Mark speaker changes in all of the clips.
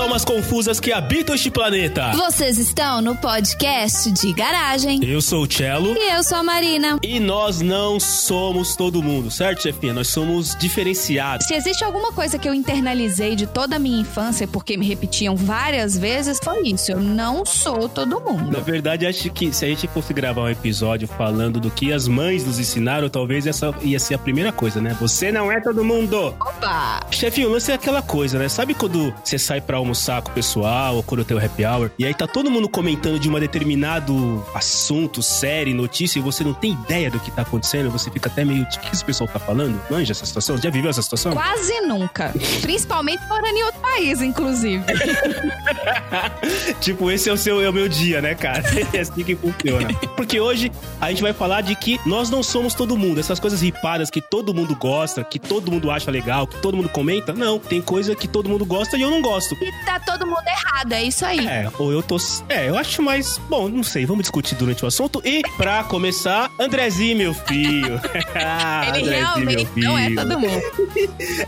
Speaker 1: almas confusas que habitam este planeta.
Speaker 2: Vocês estão no podcast de garagem.
Speaker 1: Eu sou o Cello.
Speaker 2: E eu sou a Marina.
Speaker 1: E nós não somos todo mundo, certo, chefinha? Nós somos diferenciados.
Speaker 2: Se existe alguma coisa que eu internalizei de toda a minha infância, porque me repetiam várias vezes, foi isso. Eu não sou todo mundo.
Speaker 1: Na verdade, acho que se a gente fosse gravar um episódio falando do que as mães nos ensinaram, talvez essa ia ser a primeira coisa, né? Você não é todo mundo!
Speaker 2: Opa!
Speaker 1: Chefinho, o lance é aquela coisa, né? Sabe quando você sai pra almoçar com o pessoal, ou quando tem o happy hour, e aí tá todo mundo comentando de um determinado assunto, série, notícia, e você não tem ideia do que tá acontecendo, você fica até meio, "De que esse pessoal tá falando? Manja essa situação? Já viveu essa situação?
Speaker 2: Quase nunca. Principalmente morando em outro país, inclusive.
Speaker 1: tipo, esse é o, seu, é o meu dia, né, cara? É assim que funciona. Porque hoje a gente vai falar de que nós não somos todo mundo. Essas coisas ripadas que todo mundo gosta, que todo mundo acha legal, que todo mundo comenta. Não, tem coisa que todo mundo gosta e eu não gosto.
Speaker 2: E tá todo mundo errado, é isso aí.
Speaker 1: É, ou eu tô. É, eu acho mais. Bom, não sei, vamos discutir durante o assunto. E, pra começar, Andrezinho, meu filho.
Speaker 2: Ele
Speaker 1: Andrezinho,
Speaker 2: realmente
Speaker 1: é meu
Speaker 2: não é
Speaker 1: filho.
Speaker 2: todo mundo.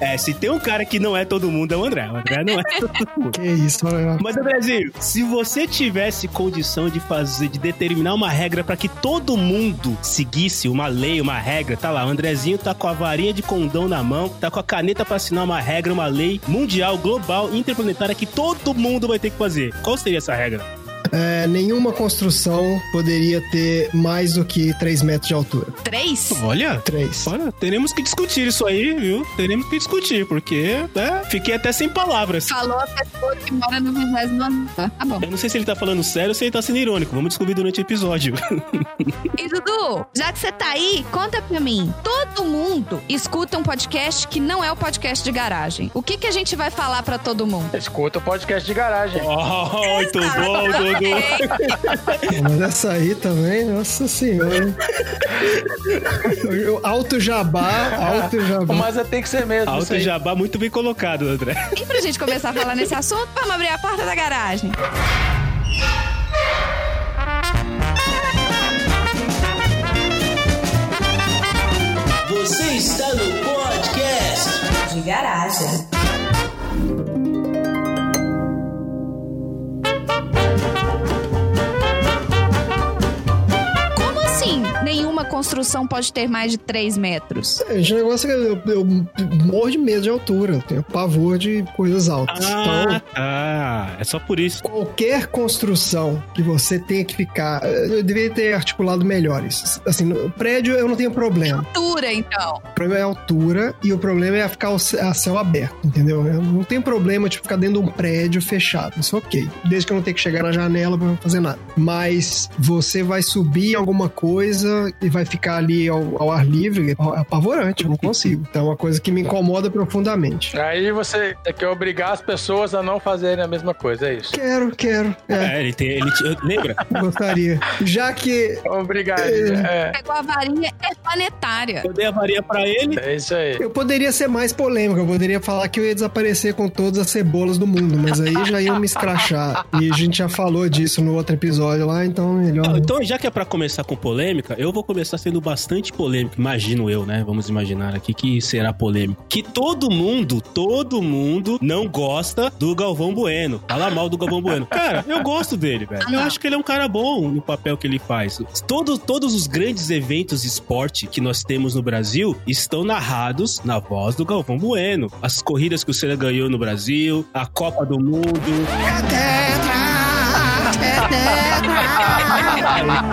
Speaker 1: É, se tem um cara que não é todo mundo, é o André. O André não é todo mundo.
Speaker 3: Que isso, né? mano.
Speaker 1: Mas, Andrezinho, se você tivesse condição de fazer, de determinar uma regra pra que todo mundo seguisse uma lei, uma regra, tá lá, o Andrezinho tá com a varinha de condão na mão, tá com a caneta pra assinar uma regra, uma lei mundial, global, interplanetária que todo mundo vai ter que fazer. Qual seria essa regra?
Speaker 3: É, nenhuma construção poderia ter mais do que 3 metros de altura.
Speaker 2: Três?
Speaker 1: Olha,
Speaker 3: 3.
Speaker 1: olha, teremos que discutir isso aí, viu? Teremos que discutir, porque, né, fiquei até sem palavras.
Speaker 2: Falou a pessoa que mora no 29 andar. Tá bom.
Speaker 1: Eu não sei se ele tá falando sério ou se ele tá sendo irônico. Vamos descobrir durante o episódio.
Speaker 2: E Dudu, já que você tá aí, conta pra mim. Todo mundo escuta um podcast que não é o podcast de garagem. O que, que a gente vai falar pra todo mundo?
Speaker 4: Escuta o podcast de garagem.
Speaker 1: Oh, muito bom, Dudu.
Speaker 3: Ah, Mas essa aí também, nossa senhora. O alto jabá, alto jabá.
Speaker 4: Mas é tem que ser mesmo. isso
Speaker 1: Alto
Speaker 4: aí.
Speaker 1: jabá, muito bem colocado, André.
Speaker 2: E pra gente começar a falar nesse assunto, vamos abrir a porta da garagem.
Speaker 1: Você está no podcast.
Speaker 5: de garagem.
Speaker 2: Como assim? Nenhuma construção pode ter mais de 3 metros.
Speaker 3: Gente, o negócio é que eu, eu morro de medo de altura, eu tenho pavor de coisas altas.
Speaker 1: Ah,
Speaker 3: Então,
Speaker 1: tá. É só por isso.
Speaker 3: qualquer construção que você tenha que ficar, eu deveria ter articulado melhores. Assim, no prédio eu não tenho problema.
Speaker 2: Altura, então.
Speaker 3: O problema é a altura e o problema é ficar ao c- a céu aberto, entendeu? Eu não tem problema de ficar dentro de um prédio fechado, isso é ok. Desde que eu não tenha que chegar na janela pra fazer nada. Mas você vai subir em alguma coisa e vai ficar ali ao, ao ar livre, é apavorante, eu não consigo. Então é uma coisa que me incomoda profundamente.
Speaker 4: Aí você tem que obrigar as pessoas a não fazerem a mesma coisa, é isso.
Speaker 3: Quero, quero. É,
Speaker 1: É, ele tem. Ele te- lembra?
Speaker 3: gostaria. Já que
Speaker 4: Obrigar. É,
Speaker 2: Pegou a varinha, é planetária.
Speaker 1: Eu dei a varia pra ele.
Speaker 4: é isso aí.
Speaker 3: eu poderia ser mais polêmico, eu poderia falar que eu ia desaparecer com todas as cebolas do mundo, mas aí já ia me escrachar. E a gente já falou disso no outro episódio lá, então melhor. não.
Speaker 1: Então, já que é pra começar com polêmica, eu vou começar sendo bastante polêmico. Imagino eu, né? Vamos imaginar aqui que será polêmico. Que todo mundo, todo mundo não gosta do Galvão Bueno. Fala mal do Galvão Bueno. Cara, eu gosto dele, velho. Eu acho que ele é um cara bom no papel que ele faz. Todo, todos os grandes eventos de esporte que nós temos no Brasil estão narrados na voz do Galvão Bueno. As corridas que o Senna ganhou no Brasil, a Copa do Mundo.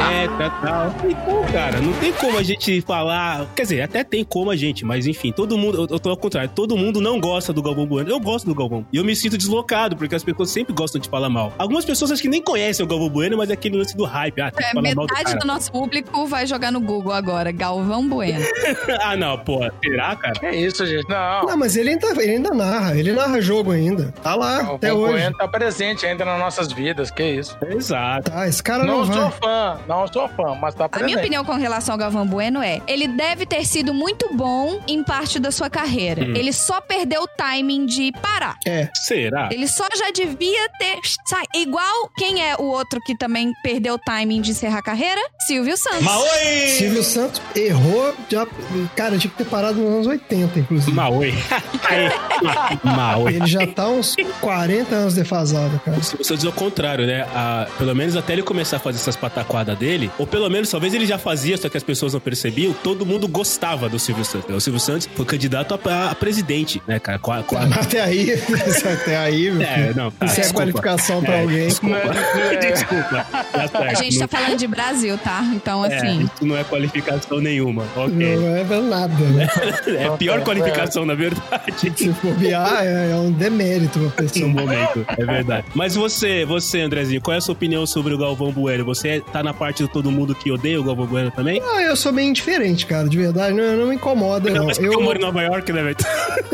Speaker 1: É, tá, tá. Então, cara, não tem como a gente falar. Quer dizer, até tem como a gente, mas enfim, todo mundo. Eu, eu tô ao contrário, todo mundo não gosta do Galvão Bueno. Eu gosto do Galvão. E eu me sinto deslocado, porque as pessoas sempre gostam de falar mal. Algumas pessoas acho que nem conhecem o Galvão Bueno, mas é aquele lance do hype. Ah, tem que
Speaker 2: É,
Speaker 1: falar mal do
Speaker 2: metade
Speaker 1: cara.
Speaker 2: do nosso público vai jogar no Google agora. Galvão Bueno.
Speaker 1: ah, não, pô. Será, cara?
Speaker 4: É isso, gente. Não.
Speaker 3: Não, mas ele ainda, ele ainda narra, ele narra jogo ainda. Tá lá,
Speaker 4: O
Speaker 3: até hoje.
Speaker 4: Bueno tá presente ainda nas nossas vidas, que isso.
Speaker 1: Exato.
Speaker 3: Tá, esse cara não,
Speaker 4: Não
Speaker 3: vai.
Speaker 4: sou fã, não sou fã, mas tá
Speaker 2: A minha
Speaker 4: presente.
Speaker 2: opinião com relação ao Galvão Bueno é: ele deve ter sido muito bom em parte da sua carreira.
Speaker 1: Hum.
Speaker 2: Ele só perdeu o timing de parar.
Speaker 3: É.
Speaker 1: Será?
Speaker 2: Ele só já devia ter. Sai. Igual quem é o outro que também perdeu o timing de encerrar a carreira? Silvio Santos.
Speaker 1: Maoi!
Speaker 3: Silvio Santos errou, já, cara, tinha que ter parado nos anos 80, inclusive.
Speaker 1: Maoi. Aí. Maoi.
Speaker 3: Ele já tá uns 40 anos defasado, cara.
Speaker 1: Se você diz o contrário, né? A- pelo menos até ele começar a fazer essas pataquadas dele, ou pelo menos talvez ele já fazia, só que as pessoas não percebiam, todo mundo gostava do Silvio Santos. né? O Silvio Santos foi candidato a, a presidente, né, cara? Com a- com a-
Speaker 3: Até aí, até aí, meu filho.
Speaker 1: É, não. tá,
Speaker 3: Isso é
Speaker 1: desculpa.
Speaker 3: qualificação pra
Speaker 1: É,
Speaker 3: alguém.
Speaker 1: Desculpa.
Speaker 4: É.
Speaker 1: desculpa. Tá certo.
Speaker 2: A gente
Speaker 1: não,
Speaker 2: tá falando de Brasil, tá? Então,
Speaker 1: é,
Speaker 2: assim.
Speaker 1: isso não é qualificação nenhuma. Ok.
Speaker 3: Não é pra nada, né?
Speaker 1: É a pior qualificação, na verdade.
Speaker 3: Se bobear, é, é um demérito pra
Speaker 1: No
Speaker 3: pessoa.
Speaker 1: momento, é verdade. Mas você, você, Andrezinho, qual é a sua opinião sobre o Galvão Bueno? Você tá na parte de todo mundo que odeia o Galvão Bueno também?
Speaker 3: Ah, eu sou bem indiferente, cara, de verdade. Não, não me incomoda, não.
Speaker 1: Mas porque eu moro em Nova York, né, velho?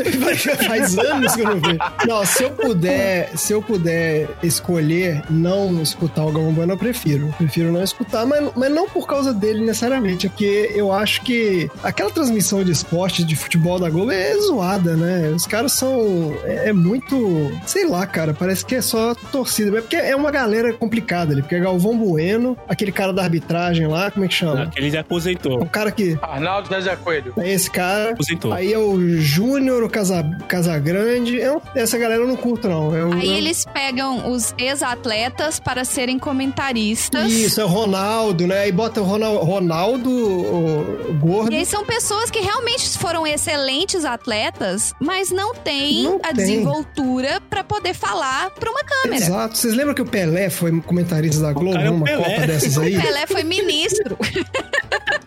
Speaker 3: Faz anos que eu não vejo. Não, se eu puder, se eu puder escolher não escutar o Galvão Bueno, eu prefiro. Eu prefiro não escutar, mas, mas não por causa dele necessariamente, é porque eu acho que aquela transmissão de esporte, de futebol da Globo é zoada, né? Os caras são. É, é muito. Sei lá, cara, parece que é só torcida. É porque é uma galera complicada ali, porque é Galvão Bueno, aquele cara da arbitragem lá, como é que chama?
Speaker 1: Ele já aposentou.
Speaker 3: O cara que.
Speaker 4: Arnaldo Zezé Coelho.
Speaker 3: É esse cara.
Speaker 1: Aposentou.
Speaker 3: Aí é o Júnior, o Casa, Casagrande. Eu- essa galera eu não curto, não. É um, Eu,
Speaker 2: Aí
Speaker 3: eu-
Speaker 2: eles pegam os ex-atletas para serem comentaristas.
Speaker 3: Isso, é o Ronaldo, né? Aí bota o Ronaldo, Ronaldo o- o gordo.
Speaker 2: E aí são pessoas que realmente foram excelentes atletas, mas não têm
Speaker 3: Não
Speaker 2: a
Speaker 3: tem.
Speaker 2: desenvoltura pra poder falar pra uma câmera.
Speaker 3: Exato. Vocês lembram que o Pelé foi comentarista da Globo
Speaker 1: cara é o
Speaker 3: numa
Speaker 1: Pelé.
Speaker 3: Copa dessas aí?
Speaker 2: O Pelé foi ministro.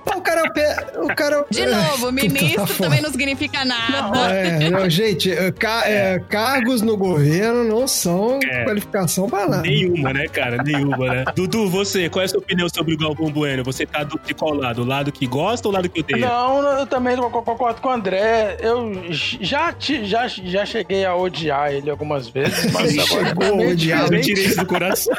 Speaker 3: Pô, o cara é o Pelé. O cara é o-
Speaker 2: De novo,
Speaker 3: Ai,
Speaker 2: ministro
Speaker 3: puta, tá
Speaker 2: também não significa nada.
Speaker 3: É, não, gente, é, ca- é, cargos no governo não são
Speaker 1: É.
Speaker 3: qualificação pra nada.
Speaker 1: Nenhuma, né, cara? Nenhuma, né? Dudu, você, qual é a sua opinião sobre o Galvão Bueno? Você tá do, de qual lado? O lado que gosta ou o lado que odeia?
Speaker 4: Não, eu também co- concordo com o André. Eu j- já, ti- já, já cheguei a odiar ele algumas vezes, mas
Speaker 3: Ele
Speaker 4: agora.
Speaker 3: chegou a odiar.
Speaker 1: Eu tirei isso do coração.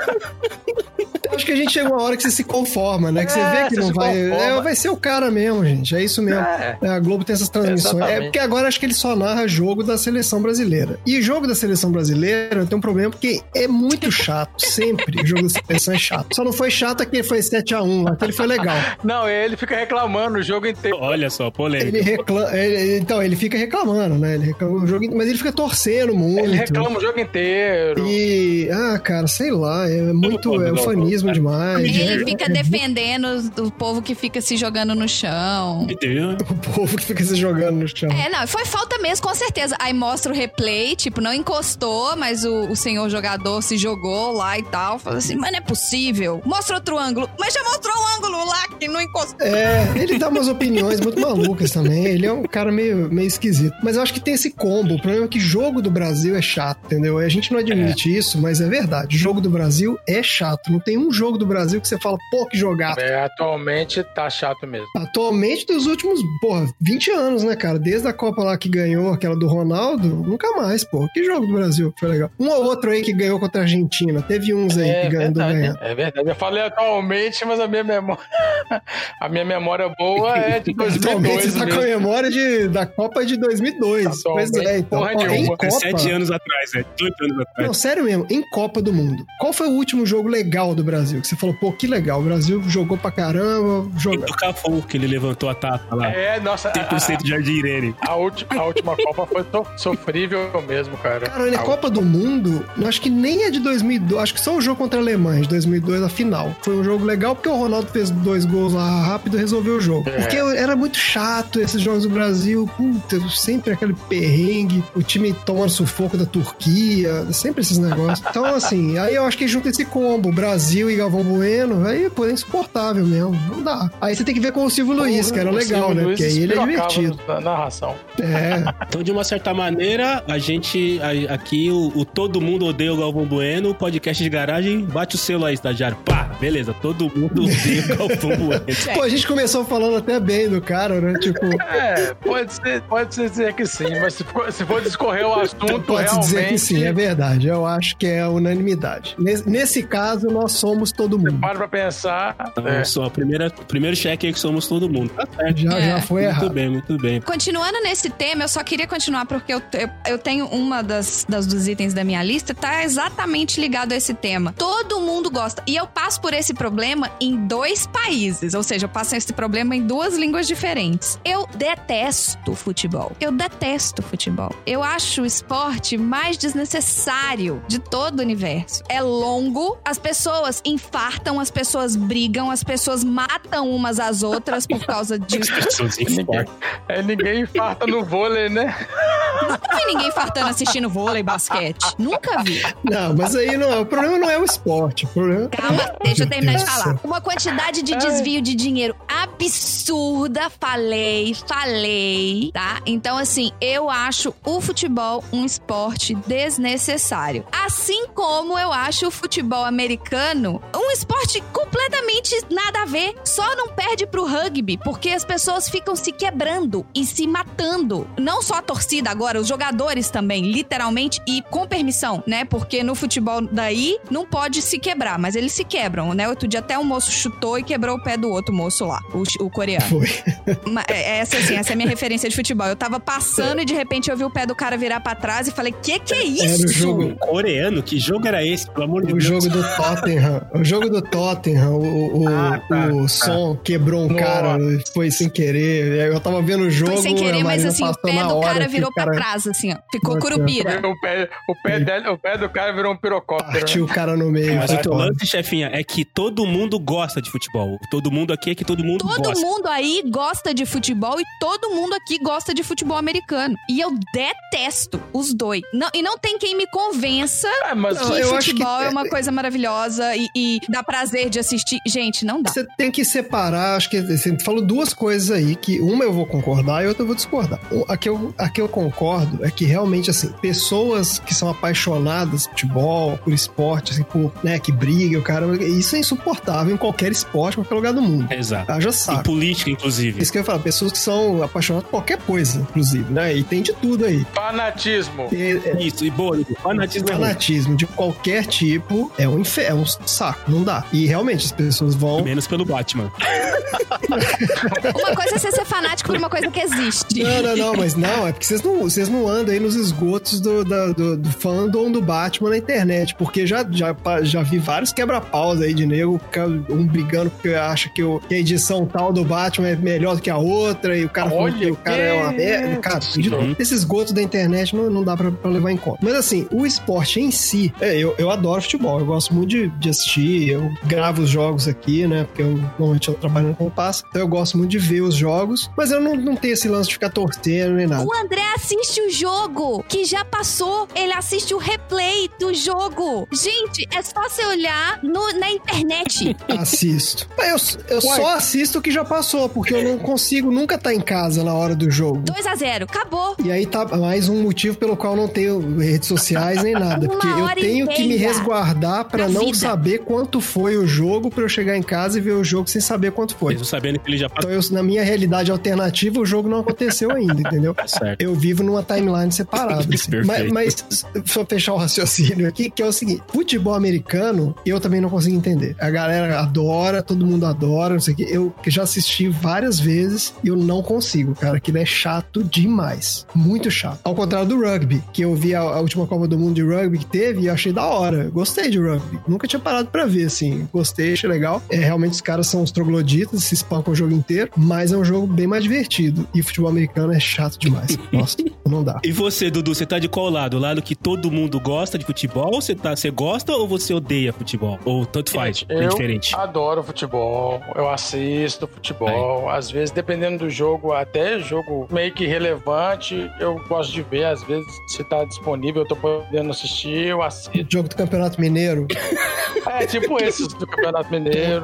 Speaker 3: Eu Acho que a gente chega uma hora que você se conforma, né? Que você
Speaker 4: É,
Speaker 3: vê que
Speaker 4: você
Speaker 3: não
Speaker 4: se
Speaker 3: vai.
Speaker 4: conforma.
Speaker 3: É, vai ser o cara mesmo, gente. É isso mesmo.
Speaker 4: É.
Speaker 3: É, A Globo tem essas transmissões.
Speaker 4: Exatamente.
Speaker 3: É porque agora acho que ele só narra jogo da seleção brasileira. E jogo da seleção brasileira tem um problema porque é muito chato. Sempre o jogo da seleção é chato. Só não foi chato aquele que foi 7x1, lá, aquele foi legal.
Speaker 4: Não, ele fica reclamando o jogo inteiro.
Speaker 1: Olha só, polêmica.
Speaker 3: Ele reclama. ele- então, ele fica reclamando, né? Ele reclama o jogo, mas ele fica torcendo muito.
Speaker 4: Ele reclama o jogo inteiro.
Speaker 3: E. Ah, cara, sei lá. É muito. É ufanismo demais.
Speaker 2: Ele
Speaker 3: É-
Speaker 2: fica defendendo o povo que fica se jogando no chão.
Speaker 1: Entendeu?
Speaker 3: O povo que fica se jogando no chão.
Speaker 2: É, não, foi falta mesmo, com certeza. Aí mostra o replay, tipo, não encostou, mas o, o senhor jogador se jogou lá e tal. Fala assim, mas não é possível. Mostra outro ângulo. Mas já mostrou o ângulo lá que não encostou.
Speaker 3: É, ele dá umas opiniões muito malucas também. Ele é um cara meio, meio esquisito. Mas eu acho que tem esse combo. O problema é que jogo do Brasil é chato, entendeu? A gente não admite isso, mas é verdade. Jogo do Brasil é chato. Não tem um jogo do Brasil que você fala, pô, que jogado.
Speaker 4: É, atualmente tá chato mesmo.
Speaker 3: Atualmente, dos últimos, porra, 20 anos, né, cara? Desde a Copa lá que ganhou, aquela do Ronaldo, nunca mais, pô. Que jogo do Brasil que foi legal. Um ou outro aí que ganhou contra a Argentina. Teve uns aí
Speaker 4: É
Speaker 3: que ganhou ganhando.
Speaker 4: verdade, é verdade. Eu falei atualmente, mas a minha memória. A minha memória boa é de
Speaker 3: Atualmente
Speaker 4: 2002
Speaker 3: você tá com a
Speaker 4: mesmo.
Speaker 3: memória de, da Copa de 2002.
Speaker 4: né? Tá Atualmente,
Speaker 3: pois é, então.
Speaker 4: porra
Speaker 3: ó, em
Speaker 4: nenhuma.
Speaker 3: Copa,
Speaker 1: Sete anos atrás, né? Oito anos atrás.
Speaker 3: Não, sério mesmo, em Copa do Mundo. Qual foi o último jogo legal do Brasil? Que você falou, pô, que legal, o Brasil jogou pra caramba,
Speaker 1: E
Speaker 3: jogou.
Speaker 1: do Cafu, que ele levantou a tapa lá.
Speaker 4: É, nossa, a,
Speaker 1: 100%
Speaker 3: ah.
Speaker 1: de Jardim Irene.
Speaker 4: a- a ulti- a última Copa foi so- sofrível mesmo, cara.
Speaker 3: Cara, olha,
Speaker 4: A
Speaker 3: é Copa do Mundo, eu acho que nem é de 2002, acho que só o jogo contra a Alemanha de 2002, a final. Foi um jogo legal porque o Ronaldo fez dois gols lá rápido e resolveu o jogo.
Speaker 4: É.
Speaker 3: Porque eu- era muito chato esses jogos do Brasil, puta, sempre aquele perrengue, o time toma sufoco da Turquia, sempre esses negócios. Então, assim, aí eu acho que junta esse combo, Brasil e Galvão Bueno, aí, pô, é insuportável mesmo. Não dá. Aí você tem que ver com o Silvio Luiz, que era
Speaker 4: O
Speaker 3: legal,
Speaker 4: Silvio
Speaker 3: né?
Speaker 4: Luiz
Speaker 3: Porque aí ele é
Speaker 4: espirocava
Speaker 3: divertido.
Speaker 4: Na narração.
Speaker 3: É.
Speaker 1: Então, de uma certa maneira, a gente. a- aqui, o, o Todo Mundo Odeia o Galvão Bueno, o podcast de garagem, bate o selo aí, estagiário. Pá, beleza, todo mundo odeia o Galvão Bueno.
Speaker 4: né?
Speaker 3: Pô, a gente começou falando até bem do cara, né? Tipo,
Speaker 4: É, pode ser, pode ser dizer que sim, mas se for, se for discorrer o assunto,
Speaker 3: pode-se
Speaker 4: realmente...
Speaker 3: dizer que sim, é verdade. Eu acho que é unanimidade. Nesse, nesse caso, nós somos todo mundo.
Speaker 4: Para pra pensar.
Speaker 1: Então,
Speaker 4: é.
Speaker 1: só a primeira, o primeiro cheque aí que somos todo mundo. Tá certo.
Speaker 3: Já,
Speaker 2: É.
Speaker 3: já Ah, foi
Speaker 1: Muito
Speaker 3: errado.
Speaker 1: bem, muito bem.
Speaker 2: Continuando nesse tema, eu só queria continuar porque eu, eu, eu tenho uma das, das dos itens da minha lista, tá exatamente ligado a esse tema. Todo mundo gosta. E eu passo por esse problema em dois países. Ou seja, eu passo esse problema em duas línguas diferentes. Eu detesto futebol. Eu detesto futebol. Eu acho o esporte mais desnecessário de todo o universo. É longo, as pessoas infartam, as pessoas brigam, as pessoas matam umas às outras por causa de
Speaker 4: É, ninguém infarta no vôlei, né?
Speaker 2: Nunca vi ninguém fartando assistindo vôlei, basquete. Nunca vi.
Speaker 3: Não, mas aí não, o problema não é o esporte. O problema
Speaker 2: Calma, deixa eu terminar de
Speaker 3: Nossa.
Speaker 2: falar. Uma quantidade de desvio de dinheiro absurda, falei, falei, tá? Então, assim, eu acho o futebol um esporte desnecessário. Assim como eu acho o futebol americano um esporte completamente nada a ver. Só não perde pro rugby, porque as pessoas ficam se quebrando e se matando. Não só a torcida agora, os jogadores também, literalmente, e com permissão, né? Porque no futebol daí não pode se quebrar, mas eles se quebram, né? Outro dia até um moço chutou e quebrou o pé do outro moço lá, o, chi- o coreano.
Speaker 3: foi.
Speaker 2: Ma- é- Essa, assim, essa é a minha referência de futebol. Eu tava passando e de repente eu vi o pé do cara virar pra trás e falei: que que é isso?
Speaker 3: É. Era o jogo,
Speaker 1: Coreano? Que jogo era esse? Pelo amor de
Speaker 3: o
Speaker 1: Deus.
Speaker 3: jogo do Tottenham. O jogo do Tottenham, o, o,
Speaker 4: Ah, tá,
Speaker 3: o som quebrou um
Speaker 4: Nossa.
Speaker 3: cara, foi sem querer. Eu tava vendo o jogo.
Speaker 2: Foi sem querer, mas
Speaker 3: a Marina
Speaker 2: assim, o
Speaker 3: passou
Speaker 2: pé
Speaker 3: na
Speaker 2: do
Speaker 3: hora
Speaker 2: cara
Speaker 3: que
Speaker 2: virou
Speaker 3: o cara
Speaker 2: pra trás, assim, ó. Ficou
Speaker 3: Nossa.
Speaker 2: curupira.
Speaker 4: O pé, o, pé dele- o pé do cara virou um pirocóptero.
Speaker 3: Partiu o cara no meio.
Speaker 1: Mas
Speaker 3: foi
Speaker 1: o
Speaker 3: foda.
Speaker 1: lance, chefinha, é que todo mundo gosta de futebol. Todo mundo aqui é que todo mundo
Speaker 2: Todo
Speaker 1: gosta.
Speaker 2: mundo aí gosta de futebol e todo mundo aqui gosta de futebol americano. E eu detesto os dois. Não- e não tem quem me convença
Speaker 4: Ah, mas
Speaker 3: Não,
Speaker 2: que
Speaker 3: eu acho
Speaker 2: futebol
Speaker 3: que-
Speaker 2: é uma coisa maravilhosa e, e dá prazer de assistir. Gente, não dá.
Speaker 3: Você tem que separar, acho que você falou duas coisas aí, que uma eu vou concordar e outra eu vou discordar. O- A que eu, a que eu concordo é que realmente, assim, pessoas que são apaixonadas por futebol, por esporte, assim, por, né, que briga, o cara, isso é insuportável em qualquer esporte, em qualquer lugar do mundo.
Speaker 1: Exato.
Speaker 3: Haja
Speaker 1: E
Speaker 3: saco.
Speaker 1: política, inclusive.
Speaker 3: Ah, tá. Isso que eu ia falar, pessoas que são apaixonadas por qualquer coisa, inclusive, né? E tem de tudo aí.
Speaker 4: fanatismo.
Speaker 3: E-
Speaker 1: Isso, e boa, Nico. fanatismo é ruim.
Speaker 3: Fanatismo de qualquer tipo é um infer... é um saco, não dá. E realmente as pessoas vão
Speaker 1: Menos pelo Batman.
Speaker 2: Uma coisa é você ser fanático por uma coisa que existe.
Speaker 3: Não, não, não, mas não, é porque vocês não, vocês não andam aí nos esgotos do, da- do, do fandom do Batman na internet, porque já, já, já vi vários quebra-paus aí de nego, fica um brigando porque acha que, o, que a edição tal do Batman é melhor do que a outra, e o cara falou
Speaker 4: Olha
Speaker 3: que o cara é uma
Speaker 4: que
Speaker 3: merda. Cara, de-
Speaker 1: Uhum.
Speaker 3: esse esgoto da internet não, não dá pra, pra levar em conta. Mas assim, o esporte em si, é, eu, eu adoro futebol, eu gosto muito de, de assistir, eu gravo os jogos aqui, né? Porque eu normalmente eu trabalho no compasso, então eu gosto muito de ver os jogos, mas eu não, não tenho esse lance de ficar torcendo nem nada.
Speaker 2: O André assiste o jogo que já passou. Ele assiste o replay do jogo. Gente, é só você olhar no- na internet.
Speaker 3: Assisto. Mas eu eu
Speaker 4: Uai.
Speaker 3: só assisto o que já passou, porque eu não consigo nunca estar em casa na hora do jogo.
Speaker 2: 2 a 0 Acabou.
Speaker 3: E aí tá mais um motivo pelo qual eu não tenho redes sociais nem nada.
Speaker 2: Uma
Speaker 3: Porque eu
Speaker 2: hora e
Speaker 3: tenho que me
Speaker 2: meia
Speaker 3: resguardar pra
Speaker 2: da
Speaker 3: não
Speaker 2: vida.
Speaker 3: saber quanto foi o jogo, pra eu chegar em casa e ver o jogo sem saber quanto foi.
Speaker 1: Mesmo sabendo que ele já passou.
Speaker 3: Então, eu, na minha realidade alternativa, o jogo não aconteceu ainda, entendeu?
Speaker 1: Tá certo.
Speaker 3: Então, Eu vivo numa timeline separada. assim.
Speaker 1: Perfeito.
Speaker 3: mas, mas só fechar o raciocínio aqui, que é o seguinte: futebol americano, eu também não consigo entender. A galera adora, todo mundo adora, não sei o quê. Eu que já assisti várias vezes e eu não consigo, cara. Aquilo é chato demais. Muito chato. Ao contrário do rugby, que eu vi a, a última Copa do Mundo de rugby que teve e eu achei da hora. Gostei de rugby. Nunca tinha parado pra ver, assim. Gostei, achei legal. É, realmente os caras são os trogloditas, se espancam o jogo inteiro, mas é um jogo bem mais divertido. E futebol americano é chato demais. Nossa. Não dá.
Speaker 1: E você, Dudu, você tá de qual lado? O lado que todo mundo gosta de futebol? Você, tá, você gosta ou você odeia futebol? Ou tanto faz? é
Speaker 4: eu
Speaker 1: diferente.
Speaker 4: adoro futebol, eu assisto futebol. Às vezes, dependendo do jogo, até jogo meio que relevante, eu gosto de ver. Às vezes, se tá disponível, eu tô podendo assistir, eu assisto.
Speaker 3: Jogo do Campeonato Mineiro,
Speaker 4: É tipo esses do Campeonato Mineiro.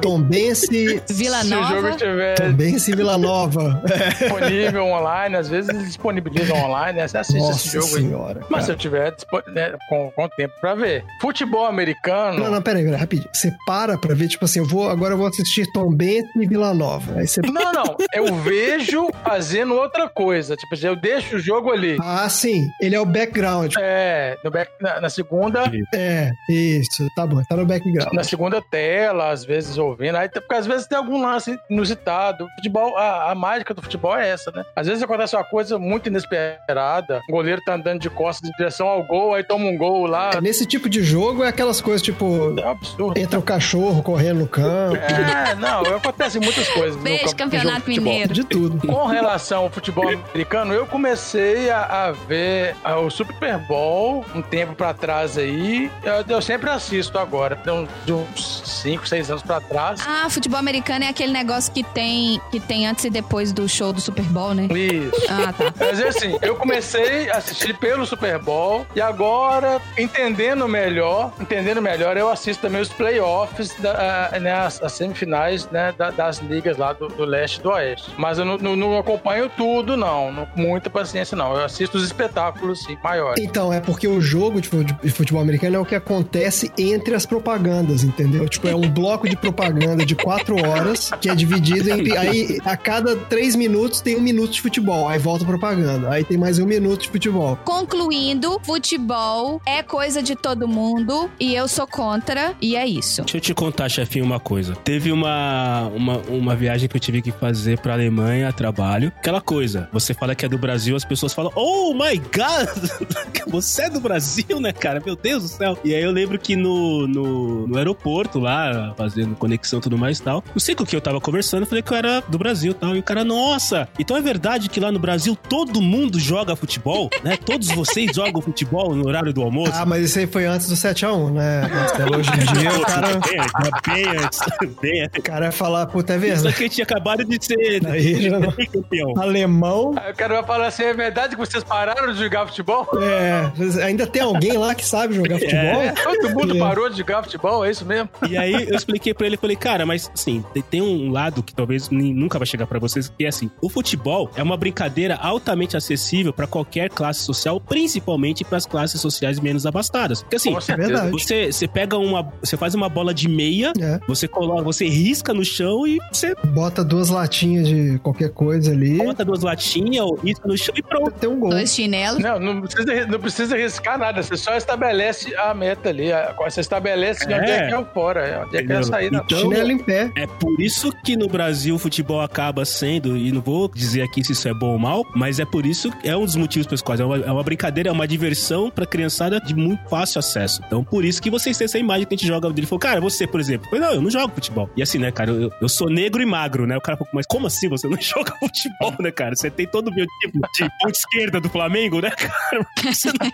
Speaker 3: Tombense,
Speaker 2: Vila
Speaker 4: Se o jogo
Speaker 2: Nova.
Speaker 4: estiver
Speaker 3: Tombense e Vila Nova.
Speaker 4: disponível online, às vezes eles disponibilizam online, né? Você assiste esse
Speaker 3: Nossa
Speaker 4: jogo aí.
Speaker 3: senhora.
Speaker 4: Mas se
Speaker 3: cara.
Speaker 4: eu tiver dispo- né, com, com tempo pra ver. Futebol americano.
Speaker 3: Não, não, peraí, peraí, rapidinho. Você para pra ver, tipo assim, eu vou, agora eu vou assistir Tombense e Vila Nova. Aí você
Speaker 4: Não, não. Eu vejo fazendo outra coisa. Tipo, assim, eu deixo o jogo ali.
Speaker 3: Ah, sim. Ele é o background.
Speaker 4: É, no back- na, na segunda,
Speaker 3: É, isso. Tá bom, tá no background.
Speaker 4: na segunda tela, às vezes ouvindo. Aí, porque às vezes tem algum lance inusitado. Futebol, a, a mágica do futebol é essa, né? Às vezes acontece uma coisa muito inesperada. O goleiro tá andando de costas em direção ao gol, aí toma um gol lá.
Speaker 3: É, Nesse tipo de jogo é aquelas coisas tipo.
Speaker 4: É um absurdo.
Speaker 3: Entra o cachorro correndo no campo,
Speaker 4: É, não, acontece muitas coisas. no
Speaker 2: Beijo,
Speaker 4: campo- no
Speaker 2: Campeonato
Speaker 4: jogo de futebol.
Speaker 2: Mineiro.
Speaker 3: de tudo.
Speaker 4: Com relação ao futebol americano, eu comecei a, a ver ah, o Super Bowl um tempo pra trás aí. Eu, eu sempre assisto agora, tem uns- de uns 5, 6 anos pra trás.
Speaker 2: Ah, futebol americano é aquele negócio que tem, que tem antes e depois do show do Super Bowl, né?
Speaker 4: Isso.
Speaker 2: Ah, tá.
Speaker 4: Mas assim, eu comecei a assistir pelo Super Bowl e agora, entendendo melhor, entendendo melhor, eu assisto também os playoffs, da, ah, né, as, as semifinais né, da- das ligas lá do, do leste e do oeste. Mas eu não, não- não acompanho tudo, não. Não- Muita paciência, não. Eu assisto os espetáculos, sim, maiores.
Speaker 3: Então, é porque o jogo de fu- de futebol americano é o que acontece entre as propagandas, entendeu? Tipo, é um bloco de propaganda de quatro horas que é dividido em. Aí, a cada três minutos tem um minuto de futebol. Aí volta a propaganda. Aí tem mais um minuto de futebol.
Speaker 2: Concluindo, futebol é coisa de todo mundo e eu sou contra, e é isso.
Speaker 1: Deixa eu te contar, chefinho, uma coisa. Teve uma, uma, uma viagem que eu tive que fazer pra Alemanha a trabalho. Aquela coisa, você fala que é do Brasil, as pessoas falam, oh my god, você é do Brasil, né, cara? Meu Deus do céu. E aí eu lembro que no, no, no aeroporto lá, fazendo conexão e tudo mais e tal, não sei com o que eu tava conversando, eu falei que eu era do Brasil e tal. E o cara, nossa, então é verdade que lá no Brasil todo mundo joga futebol, né? Todos vocês jogam futebol no horário do almoço.
Speaker 3: Ah, mas isso aí foi antes do 7x1, né? Marcelo? Hoje em dia o cara,
Speaker 1: Tá Bem antes, bem antes, bem antes.
Speaker 3: o cara vai falar, puta, é
Speaker 1: Isso
Speaker 3: verdade.
Speaker 1: aqui tinha acabado de ser
Speaker 3: Aí já não-
Speaker 1: campeão.
Speaker 3: Alemão.
Speaker 4: Aí o cara vai falar assim: é verdade que vocês pararam de jogar futebol?
Speaker 3: É, ainda tem alguém lá que sabe jogar futebol?
Speaker 4: Todo mundo
Speaker 3: É.
Speaker 4: parou de jogar futebol, é isso mesmo?
Speaker 1: E aí eu expliquei pra ele, falei, cara, mas assim, tem- tem um lado que talvez nem- nunca vai chegar pra vocês, que é assim, o futebol é uma brincadeira altamente acessível pra qualquer classe social, principalmente pras classes sociais menos abastadas. Porque assim,
Speaker 4: Com
Speaker 3: É
Speaker 4: certeza.
Speaker 3: verdade.
Speaker 1: você, você pega uma, você faz uma bola de meia,
Speaker 3: É.
Speaker 1: você coloca, você risca no chão e você
Speaker 3: Bota duas latinhas de qualquer coisa ali.
Speaker 1: bota duas latinhas ou risca no chão e pronto.
Speaker 3: Tem um gol.
Speaker 2: Dois chinelos.
Speaker 4: Não, não precisa, não precisa arriscar nada, você só estabelece a meta ali. a- Você estabelece
Speaker 1: É.
Speaker 4: onde é que é o fora, é, onde é que é a
Speaker 1: Entendeu?
Speaker 4: saída.
Speaker 1: Então-
Speaker 3: Chinelo em pé.
Speaker 1: É por isso que no Brasil o futebol acaba sendo, e não vou dizer aqui se isso é bom ou mal, mas é por isso, é um dos motivos pelos quais é uma, é uma brincadeira, é uma diversão pra criançada de muito fácil acesso. Então por isso que vocês têm essa imagem que a gente joga dele. Falou, cara, você, por exemplo, eu, falei, não, eu não jogo futebol. E assim, né, cara, eu, eu sou negro e magro, né? O cara falou, mas como assim você não joga futebol, né, cara? Você tem todo o meu tipo de ponta esquerda do Flamengo, né, cara? Você não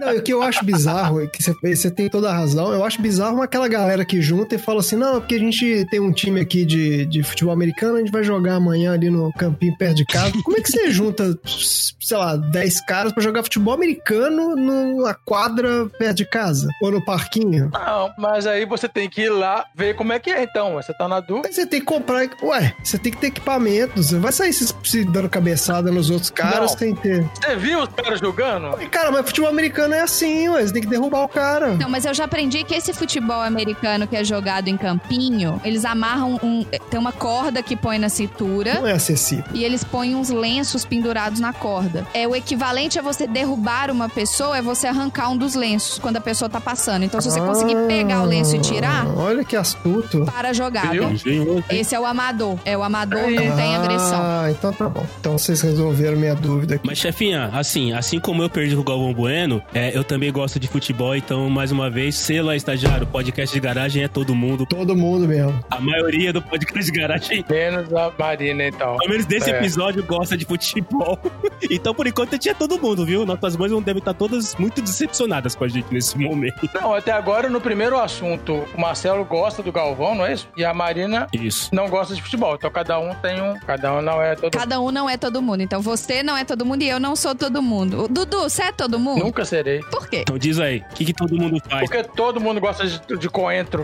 Speaker 3: Não, e o que eu acho bizarro, é que você- você tem toda a razão, eu acho bizarro aquela galera que junta e fala assim, não, é porque a gente tem um time aqui de, de futebol americano, a gente vai jogar amanhã ali no campinho perto de casa. Como é que você junta, sei lá, 10 caras pra jogar futebol americano numa quadra perto de casa? Ou no parquinho?
Speaker 4: Não, mas aí você tem que ir lá ver como é que é, então. Você tá na dúvida.
Speaker 3: Aí você tem que comprar, ué, você tem que ter equipamento, você vai sair se, se dando cabeçada nos outros caras
Speaker 4: Não.
Speaker 3: sem ter...
Speaker 4: Você viu os caras jogando?
Speaker 3: Ué, Cara, mas futebol americano é assim, ué, você tem que derrubar o cara.
Speaker 2: Não, mas eu já aprendi que esse futebol americano que é jogado em campinho, eles amarram um. Tem uma corda que põe na cintura.
Speaker 3: Não é acessível.
Speaker 2: E eles põem uns lenços pendurados na corda. É o equivalente a você derrubar uma pessoa, é você arrancar um dos lenços quando a pessoa tá passando. Então, se você conseguir pegar o lenço e tirar,
Speaker 3: Ah, Olha que astuto.
Speaker 2: para a jogada.
Speaker 4: Viu?
Speaker 2: Esse é o amador. É o amador, não tem agressão.
Speaker 3: Ah, então tá bom. Então vocês resolveram minha dúvida aqui.
Speaker 1: Mas, chefinha, assim, assim como eu perdi com o Galvão Bueno, é, eu também gosto de futebol, então, mais uma vez, selo estagiário, podcast de garagem é todo mundo.
Speaker 3: Todo mundo mesmo.
Speaker 1: A maioria do podcast de garagem,
Speaker 4: Menos a Marina, então.
Speaker 1: pelo menos desse
Speaker 4: É.
Speaker 1: episódio, gosta de futebol. E Então, por enquanto, tinha todo mundo, viu? Nossas mães vão devem estar todas muito decepcionadas com a gente nesse momento.
Speaker 4: Não, até agora, no primeiro assunto, o Marcelo gosta do Galvão, não é isso? E a Marina
Speaker 1: Isso.
Speaker 4: não gosta de futebol. Então cada um tem um. Cada um não é todo
Speaker 2: Cada um não é todo mundo. Então você não é todo mundo e eu não sou todo mundo. O Dudu, você é todo mundo?
Speaker 4: Nunca serei.
Speaker 2: Por quê?
Speaker 1: Então diz aí, o que, que todo mundo faz?
Speaker 4: Porque todo mundo gosta de, de coentro.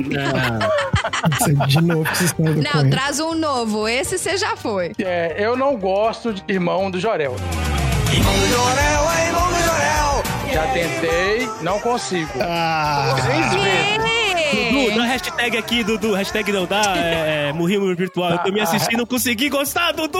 Speaker 1: Ah,
Speaker 3: De novo, vocês estão indo com
Speaker 2: Não,
Speaker 3: ele.
Speaker 2: traz um novo. Esse você já foi.
Speaker 4: É, eu não gosto de irmão do Jorel. Já tentei, não consigo.
Speaker 3: Ah,
Speaker 4: Três vezes.
Speaker 1: Dudu, dá hashtag aqui, Dudu. Hashtag não dá, é, é Murrinho Virtual. Eu tô me assistindo, não consegui gostar, Dudu!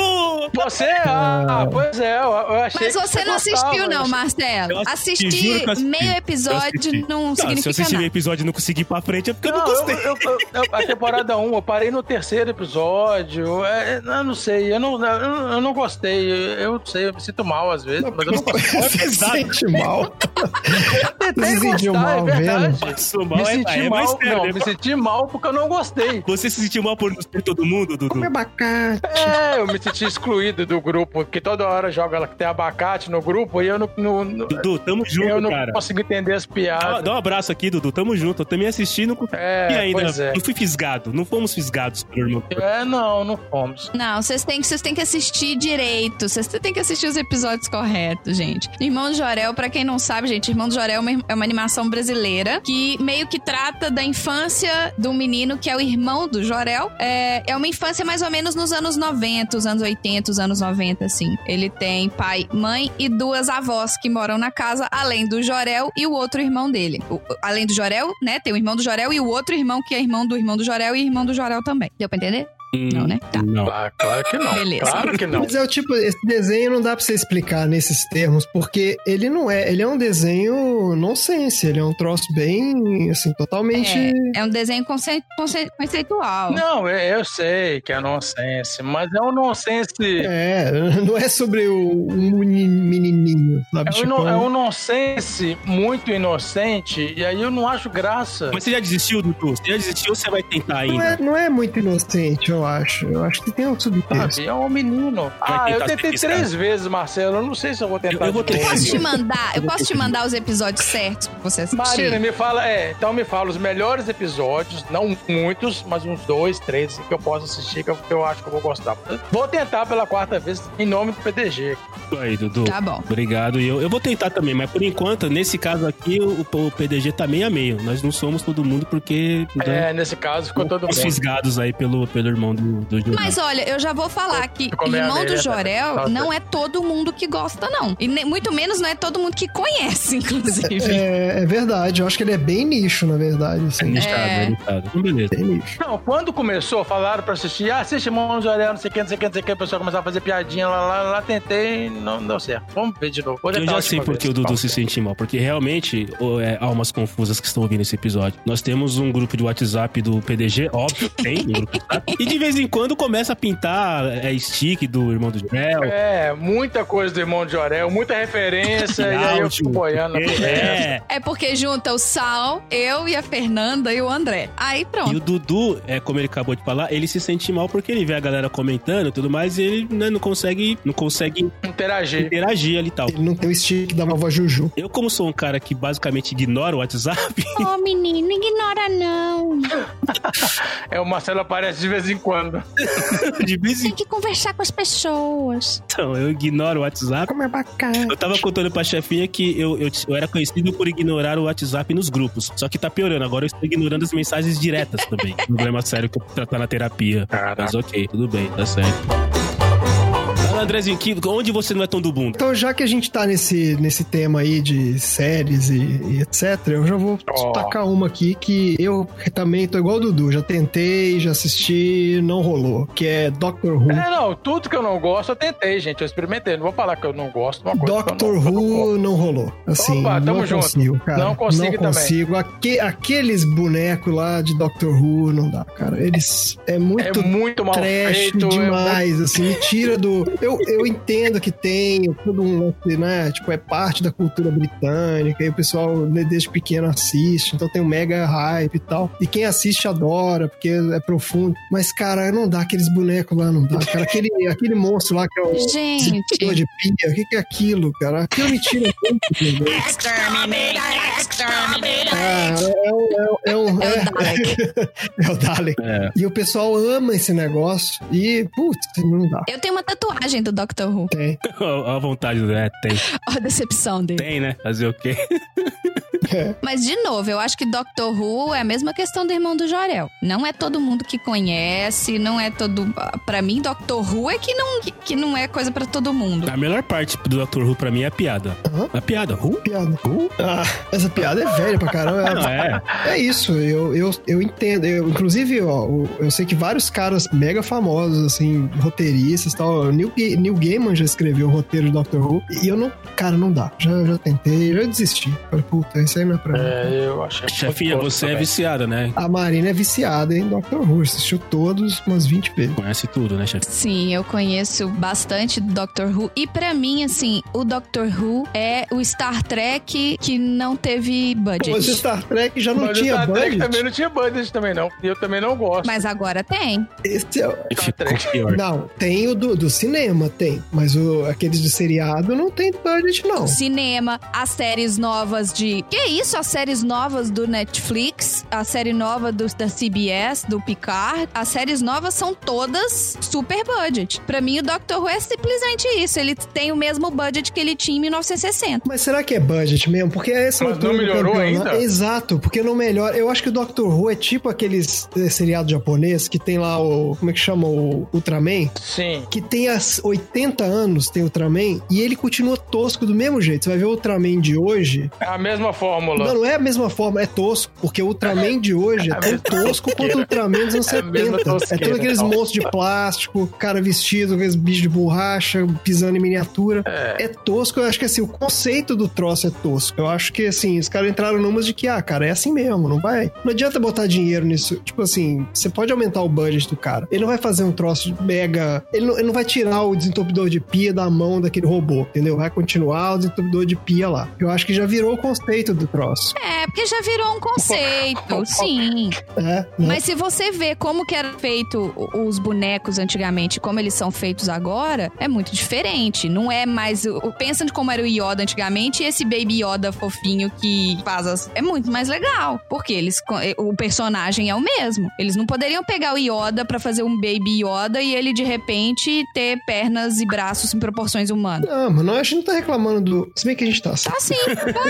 Speaker 4: Você, ah, pois é, eu, eu achei.
Speaker 2: Mas
Speaker 4: que
Speaker 2: você não
Speaker 4: gostava,
Speaker 2: assistiu,
Speaker 4: eu
Speaker 2: não,
Speaker 4: achei-
Speaker 2: Marcelo.
Speaker 1: Eu assisti, juro
Speaker 2: Assistir
Speaker 1: que eu assisti.
Speaker 2: meio
Speaker 1: Eu
Speaker 2: episódio
Speaker 1: assisti.
Speaker 2: não
Speaker 1: se eu
Speaker 2: significa
Speaker 1: assistir o
Speaker 2: nada.
Speaker 1: episódio e não conseguir ir pra frente, é porque eu não
Speaker 4: Não, eu,
Speaker 1: gostei.
Speaker 4: eu- eu- eu- a temporada 1, eu parei no terceiro episódio. é, eu não sei, eu não, eu, eu não gostei. Eu, eu não sei, eu me sinto mal às vezes, mas eu não gostei.
Speaker 3: você se
Speaker 1: pesado.
Speaker 3: sente mal.
Speaker 4: Tentei
Speaker 3: se sentiu
Speaker 4: gostar,
Speaker 3: mal
Speaker 4: é verdade.
Speaker 1: Passou mal,
Speaker 4: Me
Speaker 1: é,
Speaker 4: senti
Speaker 1: é
Speaker 4: mal,
Speaker 1: mais sério,
Speaker 4: não,
Speaker 1: né?
Speaker 4: me senti mal porque eu não gostei.
Speaker 1: Você se sentiu mal por não ser todo mundo, Dudu?
Speaker 3: Come abacate.
Speaker 4: É, eu me senti excluído do grupo, que toda hora joga ela que tem abacate no grupo e eu não, não- não-
Speaker 1: Dudu, tamo
Speaker 4: eu
Speaker 1: junto,
Speaker 4: não
Speaker 1: cara.
Speaker 4: consigo entender as
Speaker 1: Dá,
Speaker 4: piadas.
Speaker 1: dá um abraço aqui, Dudu. Tamo junto. Eu também assisti não consegui
Speaker 4: É,
Speaker 1: Ah, ainda.
Speaker 4: pois é.
Speaker 1: Não fui fisgado. Não fomos fisgados pelo irmão.
Speaker 4: É, não, não fomos.
Speaker 2: Não, vocês têm, que- vocês têm que assistir direito. Vocês têm que assistir os episódios corretos, gente. Irmão do Jorel, pra quem não sabe, gente, Irmão do Jorel é uma, é uma animação brasileira que meio que trata da infância do menino que é o irmão do Jorel. É, é uma infância mais ou menos nos anos 90, os anos 80, os anos 90, assim. Ele tem pai, mãe e duas avós que moram na casa, além do Jorel e o outro irmão dele. O- além do Jorel, né? Tem o irmão do Jorel e o outro irmão que é irmão do irmão do Jorel e irmão do Jorel também. Deu pra entender? Não, né? Tá.
Speaker 1: Não.
Speaker 4: Ah, claro que não.
Speaker 2: Beleza.
Speaker 4: Claro que não.
Speaker 3: Mas é o tipo, esse desenho não dá pra você explicar nesses termos, porque ele não é, ele é um desenho nonsense, ele é um troço bem, assim, totalmente...
Speaker 2: É um desenho conce- conce- conceitual.
Speaker 4: Não, eu, eu sei que é nonsense, mas é um nonsense.
Speaker 3: É, não é sobre o, um meni- menininho, sabe?
Speaker 4: É um,
Speaker 3: Tipo,
Speaker 4: no- é um nonsense muito inocente, e aí eu não acho graça.
Speaker 1: Mas você já desistiu, Dudu? Você já desistiu ou você vai tentar
Speaker 3: não,
Speaker 1: ainda?
Speaker 3: é, não é muito inocente, eu acho. Eu acho que tem um subtexto.
Speaker 4: Sabe? É um menino. Ah, eu
Speaker 1: tentar
Speaker 4: tentei
Speaker 1: ser
Speaker 4: três vezes, Marcelo. Eu não sei se eu vou tentar.
Speaker 1: Eu- eu vou
Speaker 4: de novo.
Speaker 1: tentar.
Speaker 2: Posso te mandar? Eu posso te mandar os episódios certos pra você assistir?
Speaker 4: Marina, me fala, é, então me fala os melhores episódios, não muitos, mas uns dois, três que eu posso assistir, que eu, que eu acho que eu vou gostar. Vou tentar pela quarta vez em nome do PDG.
Speaker 1: Isso aí, Dudu.
Speaker 2: Tá bom.
Speaker 1: Obrigado. E eu, eu vou tentar também, mas por enquanto, nesse caso aqui, o, o PDG tá meio a meio. Nós não somos todo mundo porque. né,
Speaker 4: É, nesse caso ficou todo
Speaker 1: fomos
Speaker 4: mundo.
Speaker 1: fisgados aí pelo, pelo irmão do, do Jornal.
Speaker 2: Mas olha, eu já vou falar que
Speaker 4: Ficou meio
Speaker 2: Irmão do
Speaker 4: areia, né?
Speaker 2: Jorel
Speaker 4: Tá
Speaker 2: não é todo mundo que gosta, não. E nem- muito menos não é todo mundo que conhece, inclusive.
Speaker 3: É, é verdade, eu acho que ele é bem nicho, na verdade,
Speaker 1: É
Speaker 3: assim.
Speaker 1: listado, é listado. Então, beleza.
Speaker 3: Bem nicho.
Speaker 4: Não, quando começou, falaram pra assistir, ah, assiste Mão Jorel, não sei o que, não sei o que, não sei o que, o pessoal começava a fazer piadinha lá, lá, lá, tentei, não deu certo. Vamos ver de novo. Vou
Speaker 1: Eu
Speaker 4: tentar a
Speaker 1: já
Speaker 4: última
Speaker 1: sei por que
Speaker 4: vez.
Speaker 1: o Dudu
Speaker 4: Fala.
Speaker 1: se sente mal, porque realmente ô, é, almas confusas que estão ouvindo esse episódio. Nós temos um grupo de WhatsApp do PDG, óbvio, tem um grupo de WhatsApp. E de vez em quando começa a pintar é, stick do irmão do Jorel.
Speaker 4: É, muita coisa do irmão de Jorel, muita referência, e aí eu fico boiando. na conversa.
Speaker 1: É.
Speaker 2: É porque junta o Sal, eu e a Fernanda e o André. Aí
Speaker 1: E
Speaker 2: pronto.
Speaker 1: o Dudu, é, como ele acabou de falar, ele se sente mal porque ele vê a galera comentando e tudo mais e ele né, não consegue não consegue
Speaker 4: Interagir.
Speaker 1: interagir ali e tal.
Speaker 3: Ele não tem o estilo que dá uma voz Juju.
Speaker 1: Eu, como sou um cara que basicamente ignora o WhatsApp,
Speaker 2: Ô, menino, ignora não.
Speaker 4: É, o Marcelo aparece de vez em quando.
Speaker 1: de vez em
Speaker 2: que conversar com as pessoas.
Speaker 1: quando eu ignoro o WhatsApp.
Speaker 3: Como é abacate.
Speaker 1: Eu tava contando pra chefinha que eu, eu, eu era conhecido por ignorar o WhatsApp nos grupos. Só que tá piorando. Agora eu estou ignorando as mensagens diretas também. Um Problema sério que eu vou tratar na terapia. Mas ok, tudo bem, tá certo. Fala, Andrezinho, que- onde você não é tão do mundo?
Speaker 3: Então, já que a gente tá nesse, nesse tema aí de séries e, e etc., eu já vou
Speaker 4: Ó.
Speaker 3: destacar uma aqui que eu também tô igual o Dudu, já tentei, já assisti, não rolou, que é Doctor Who.
Speaker 4: É, não, tudo que eu não gosto eu tentei, gente. Eu experimentei. Não vou falar que eu não gosto. de Uma coisa que eu
Speaker 3: Doctor
Speaker 4: não- eu não gosto.
Speaker 3: Who não rolou. Assim,
Speaker 4: Opa, tamo
Speaker 3: não
Speaker 4: junto.
Speaker 3: consigo, cara.
Speaker 4: Não consigo
Speaker 3: Não
Speaker 4: também.
Speaker 3: consigo. Aque- aqueles bonecos lá de Doctor Who não dá, cara. Eles é muito
Speaker 4: É muito mal
Speaker 3: trash
Speaker 4: feito. é muito-
Speaker 3: demais, assim, me tira do. Eu eu, eu entendo que tem todo um lance, né? Tipo, é parte da cultura britânica, e o pessoal né, desde pequeno assiste, então tem um mega hype e tal. E quem assiste adora, porque é profundo. Mas, cara, não dá aqueles bonecos lá, não dá, cara. Aquele, aquele monstro lá que é o
Speaker 2: Gente.
Speaker 3: Senhor de pia, o que, que é aquilo, cara? Aquilo me tira muito, meu Deus.
Speaker 2: Exterminate, exterminate.
Speaker 3: Cara, é um. É, um- é um-
Speaker 2: É
Speaker 3: é-
Speaker 2: o Dalek.
Speaker 3: é o Dalek.
Speaker 1: É.
Speaker 3: E o pessoal ama esse negócio. E, putz, não dá.
Speaker 2: Eu tenho uma tatuagem do Doctor Who.
Speaker 3: Tem.
Speaker 1: Ó, a vontade do. É, tem.
Speaker 2: Olha a decepção dele.
Speaker 1: Tem, né? Fazer o quê?
Speaker 2: Mas, de novo, eu acho que Doctor Who é a mesma questão do Irmão do Jorel. Não é todo mundo que conhece, não é todo... Pra mim, Doctor Who é que não, que, que não é coisa pra todo mundo.
Speaker 1: A melhor parte do Dr. Who pra mim é a piada.
Speaker 3: Hã?
Speaker 1: A piada. Who?
Speaker 3: Piada.
Speaker 1: Who?
Speaker 3: Ah, essa piada é velha pra
Speaker 1: Não,
Speaker 3: caramba.
Speaker 1: é.
Speaker 3: É isso, eu, eu, eu entendo. Eu, inclusive, ó, o- eu sei que vários caras mega famosos, assim, roteiristas e tal. o Neil, Ga- Neil Gaiman já escreveu o roteiro do Doctor Who. E eu não. Cara, não dá. Já, já tentei, já desisti. Falei, puta, isso aí não é pra mim.
Speaker 4: É, eu achei.
Speaker 1: Chefinha,
Speaker 4: muito
Speaker 1: você é
Speaker 4: também.
Speaker 1: viciada, né?
Speaker 3: A Marina é viciada em Doctor Who. Assistiu todos umas 20 vezes.
Speaker 1: Conhece tudo, né, chefe?
Speaker 2: Sim, eu conheço bastante do Doctor Who. E pra mim, assim, o Doctor Who é o Star Trek que não teve budget.
Speaker 3: Mas o Star Trek já não
Speaker 4: Mas o
Speaker 3: tinha
Speaker 4: Star Trek também
Speaker 3: budget.
Speaker 4: não tinha budget também, não. E eu também não gosto.
Speaker 2: Mas agora tem.
Speaker 3: Esse é-
Speaker 1: Ficou pior.
Speaker 3: Não, tem o do, do cinema, tem. Mas o, aqueles de seriado não tem budget, não.
Speaker 2: O cinema, as séries novas de. Que isso? As séries novas do Netflix, a série nova do, da CBS, do Picard. As séries novas são todas super budget. Pra mim, o Dr. Who é simplesmente isso. Ele tem o mesmo budget que ele tinha em 1960.
Speaker 3: Mas será que é budget mesmo? Porque essa
Speaker 4: Mas
Speaker 3: altura
Speaker 4: não
Speaker 3: do
Speaker 4: melhorou
Speaker 3: campeonato-
Speaker 4: ainda?
Speaker 3: Exato, porque não melhora. Eu acho que o Doctor Who é tipo aqueles eh, seriado japonês que tem lá o. Como é que chama? O Ultraman.
Speaker 4: Sim.
Speaker 3: Que tem as 80 anos, tem Ultraman, e ele continua tosco do mesmo jeito. Você vai ver o Ultraman de hoje,
Speaker 4: É a mesma fórmula.
Speaker 3: Não, não é a mesma forma, é tosco, porque o Ultraman de hoje é
Speaker 4: a
Speaker 3: tão
Speaker 4: mesma
Speaker 3: tosco quanto o Ultraman dos anos
Speaker 4: É a mesma
Speaker 3: 70. É
Speaker 4: tosqueira,
Speaker 3: todos aqueles
Speaker 4: não.
Speaker 3: monstros de plástico, cara vestido, aqueles bichos de borracha, pisando em miniatura. É. tosco, eu acho que assim, o conceito do troço é tosco. Eu acho que assim, os caras entraram numas de que, ah, cara, é assim mesmo, não vai. Não adianta botar dinheiro nisso. Tipo assim, você pode aumentar o budget do cara. Ele não vai fazer um troço mega. Ele não, ele não vai tirar o desentupidor de pia da mão daquele robô, entendeu? Vai continuar o desentupidor de pia lá. Eu acho que já virou o conceito do troço.
Speaker 2: É, porque já virou um conceito. Sim.
Speaker 3: É, né?
Speaker 2: Mas se você vê como que era feito o- os bonecos antigamente, e como eles são feitos agora, é muito diferente. Não é mais o o- pensa de como era o Yoda antigamente e esse Baby Yoda fofinho que faz as é muito mais legal, porque eles co- eh, o personagem é o mesmo. Eles não poderiam pegar o Yoda pra fazer um Baby Yoda e ele de repente ter pernas e braços em proporções humanas.
Speaker 3: Não, mano, a gente não tá reclamando do. Se bem que a gente tá.
Speaker 2: Tá assim,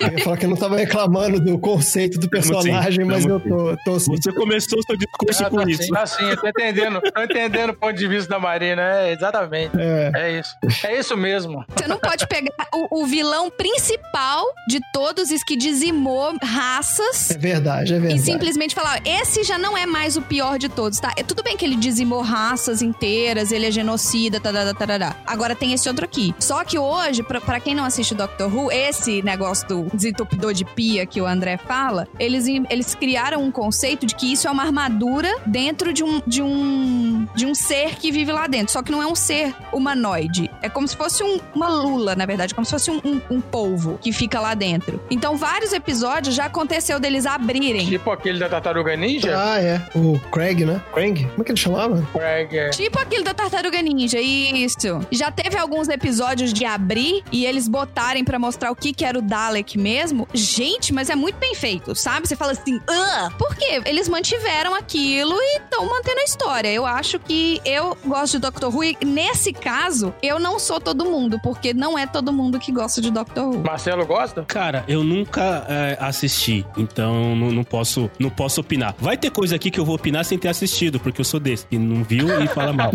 Speaker 3: Eu ia falar que eu não tava reclamando do conceito do
Speaker 1: Tamo sim,
Speaker 3: personagem, mas eu
Speaker 1: tamo
Speaker 3: tô, tô sim.
Speaker 1: Você começou seu discurso
Speaker 4: Ah,
Speaker 1: com
Speaker 4: tá
Speaker 1: isso.
Speaker 4: Sim, tá sim, eu tô entendendo. Tô entendendo o ponto de vista da Marina. É, exatamente.
Speaker 3: É.
Speaker 4: É isso. É isso mesmo.
Speaker 2: Você não pode pegar o, o vilão principal de todos os que dizimou raças
Speaker 3: É verdade, é
Speaker 2: E
Speaker 3: verdade.
Speaker 2: simplesmente falar, "Ó, esse já não é mais o pior de todos, tá? É tudo bem que ele dizimou raças inteiras, ele é genocida, tarará, tarará. Agora tem esse outro aqui. Só que hoje, pra, pra quem não assiste o Doctor Who, esse negócio do desentupidor de pia que o André fala, eles, in- eles criaram um conceito de que isso é uma armadura dentro de um, de um de um ser que vive lá dentro. Só que não é um ser humanoide. É como se fosse um- uma lula, na verdade. Como se fosse um, um, um polvo que fica lá dentro. Então, vários episódios já aconteceu deles abrirem.
Speaker 4: Tipo aquele da tartaruga ninja,
Speaker 3: Ah, é. O Craig, né? Craig? Como é que ele chamava?
Speaker 4: Craig. é.
Speaker 2: Tipo aquilo da Tartaruga Ninja, isso. Já teve alguns episódios de abrir e eles botarem pra mostrar o que que era o Dalek mesmo. Gente, mas é muito bem feito, sabe? Você fala assim, ah, por quê? Eles mantiveram aquilo e estão mantendo a história. Eu acho que eu gosto de Doctor Who e nesse caso, eu não sou todo mundo, porque não é todo mundo que gosta de Doctor Who.
Speaker 4: Marcelo gosta?
Speaker 1: Cara, eu nunca é, assisti, então não, não posso, não posso opinar. Vai ter coisa aqui que eu vou opinar sem ter assistido, porque eu sou desse, que não viu e fala mal.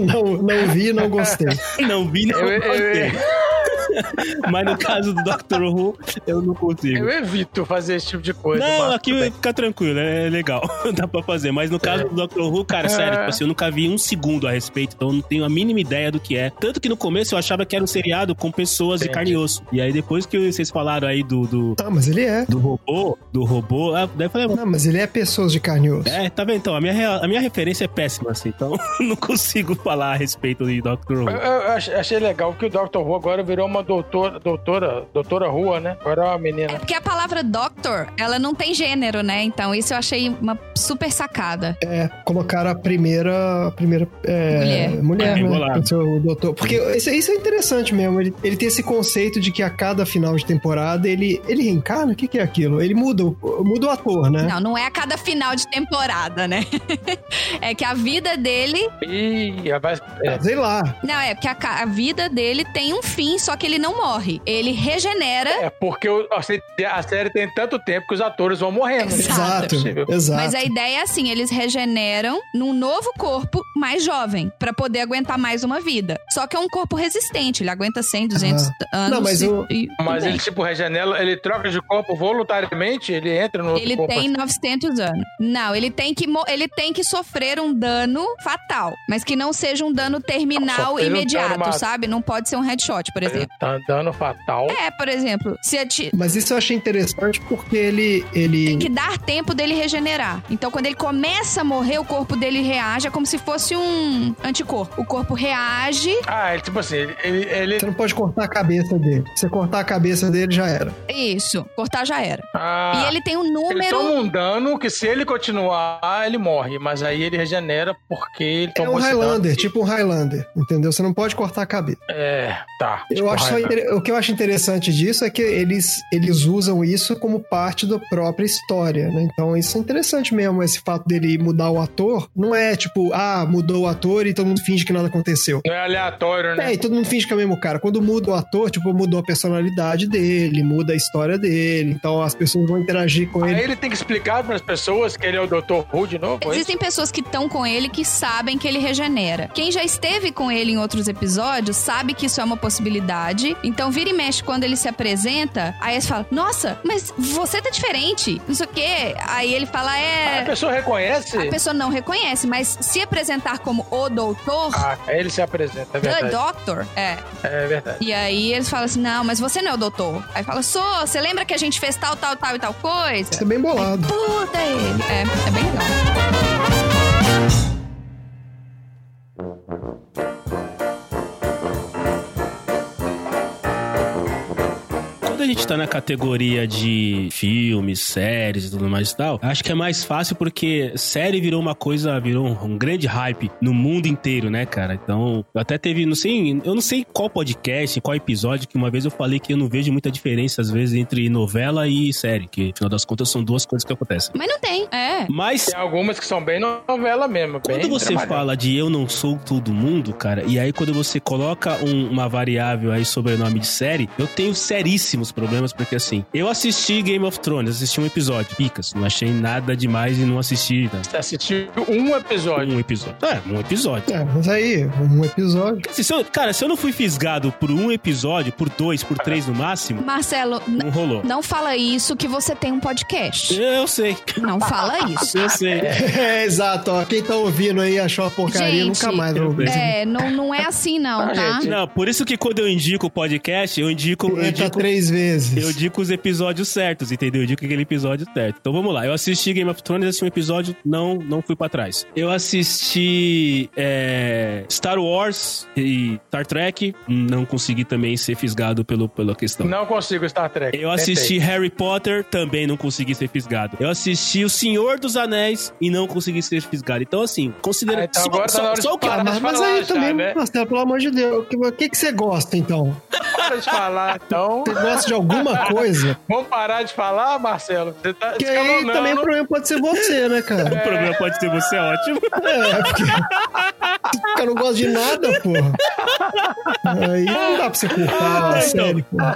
Speaker 3: não, não vi, não gostei.
Speaker 1: não vi, não
Speaker 4: Eu, eu,
Speaker 1: gostei.
Speaker 4: eu,
Speaker 1: Mas no caso do Doctor Who, eu não consigo.
Speaker 4: Eu evito fazer esse tipo de coisa.
Speaker 1: Não,
Speaker 4: Marcos,
Speaker 1: aqui
Speaker 4: também.
Speaker 1: fica tranquilo, é legal. Dá pra fazer. Mas no caso do Doctor Who, cara, sério,
Speaker 4: É.
Speaker 1: tipo assim, eu nunca vi um segundo a respeito, então eu não tenho a mínima ideia do que é. Tanto que no começo eu achava que era um seriado com pessoas de
Speaker 4: Entendi.
Speaker 1: carne e osso. E aí depois que vocês falaram aí do, do,
Speaker 3: Tá, mas ele é.
Speaker 1: do robô, do robô, ah, daí eu falei,
Speaker 3: Não, mas ele é pessoas de carne e osso.
Speaker 1: é, tá vendo? Então, a minha, rea- a minha referência é péssima, assim, então não consigo falar a respeito de Doctor
Speaker 4: Eu,
Speaker 1: Who.
Speaker 4: eu ach- achei legal que o Dr. Who agora virou uma doutora, doutora, doutora Rua, né? Agora é uma
Speaker 2: É
Speaker 4: menina.
Speaker 2: porque a palavra doctor, ela não tem gênero, né? Então isso eu achei uma super sacada.
Speaker 3: É, colocar a primeira, a primeira é,
Speaker 2: Mulher.
Speaker 3: mulher,
Speaker 1: É,
Speaker 3: né?
Speaker 1: bolado.
Speaker 3: O seu doutor. Porque isso, isso é interessante mesmo. Ele, ele tem esse conceito de que a cada final de temporada ele, ele reencarna? O que, que é aquilo? Ele muda, o- muda o ator, né?
Speaker 2: Não, não é a cada final de temporada, né? é que a vida dele.
Speaker 4: Ih, ela vai. é.
Speaker 3: Sei lá.
Speaker 2: Não, é porque a, ca- a vida dele tem um fim, só que ele não morre. Ele regenera.
Speaker 4: É porque o- a sé- a série tem tanto tempo que os atores vão morrendo. né?
Speaker 3: Exato.
Speaker 2: Exato.
Speaker 4: Possível.
Speaker 3: Exato.
Speaker 2: Mas a ideia é assim, eles regeneram num novo corpo mais jovem, pra poder aguentar mais uma vida. Só que é um corpo resistente, ele aguenta 100, 200 anos.
Speaker 3: Não, mas
Speaker 2: e,
Speaker 3: o-
Speaker 2: e tudo
Speaker 4: Mas
Speaker 2: bem.
Speaker 4: ele, tipo, regenera, ele troca de corpo voluntariamente, ele entra no outro
Speaker 2: Ele
Speaker 4: corpo. assim.
Speaker 2: tem 900 anos. Não, ele tem que mo- ele tem que sofrer um dano fatal, mas que não seja um dano terminal
Speaker 4: Sofrer um
Speaker 2: imediato,
Speaker 4: dano ma-
Speaker 2: sabe? Não pode ser um headshot, por exemplo.
Speaker 4: Tá dando fatal.
Speaker 2: É, por exemplo, se ati-
Speaker 3: Mas isso eu achei interessante porque ele.
Speaker 2: tem
Speaker 3: ele...
Speaker 2: É que dar tempo dele regenerar. Então, quando ele começa a morrer, o corpo dele reage, é como se fosse um anticorpo. O corpo reage,
Speaker 4: Ah, ele, tipo assim, ele, ele, ele-
Speaker 3: Você não pode cortar a cabeça dele. Se você cortar a cabeça dele, já era.
Speaker 2: isso, cortar já era.
Speaker 4: Ah,
Speaker 2: E ele tem um
Speaker 4: ele
Speaker 2: número.
Speaker 4: toma um dano que se ele continuar, ele morre. Mas aí ele regenera porque ele
Speaker 3: É
Speaker 4: tá
Speaker 3: um
Speaker 4: tomou esse dano.
Speaker 3: Highlander, tipo um Highlander, entendeu? Você não pode cortar a cabeça.
Speaker 4: É, tá.
Speaker 3: Eu
Speaker 4: Tipo,
Speaker 3: acho só
Speaker 4: Highlander.
Speaker 3: inter- O que eu acho interessante disso é que eles, eles usam isso como parte da própria história, né? Então isso é interessante mesmo, esse fato dele mudar o ator. Não é tipo, ah, mudou o ator e todo mundo finge que nada aconteceu.
Speaker 4: Não é aleatório, né?
Speaker 3: É, e todo mundo finge que é o mesmo cara. Quando muda o ator, tipo, mudou a personalidade dele, muda a história dele, então as pessoas vão interagir com
Speaker 4: Aí
Speaker 3: ele.
Speaker 4: ele tem que explicar para as pessoas que ele é o Dr. Who de novo? é isso?
Speaker 2: Existem pessoas que estão com ele que sabem que ele regenera. Quem já esteve com ele em outros episódios sabe que isso é uma possibilidade. Então, vira e mexe quando ele se apresenta. Aí você fala: Nossa, mas você tá diferente. Não sei o quê. Aí ele fala:
Speaker 4: A
Speaker 2: É.
Speaker 4: pessoa reconhece?
Speaker 2: A pessoa não reconhece, mas se apresentar como o doutor.
Speaker 4: Ah, aí ele se apresenta, é
Speaker 2: The
Speaker 4: verdade.
Speaker 2: Doctor, é.
Speaker 4: É verdade.
Speaker 2: E aí eles falam assim: não, mas você não é o doutor. Aí fala: sou, você lembra que a gente fez tal, tal, tal e tal coisa?
Speaker 3: Isso é bem bolado.
Speaker 2: Puta ele. É, é bem legal.
Speaker 1: Quando a gente tá na categoria de filmes, séries e tudo mais e tal, acho que é mais fácil porque série virou uma coisa, virou um, um grande hype no mundo inteiro, né, cara? Então, até teve, não sei, eu não sei qual podcast, qual episódio, que uma vez eu falei que eu não vejo muita diferença, às vezes, entre novela e série, que, afinal das contas, são duas coisas que acontecem.
Speaker 2: Mas não tem, é.
Speaker 1: Mas
Speaker 4: Tem algumas que são bem novela mesmo. bem
Speaker 1: Quando você
Speaker 4: trabalhado.
Speaker 1: fala de eu não sou todo mundo, cara, e aí quando você coloca um- uma variável aí sobrenome de série, eu tenho seríssimos problemas, porque assim, eu assisti Game of Thrones, assisti um episódio, picas, não achei nada demais e não assisti né,
Speaker 4: Você assistiu um episódio.
Speaker 1: um episódio. É, um episódio.
Speaker 3: É, mas aí, um episódio.
Speaker 1: Assim, se eu- cara, se eu não fui fisgado por um episódio, por dois, por três no máximo,
Speaker 2: Marcelo, n-
Speaker 1: não rolou.
Speaker 2: não fala isso que você tem um podcast.
Speaker 1: Eu sei,
Speaker 2: Não fala isso.
Speaker 1: eu sei.
Speaker 3: É, exato, ó. Quem tá ouvindo aí achou uma porcaria,
Speaker 2: Gente,
Speaker 3: nunca mais vai ouvir.
Speaker 2: É, não, não é assim não,
Speaker 4: Ah,
Speaker 2: tá?
Speaker 4: gente.
Speaker 1: Não, por isso que quando eu indico o podcast, eu indico,
Speaker 4: tá
Speaker 1: eu
Speaker 3: Entra
Speaker 1: indico
Speaker 3: Então, é, tá três vezes.
Speaker 1: Eu digo os episódios certos, entendeu? Eu digo aquele episódio certo. Então vamos lá. Eu assisti Game of Thrones, assisti um episódio, não, não fui pra trás. Eu assisti é, Star Wars e Star Trek, não consegui também ser fisgado pelo, pela questão.
Speaker 4: Não consigo Star Trek.
Speaker 1: Então. Eu assisti Harry Potter, também não consegui ser fisgado. Eu assisti O Senhor dos Anéis e não consegui ser fisgado. Então, assim, considera.
Speaker 4: Ah, então
Speaker 1: só,
Speaker 4: agora tá na
Speaker 1: só,
Speaker 4: hora
Speaker 1: só
Speaker 4: de
Speaker 1: o que.
Speaker 4: parar.
Speaker 3: Ah, mas,
Speaker 4: de
Speaker 3: mas
Speaker 4: falar
Speaker 3: aí
Speaker 4: já,
Speaker 3: também,
Speaker 4: né?
Speaker 3: Marcelo, pelo amor de Deus, o que, o que, que você gosta então?
Speaker 4: Tentei. Para de falar, então.
Speaker 3: Você gosta de alguma coisa?
Speaker 4: Vamos parar de falar, Marcelo? Você tá
Speaker 3: Porque aí também o
Speaker 1: é
Speaker 4: escalonando.
Speaker 3: problema pode ser você, né, cara?
Speaker 1: O problema pode ser você, é ótimo.
Speaker 3: É, porque. O cara não gosta de nada, porra. Aí não dá pra você é culpar
Speaker 1: Ah,
Speaker 3: a
Speaker 1: então.
Speaker 3: série, porra.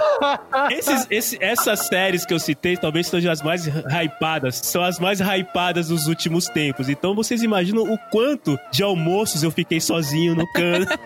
Speaker 1: Esses- esse- essas séries que eu citei talvez sejam as mais hypadas, são as mais hypadas dos últimos tempos. Então vocês imaginam o quanto de almoços eu fiquei sozinho no canto,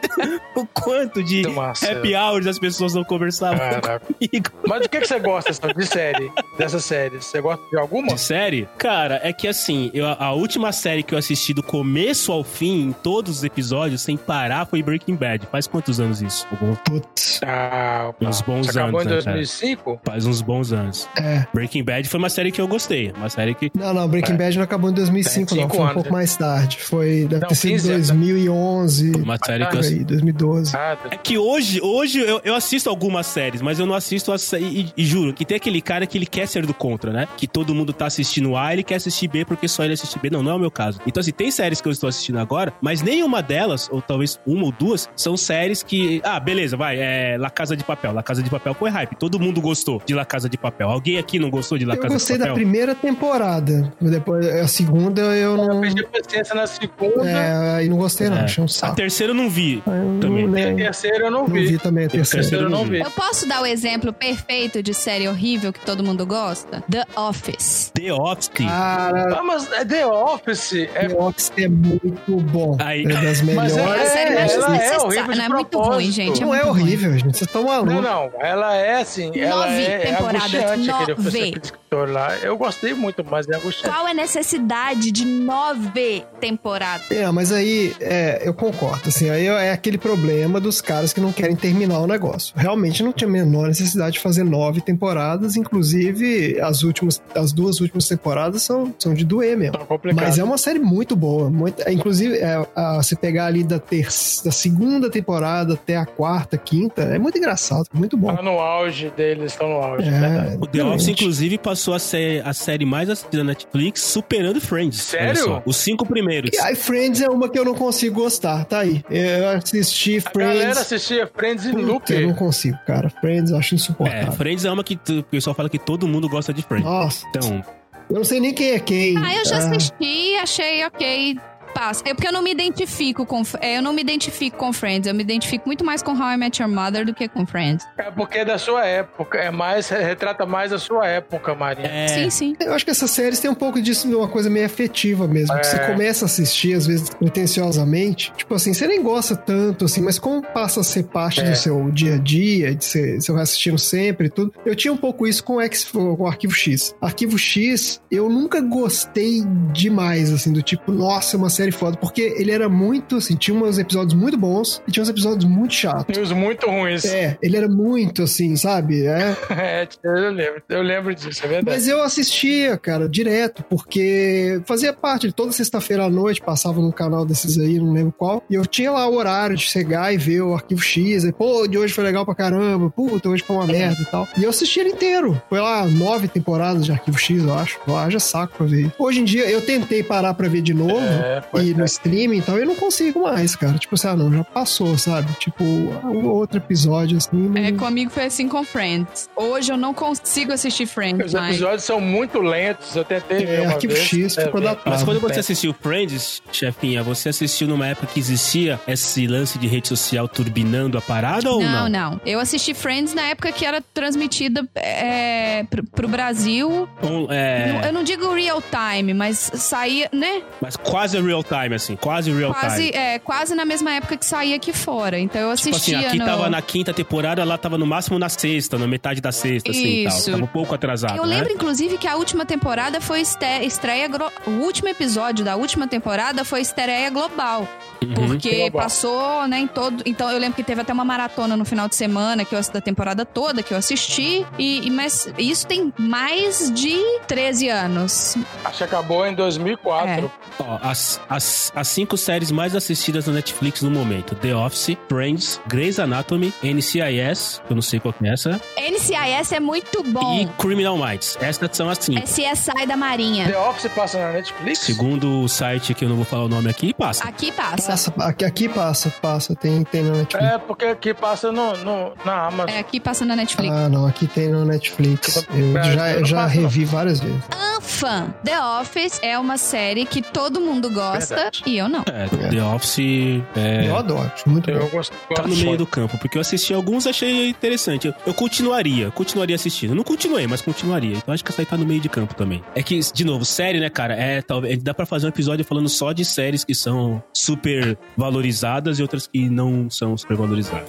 Speaker 1: o quanto de
Speaker 4: Marcelo.
Speaker 1: happy hours as pessoas pessoas não conversavam
Speaker 4: Caraca.
Speaker 1: comigo.
Speaker 4: Mas do que, que você gosta Sam, de série? Dessa série? Você gosta de alguma?
Speaker 1: De série? Cara, é que assim, eu- a última série que eu assisti do começo ao fim, em todos os episódios, sem parar, foi Breaking Bad. Faz quantos anos isso? Algum-
Speaker 3: Putz,
Speaker 4: Ah,
Speaker 1: Uns bons
Speaker 4: você acabou
Speaker 1: anos,
Speaker 4: em
Speaker 1: né, cara?
Speaker 4: 2005?
Speaker 1: Faz uns bons anos.
Speaker 3: é.
Speaker 1: Breaking Bad foi uma série que eu gostei. Uma série que.
Speaker 3: Não, não, Breaking
Speaker 4: É.
Speaker 3: Bad não acabou em 2005, não.
Speaker 4: Cinco
Speaker 3: Foi um
Speaker 4: anos,
Speaker 3: pouco
Speaker 4: né?
Speaker 3: mais tarde. Foi, deve
Speaker 4: Não, né?
Speaker 3: ter sido
Speaker 4: 15 anos.
Speaker 3: 2011,
Speaker 1: foi Uma série que eu
Speaker 3: por
Speaker 1: assisti.
Speaker 3: aí, 2012.
Speaker 4: Ah, tá.
Speaker 1: É que hoje, hoje eu, eu assisto algumas séries, mas eu não assisto as, e, e- e juro que tem aquele cara que ele quer ser do contra, né? Que todo mundo tá assistindo A, ele quer assistir B porque só ele assiste B. Não, não é o meu caso. Então assim, tem séries que eu estou assistindo agora, mas nenhuma delas, ou talvez uma ou duas, são séries que, ah, beleza, vai, é La Casa de Papel. La Casa de Papel foi hype. Todo mundo gostou de La Casa de Papel. Alguém aqui não gostou de La
Speaker 3: Eu
Speaker 1: Casa de
Speaker 3: gostei da
Speaker 1: Papel?
Speaker 3: primeira temporada. mas Depois, a segunda eu
Speaker 4: Eu
Speaker 3: não.
Speaker 4: perdi a paciência na segunda,
Speaker 3: É, aí não gostei, não.
Speaker 1: É.
Speaker 3: Achei um
Speaker 1: A
Speaker 3: saco.
Speaker 1: terceira eu não vi.
Speaker 3: Eu
Speaker 1: também.
Speaker 3: Não,
Speaker 4: e a
Speaker 3: lembro.
Speaker 4: terceira eu não
Speaker 3: É. não vi
Speaker 4: vi.
Speaker 3: também a
Speaker 4: A
Speaker 3: terceira.
Speaker 4: terceira eu não vi.
Speaker 2: Eu posso dar o exemplo perfeito de série horrível que todo mundo gosta? The Office.
Speaker 1: The Office.
Speaker 3: Cara,
Speaker 4: Ah, mas é The Office é
Speaker 3: The Office é muito bom.
Speaker 1: Aí.
Speaker 3: É das melhores.
Speaker 2: É uma série mais
Speaker 4: ela é
Speaker 2: desnecessária.
Speaker 4: horrível de
Speaker 2: Não, é muito
Speaker 4: propósito.
Speaker 2: ruim, gente.
Speaker 3: Não é
Speaker 2: muito ruim.
Speaker 3: horrível, gente. Vocês estão malucos.
Speaker 4: Não, não. Ela é assim. Ela
Speaker 2: Nove
Speaker 4: é, é
Speaker 2: temporadas,
Speaker 4: angustiante
Speaker 2: nove.
Speaker 4: aquele escritor lá. Eu gostei muito, mas é angustiante.
Speaker 2: Qual é a necessidade de nove temporadas?
Speaker 3: É, mas aí é, eu concordo, assim, aí é aquele problema dos caras que não querem terminar o negócio. Realmente não tinha a menor necessidade de fazer nove temporadas, inclusive as últimas, as duas últimas temporadas são, são de doer mesmo.
Speaker 4: Tá complicado.
Speaker 3: Mas é uma série muito boa. Muito, é, inclusive, é, a- se pegar ali da, ter, da segunda temporada até a quarta, quinta, é muito engraçado, muito bom.
Speaker 4: Tá no auge deles, estão no auge. né?
Speaker 3: É,
Speaker 1: O The Office,
Speaker 3: realmente.
Speaker 1: inclusive, passou a ser a série mais assistida da Netflix, superando Friends.
Speaker 4: Sério?
Speaker 1: Olha só, Os cinco primeiros.
Speaker 3: E aí, Friends é uma que eu não consigo gostar, tá aí. Eu assisti
Speaker 4: A galera
Speaker 3: Friends.
Speaker 4: assistia Friends e
Speaker 3: Puta, eu não
Speaker 4: Loop.
Speaker 3: consigo, cara. Friends eu acho
Speaker 1: É,
Speaker 3: insuportável.
Speaker 1: Friends é uma que tu- o pessoal fala que todo mundo gosta de Friends.
Speaker 3: tá. Nossa,
Speaker 1: Então,
Speaker 3: eu não sei nem quem é quem.
Speaker 2: Ah, eu já assisti, achei ok. Passa. É porque eu não me identifico com. é, Eu não me identifico com Friends. Eu me identifico muito mais com How I Met Your Mother do que com Friends.
Speaker 4: É porque é da sua época. É mais, retrata mais a sua época, Marinha.
Speaker 1: é,
Speaker 2: Sim, sim.
Speaker 3: Eu acho que essas séries têm um pouco disso, de uma coisa meio afetiva mesmo. Que você
Speaker 4: É.
Speaker 3: começa a assistir, às vezes, pretenciosamente. Tipo assim, você nem gosta tanto, assim, mas como passa a ser parte
Speaker 4: É.
Speaker 3: do seu dia a dia, de ser, você vai assistindo sempre e tudo. Eu tinha um pouco isso com o X, com o Arquivo X. Arquivo X, eu nunca gostei demais, assim, do tipo, nossa, é uma série foda. Porque ele era muito, assim, tinha uns episódios muito bons e tinha uns episódios muito chatos.
Speaker 4: News muito ruins. É.
Speaker 3: É, ele era muito assim, sabe? É,
Speaker 4: eu lembro. Eu lembro disso, é verdade.
Speaker 3: Mas eu assistia, cara, direto, porque fazia parte. Toda sexta-feira à noite passava num canal desses aí, não lembro qual. E eu tinha lá o horário de chegar e ver o arquivo X. E, Pô, de hoje foi legal pra caramba. Puta, hoje foi uma merda e tal. E eu assistia ele inteiro. Foi lá nove temporadas de arquivo X, eu acho. Lá já saco pra ver. Hoje em dia eu tentei parar pra ver de novo.
Speaker 4: É, pois
Speaker 3: E
Speaker 4: é.
Speaker 3: no streaming, então eu não consigo mais, cara. Tipo assim, ah, não, já passou, sabe? Tipo, um outro episódio assim.
Speaker 1: Hum.
Speaker 3: não-
Speaker 2: É, comigo foi assim com Friends. Hoje eu não consigo assistir Friends,
Speaker 4: Os
Speaker 2: mas.
Speaker 4: episódios são muito lentos. Eu tentei ver
Speaker 3: É,
Speaker 4: uma
Speaker 3: arquivo
Speaker 4: vez.
Speaker 3: X
Speaker 4: É,
Speaker 3: ficou
Speaker 4: vi.
Speaker 3: datado.
Speaker 1: Mas quando você
Speaker 4: é.
Speaker 1: assistiu Friends, chefinha, você assistiu numa época que existia esse lance de rede social turbinando a parada ou não?
Speaker 2: Não, não. Eu assisti Friends na época que era transmitida é, pro, pro Brasil.
Speaker 1: Com- é,
Speaker 2: Não- Eu não digo real time, mas saía, né?
Speaker 1: Mas quase real time, assim, quase real time.
Speaker 2: Quase, é, quase na mesma época que saía aqui fora. Então eu
Speaker 1: Tipo assim,
Speaker 2: assistia
Speaker 1: aqui
Speaker 2: no...
Speaker 1: tava na quinta temporada, lá tava no máximo na sexta, na metade da sexta, assim, e tal.
Speaker 2: Isso.
Speaker 1: Tava um pouco atrasado,
Speaker 2: Eu
Speaker 1: né?
Speaker 2: lembro, inclusive, que a última temporada foi este- estreia. glo- O último episódio da última temporada foi estreia global. Porque
Speaker 4: Global.
Speaker 2: passou, né, em todo. Então eu lembro que teve até uma maratona no final de semana que eu, da temporada toda que eu assisti. E, e- mas isso tem mais de 13 anos.
Speaker 4: É. Acho que acabou em 2004.
Speaker 1: Ó, as, as, as cinco séries mais assistidas na Netflix no momento: The Office, Friends, Grey's Anatomy, NCIS, que eu não sei qual que é essa,
Speaker 2: NCIS é muito
Speaker 1: e
Speaker 2: bom.
Speaker 1: Criminal Minds. Essas são as
Speaker 2: É
Speaker 1: cinco.
Speaker 2: CSI da Marinha.
Speaker 4: The Office passa na Netflix?
Speaker 1: Segundo o site que eu não vou falar o nome aqui, passa.
Speaker 2: Aqui passa.
Speaker 3: Passa, aqui, aqui passa, passa, tem, tem na Netflix.
Speaker 4: É, porque aqui passa no, no- na Amazon.
Speaker 2: É, aqui passa na Netflix.
Speaker 3: Ah, não, aqui tem no Netflix. Eu
Speaker 4: É,
Speaker 3: já,
Speaker 4: não
Speaker 3: eu já
Speaker 4: passa, não.
Speaker 3: revi várias vezes.
Speaker 2: Anfã. The Office é uma série que todo mundo gosta
Speaker 4: Verdade.
Speaker 2: e eu não.
Speaker 1: É, The Office é,
Speaker 3: Eu adoro, muito bom.
Speaker 4: Eu gosto.
Speaker 1: tá no
Speaker 4: gosto
Speaker 1: meio do campo, porque eu assisti alguns achei interessante. Eu, eu continuaria, continuaria assistindo. Não continuei, mas continuaria. Então acho que essa aí tá no meio de campo também. É que, de novo, série, né, cara? É, talvez dá pra fazer um episódio falando só de séries que são super valorizadas e outras que não são super valorizadas.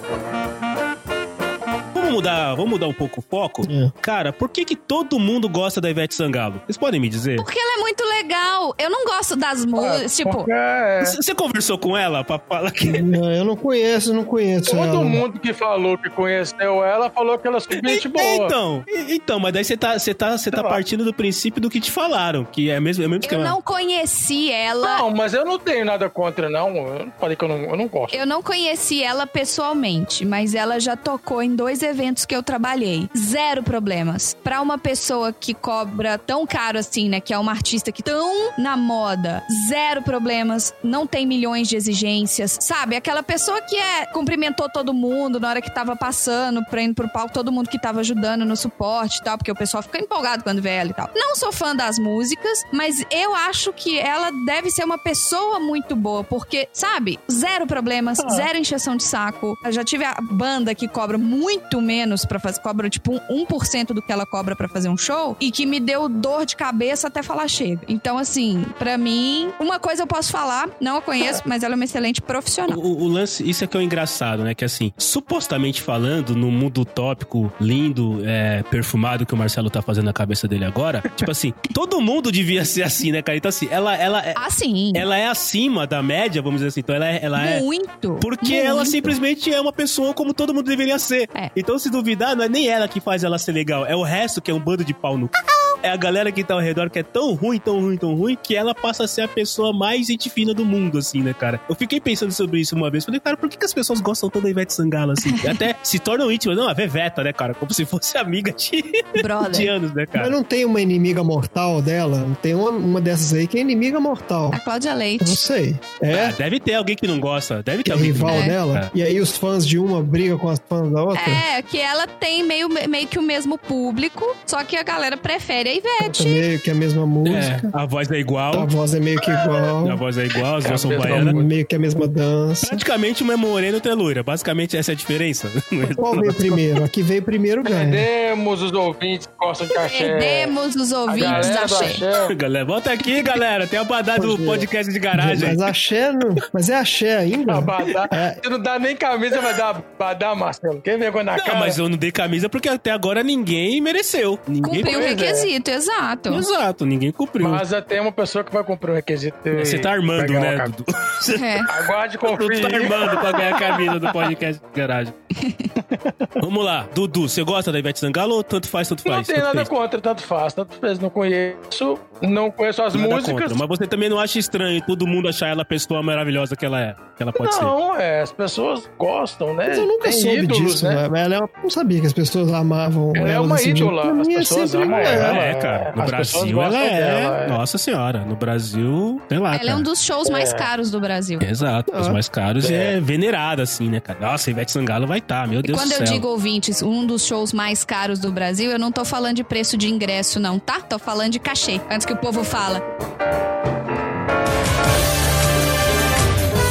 Speaker 1: Vamos mudar, vamos mudar um pouco o foco?
Speaker 3: É.
Speaker 1: Cara, por que que todo mundo gosta da Ivete Sangalo? Vocês podem me dizer?
Speaker 2: Porque ela é muito legal. Eu não gosto das músicas. tipo,
Speaker 4: Porque é-
Speaker 1: C- Você conversou com ela pra falar que...
Speaker 3: Não, eu não conheço, não conheço.
Speaker 4: todo
Speaker 3: ela.
Speaker 4: mundo que falou que conheceu ela falou que ela é super gente boa.
Speaker 1: Então, e- então, mas daí você tá, você tá, você tá
Speaker 4: Sei lá.
Speaker 1: partindo do princípio do que te falaram, que é mesmo, é o mesmo
Speaker 2: eu
Speaker 1: esquema.
Speaker 2: não conheci ela.
Speaker 4: Não, mas eu não tenho nada contra, não. Eu não falei que eu não, eu não gosto.
Speaker 2: Eu não conheci ela pessoalmente, mas ela já tocou em dois eventos que eu trabalhei. Zero problemas. Pra uma pessoa que cobra tão caro assim, né? Que é uma artista que tão na moda. Zero problemas. Não tem milhões de exigências. Sabe? Aquela pessoa que é cumprimentou todo mundo na hora que tava passando, pra indo pro palco, todo mundo que tava ajudando no suporte e tal, porque o pessoal fica empolgado quando vê ela e tal. Não sou fã das músicas, mas eu acho que ela deve ser uma pessoa muito boa, porque, sabe, zero problemas,
Speaker 1: Ah.
Speaker 2: zero encheção de saco. Eu já tive a banda que cobra muito menos pra fazer, cobra tipo um 1% do que ela cobra pra fazer um show e que me deu dor de cabeça até falar chega. Então, assim, pra mim, uma coisa eu posso falar, não a conheço, mas ela é uma excelente profissional.
Speaker 1: O, o lance, isso é que é o engraçado, né? Que assim, supostamente falando, no mundo utópico, lindo, é, perfumado que o Marcelo tá fazendo na cabeça dele agora, tipo assim, todo mundo devia ser assim, né, cara? Então assim, ela, ela, é-
Speaker 2: Ah, sim.
Speaker 1: ela é acima da média, vamos dizer assim. Então ela é. Ela é
Speaker 2: Muito.
Speaker 1: porque
Speaker 2: muito.
Speaker 1: ela simplesmente é uma pessoa como todo mundo deveria ser.
Speaker 2: É.
Speaker 1: Então, se duvidar, não é nem ela que faz ela ser legal, é o resto que é um bando de pau no. c****. É a galera que tá ao redor que é tão ruim, tão ruim, tão ruim, que ela passa a ser a pessoa mais gente fina do mundo, assim, né, cara? Eu fiquei pensando sobre isso uma vez. Falei, cara, por que, que as pessoas gostam tanto da Ivete Sangalo, assim? Até se tornam íntimas. Não, a Veveta, né, cara? Como se fosse amiga de, de
Speaker 2: Brother.
Speaker 1: anos, né,
Speaker 3: Mas
Speaker 1: cara?
Speaker 3: não tem uma inimiga mortal dela? Não tem uma, uma dessas aí que é inimiga mortal.
Speaker 2: A Cláudia
Speaker 3: Eu não
Speaker 2: Leite.
Speaker 3: sei. É?
Speaker 1: Ah, deve ter alguém que não gosta. Deve ter
Speaker 3: Que é
Speaker 1: alguém que não
Speaker 3: rival
Speaker 2: É.
Speaker 3: dela? E aí os fãs de uma brigam com os fãs da outra?
Speaker 2: É, que ela tem meio, meio que o mesmo público, só que a galera prefere a Ivete.
Speaker 3: Meio que a mesma
Speaker 1: É,
Speaker 3: música.
Speaker 1: a voz é
Speaker 3: A
Speaker 1: igual.
Speaker 3: voz é meio que igual.
Speaker 1: A voz é igual, as
Speaker 4: É,
Speaker 1: duas são
Speaker 4: a mesma
Speaker 1: baianas.
Speaker 4: voz.
Speaker 3: Meio que a mesma dança.
Speaker 1: Praticamente uma é morena e outra é loira. Basicamente essa é a diferença.
Speaker 3: Qual veio primeiro? A que veio primeiro
Speaker 4: é
Speaker 3: ganha.
Speaker 4: Perdemos os ouvintes que gostam de axé.
Speaker 2: Perdemos os
Speaker 4: A
Speaker 2: ouvintes,
Speaker 4: galera do
Speaker 2: achei.
Speaker 4: axé.
Speaker 1: galera, volta aqui, galera. Tem o badá do podcast de garagem.
Speaker 3: Mas axé não. Mas é axé ainda?
Speaker 4: Abadá.
Speaker 3: É.
Speaker 4: Você não dá nem camisa, vai dar badá, Marcelo. Quem vergonha na
Speaker 1: Ah,
Speaker 4: cara?
Speaker 1: mas eu não dei camisa porque até agora ninguém mereceu. Ninguém
Speaker 2: Cumpriu o
Speaker 4: Pois é.
Speaker 2: requisito, exato.
Speaker 1: Exato, ninguém cumpriu.
Speaker 4: Mas tem uma pessoa que vai cumprir o requisito.
Speaker 1: Você tá armando,
Speaker 4: Vai ganhar
Speaker 1: né,
Speaker 4: uma
Speaker 1: Dudu?
Speaker 2: É.
Speaker 4: Aguarde e
Speaker 1: Tu
Speaker 4: confie.
Speaker 1: tá armando pra ganhar a camisa do podcast de garagem. Vamos lá, Dudu, você gosta da Ivete Sangalo ou tanto faz, tanto faz?
Speaker 4: Não tem
Speaker 1: tanto
Speaker 4: nada
Speaker 1: fez?
Speaker 4: contra, tanto faz, tanto fez. Não conheço, não conheço as
Speaker 1: Nada
Speaker 4: músicas.
Speaker 1: contra, Mas você também não acha estranho todo mundo achar ela a pessoa maravilhosa que ela é? Que ela pode ser.
Speaker 4: Não, é, as pessoas gostam, né?
Speaker 3: Mas eu nunca
Speaker 4: Tem
Speaker 3: soube
Speaker 4: ídolos,
Speaker 3: disso, né? Mas ela é uma... não sabia que as pessoas amavam
Speaker 4: Ela
Speaker 3: ela.
Speaker 4: é uma
Speaker 3: desse jeito.
Speaker 4: ídola,
Speaker 3: Pra
Speaker 4: as
Speaker 3: mim é
Speaker 4: pessoas
Speaker 3: sempre
Speaker 4: amam
Speaker 3: uma-
Speaker 1: Ela
Speaker 4: ela.
Speaker 1: é, cara. No
Speaker 4: As pessoas
Speaker 1: Brasil, ela
Speaker 4: gostam
Speaker 1: é.
Speaker 4: dela, é.
Speaker 1: Nossa senhora. No Brasil, sei lá.
Speaker 2: Ela é
Speaker 1: cara.
Speaker 2: um dos shows mais caros do Brasil.
Speaker 1: Exato, os
Speaker 3: Ah.
Speaker 1: mais caros é. é venerada, assim, né, cara? Nossa, Ivete Sangalo vai estar, meu
Speaker 2: E
Speaker 1: Deus
Speaker 2: quando
Speaker 1: do
Speaker 2: eu
Speaker 1: céu.
Speaker 2: digo ouvintes, um dos shows mais caros do Brasil, eu não tô falando de preço de ingresso, não, tá? Tô falando de cachê. Antes que o povo fala.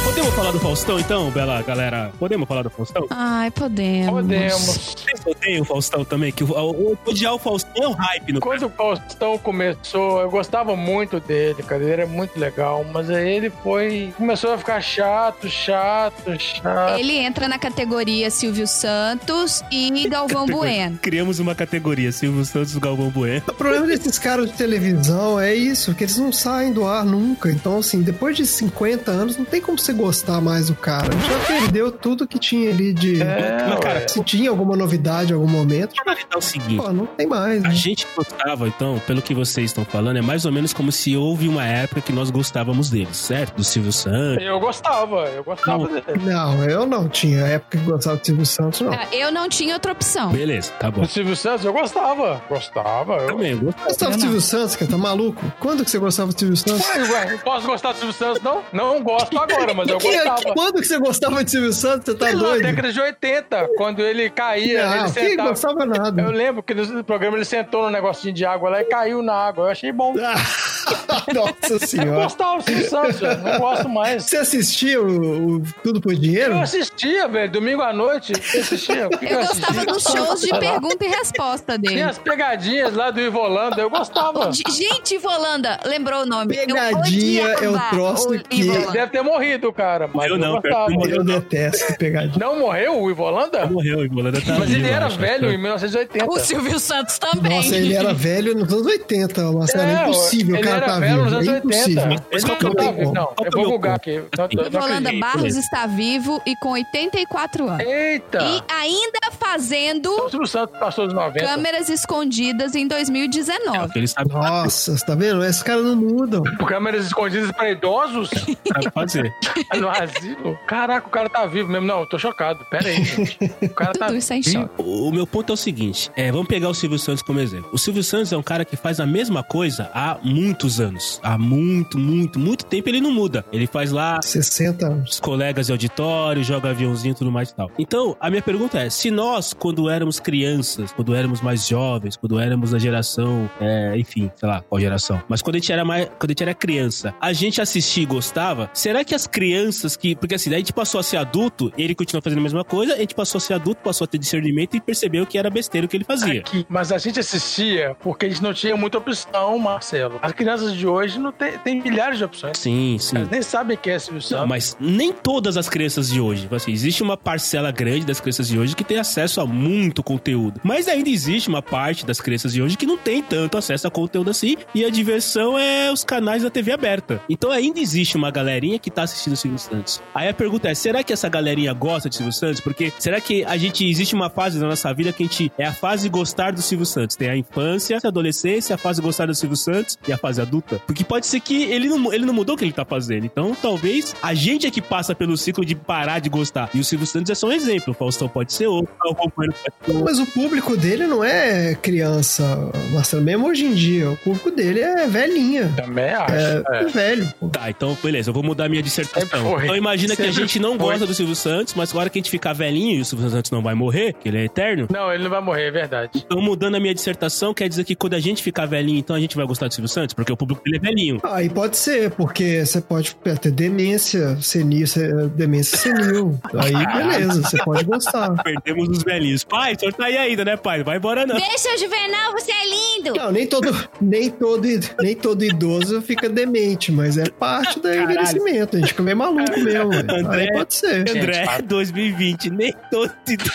Speaker 1: Podemos falar do Faustão, então, Bela galera? Podemos falar do Faustão?
Speaker 2: Ai, podemos.
Speaker 4: Podemos.
Speaker 1: Vocês odeiam o Faustão também? Que o, o, odiar o Faustão é um hype no
Speaker 4: Quando o Faustão começou, eu gostava muito dele, cara. Ele era muito legal, mas aí ele foi. Começou a ficar chato, chato, chato.
Speaker 2: Ele entra na categoria Silvio Santos e Galvão Bueno.
Speaker 1: Criamos uma categoria, Silvio Santos e Galvão Bueno.
Speaker 3: O problema desses caras de televisão é isso, que eles não saem do ar nunca. Então, assim, depois de 50 anos, não tem como você gostar mais do cara. Já perdeu tudo que tinha ali de.
Speaker 4: É,
Speaker 1: Mas, cara,
Speaker 4: ué.
Speaker 3: Se tinha alguma novidade em algum momento,
Speaker 1: Vamos analisar o seguinte.
Speaker 3: pô, não tem mais.
Speaker 1: A
Speaker 3: né?
Speaker 1: gente gostava, então, pelo que vocês estão falando, é mais ou menos como se houve uma época que nós gostávamos deles, certo? Do Silvio Santos.
Speaker 3: É.
Speaker 4: eu gostava, eu gostava dele.
Speaker 3: Não, eu não tinha época que gostava de Silvio Santos, não.
Speaker 2: Ah, Eu não tinha outra opção.
Speaker 1: Beleza, tá bom.
Speaker 4: Do Silvio Santos, eu gostava. Gostava. Eu...
Speaker 1: Também, eu gosto.
Speaker 3: Gostava de
Speaker 2: Eu
Speaker 3: Silvio Santos, cara? Tá maluco? Quando que você gostava de Silvio Santos?
Speaker 4: Ué, ué, não posso gostar do Silvio Santos, não? Não gosto agora, mas eu
Speaker 3: Que- é?
Speaker 4: gostava.
Speaker 3: quando que você gostava de Silvio Santos? Você tá
Speaker 4: Sei lá,
Speaker 3: doido?
Speaker 4: década de 80, quando ele caía,
Speaker 3: Não,
Speaker 4: ele
Speaker 3: que
Speaker 4: sentava.
Speaker 3: gostava
Speaker 4: Eu
Speaker 3: nada.
Speaker 4: lembro que no programa ele sentou num negocinho de água lá e caiu na água. Eu achei bom.
Speaker 3: Ah, Nossa senhora.
Speaker 4: Gostava do Silvio Santos, velho. não gosto mais.
Speaker 3: Você assistia o, o Tudo por Dinheiro?
Speaker 4: Eu assistia, velho, domingo à noite, eu assistia. Por que que
Speaker 2: Eu gostava
Speaker 4: assistia?
Speaker 2: dos shows de pergunta e resposta
Speaker 4: Tinha
Speaker 2: dele.
Speaker 4: as pegadinhas lá do Ivolanda, eu gostava.
Speaker 2: G- Gente, Volanda, lembrou o nome. Eu
Speaker 3: Pegadinha é o
Speaker 2: odiava
Speaker 3: troço
Speaker 2: o
Speaker 3: que-
Speaker 2: Ivolanda.
Speaker 4: Deve ter morrido o cara, mas
Speaker 1: Eu não,
Speaker 4: gostava.
Speaker 1: cara.
Speaker 3: Eu detesto pegadinha.
Speaker 4: Não morreu o Ivolanda?
Speaker 1: Morreu, o Ivolanda tá
Speaker 4: Mas ele
Speaker 1: vivo,
Speaker 4: era
Speaker 1: acho.
Speaker 4: velho em 1980.
Speaker 2: O Silvio Santos também.
Speaker 3: Nossa, ele era velho nos anos 80, Marcelo. É,
Speaker 4: É,
Speaker 3: impossível o
Speaker 4: ele
Speaker 3: cara
Speaker 4: era
Speaker 3: tá
Speaker 4: velho nos
Speaker 3: vivo.
Speaker 4: anos
Speaker 3: É
Speaker 4: 80.
Speaker 3: impossível.
Speaker 1: Mas
Speaker 4: Ele
Speaker 1: qual que é o
Speaker 4: não tá
Speaker 1: meu
Speaker 4: vivo,
Speaker 1: ponto?
Speaker 4: Não,
Speaker 1: Qual que
Speaker 4: eu
Speaker 1: é o
Speaker 4: vou
Speaker 1: meu
Speaker 4: bugar
Speaker 1: ponto?
Speaker 4: aqui. Não, não
Speaker 2: Ivolanda
Speaker 4: acredito.
Speaker 2: Barros está vivo e com 84 anos.
Speaker 4: Eita! Tá
Speaker 2: E ainda fazendo
Speaker 4: O Silvio Santos passou dos 90.
Speaker 2: câmeras escondidas em
Speaker 4: Tá
Speaker 2: 2019.
Speaker 1: Ele sabe o
Speaker 3: Nossa, você tá vendo? Esses caras não mudam.
Speaker 4: Por câmeras escondidas pra idosos?
Speaker 1: que sabe fazer.
Speaker 4: no asilo? Caraca, o cara tá vivo mesmo. Não, eu tô chocado. Pera aí, gente. O cara tá
Speaker 2: Tudo isso é em
Speaker 4: vivo.
Speaker 2: choque.
Speaker 1: O meu ponto é o seguinte: é, vamos pegar o Silvio Santos como exemplo. O Silvio Santos é um cara que faz a mesma coisa há muitos anos. Há muito, muito, muito tempo ele não muda. Ele faz lá
Speaker 3: 60 anos.
Speaker 1: os colegas de auditório, joga aviãozinho e tudo mais e tal. Então, a minha pergunta é: se nós, quando éramos crianças, quando éramos mais jovens, quando éramos da geração, é, enfim, sei lá, qual geração, mas quando a gente era mais. Quando a gente era criança, a gente assistia e gostava, será que as crianças que. Porque assim, daí a gente passou a ser adulto, ele continuou fazendo a mesma coisa, a gente passou a ser adulto, passou a ter discernimento e percebeu que era besteira o que ele fazia.
Speaker 4: Aqui. Mas a gente assistia porque a gente não tinha muita opção, Marcelo. As crianças de hoje não tem, tem milhares de opções.
Speaker 1: Sim, sim.
Speaker 4: Elas nem sabem quem é Silvio
Speaker 1: Não,
Speaker 4: Santos.
Speaker 1: mas nem todas as crianças de hoje. Assim, existe uma parcela grande das crianças de hoje que tem acesso a muito conteúdo. Mas ainda existe uma parte das crianças de hoje que não tem tanto acesso a conteúdo assim. E a diversão é os canais da TV aberta. Então ainda existe uma galerinha que tá assistindo o Silvio Santos. Aí a pergunta é: será que essa galerinha gosta de Silvio Santos? Porque será que a gente. Existe uma fase da nossa vida que a gente. É a fase gostar do Silvio Santos. Tem a infância, a adolescência, a fase gostar do Silvio Santos e a fase adulta. Porque pode ser que ele não, ele não mudou o que ele tá fazendo. Então talvez a gente é que passa pelo ciclo de parar de gostar. E o Silvio Santos é só um exemplo. O Faustão pode ser outro. O Romano pode ser outro.
Speaker 3: Mas o público dele não é criança, Marcelo. Mesmo hoje em dia, o público dele é velhinha.
Speaker 4: Também acho.
Speaker 3: É,
Speaker 4: é.
Speaker 3: é velho. pô.
Speaker 1: Tá, então beleza, eu vou mudar minha
Speaker 4: Sempre
Speaker 1: dissertação.
Speaker 4: foi.
Speaker 1: Então imagina que a
Speaker 4: Sempre
Speaker 1: gente não
Speaker 4: foi.
Speaker 1: gosta do Silvio Santos, mas agora que a gente ficar velhinho e o Silvio Santos não vai morrer, que ele é eterno.
Speaker 4: Não, ele não vai morrer, é verdade.
Speaker 1: Então, mudando a minha dissertação, quer dizer que quando a gente ficar velhinho, então a gente vai gostar do Silvio Santos? Porque o público dele é velhinho.
Speaker 3: Aí Ah, pode ser, porque você pode ter demência senil, se- demência senil. Aí beleza, você pode gostar.
Speaker 1: Perdemos os velhinhos. Pai, o senhor tá aí ainda, né, pai? Não vai embora, não.
Speaker 2: Deixa, Juvenal, você é lindo!
Speaker 3: Não, nem todo, nem todo, id- nem todo idoso fica demente, mas é parte do envelhecimento. A gente fica meio maluco mesmo. velho.
Speaker 1: André.
Speaker 3: Aí pode ser.
Speaker 1: André,
Speaker 4: para.
Speaker 1: 2020, nem todo idoso.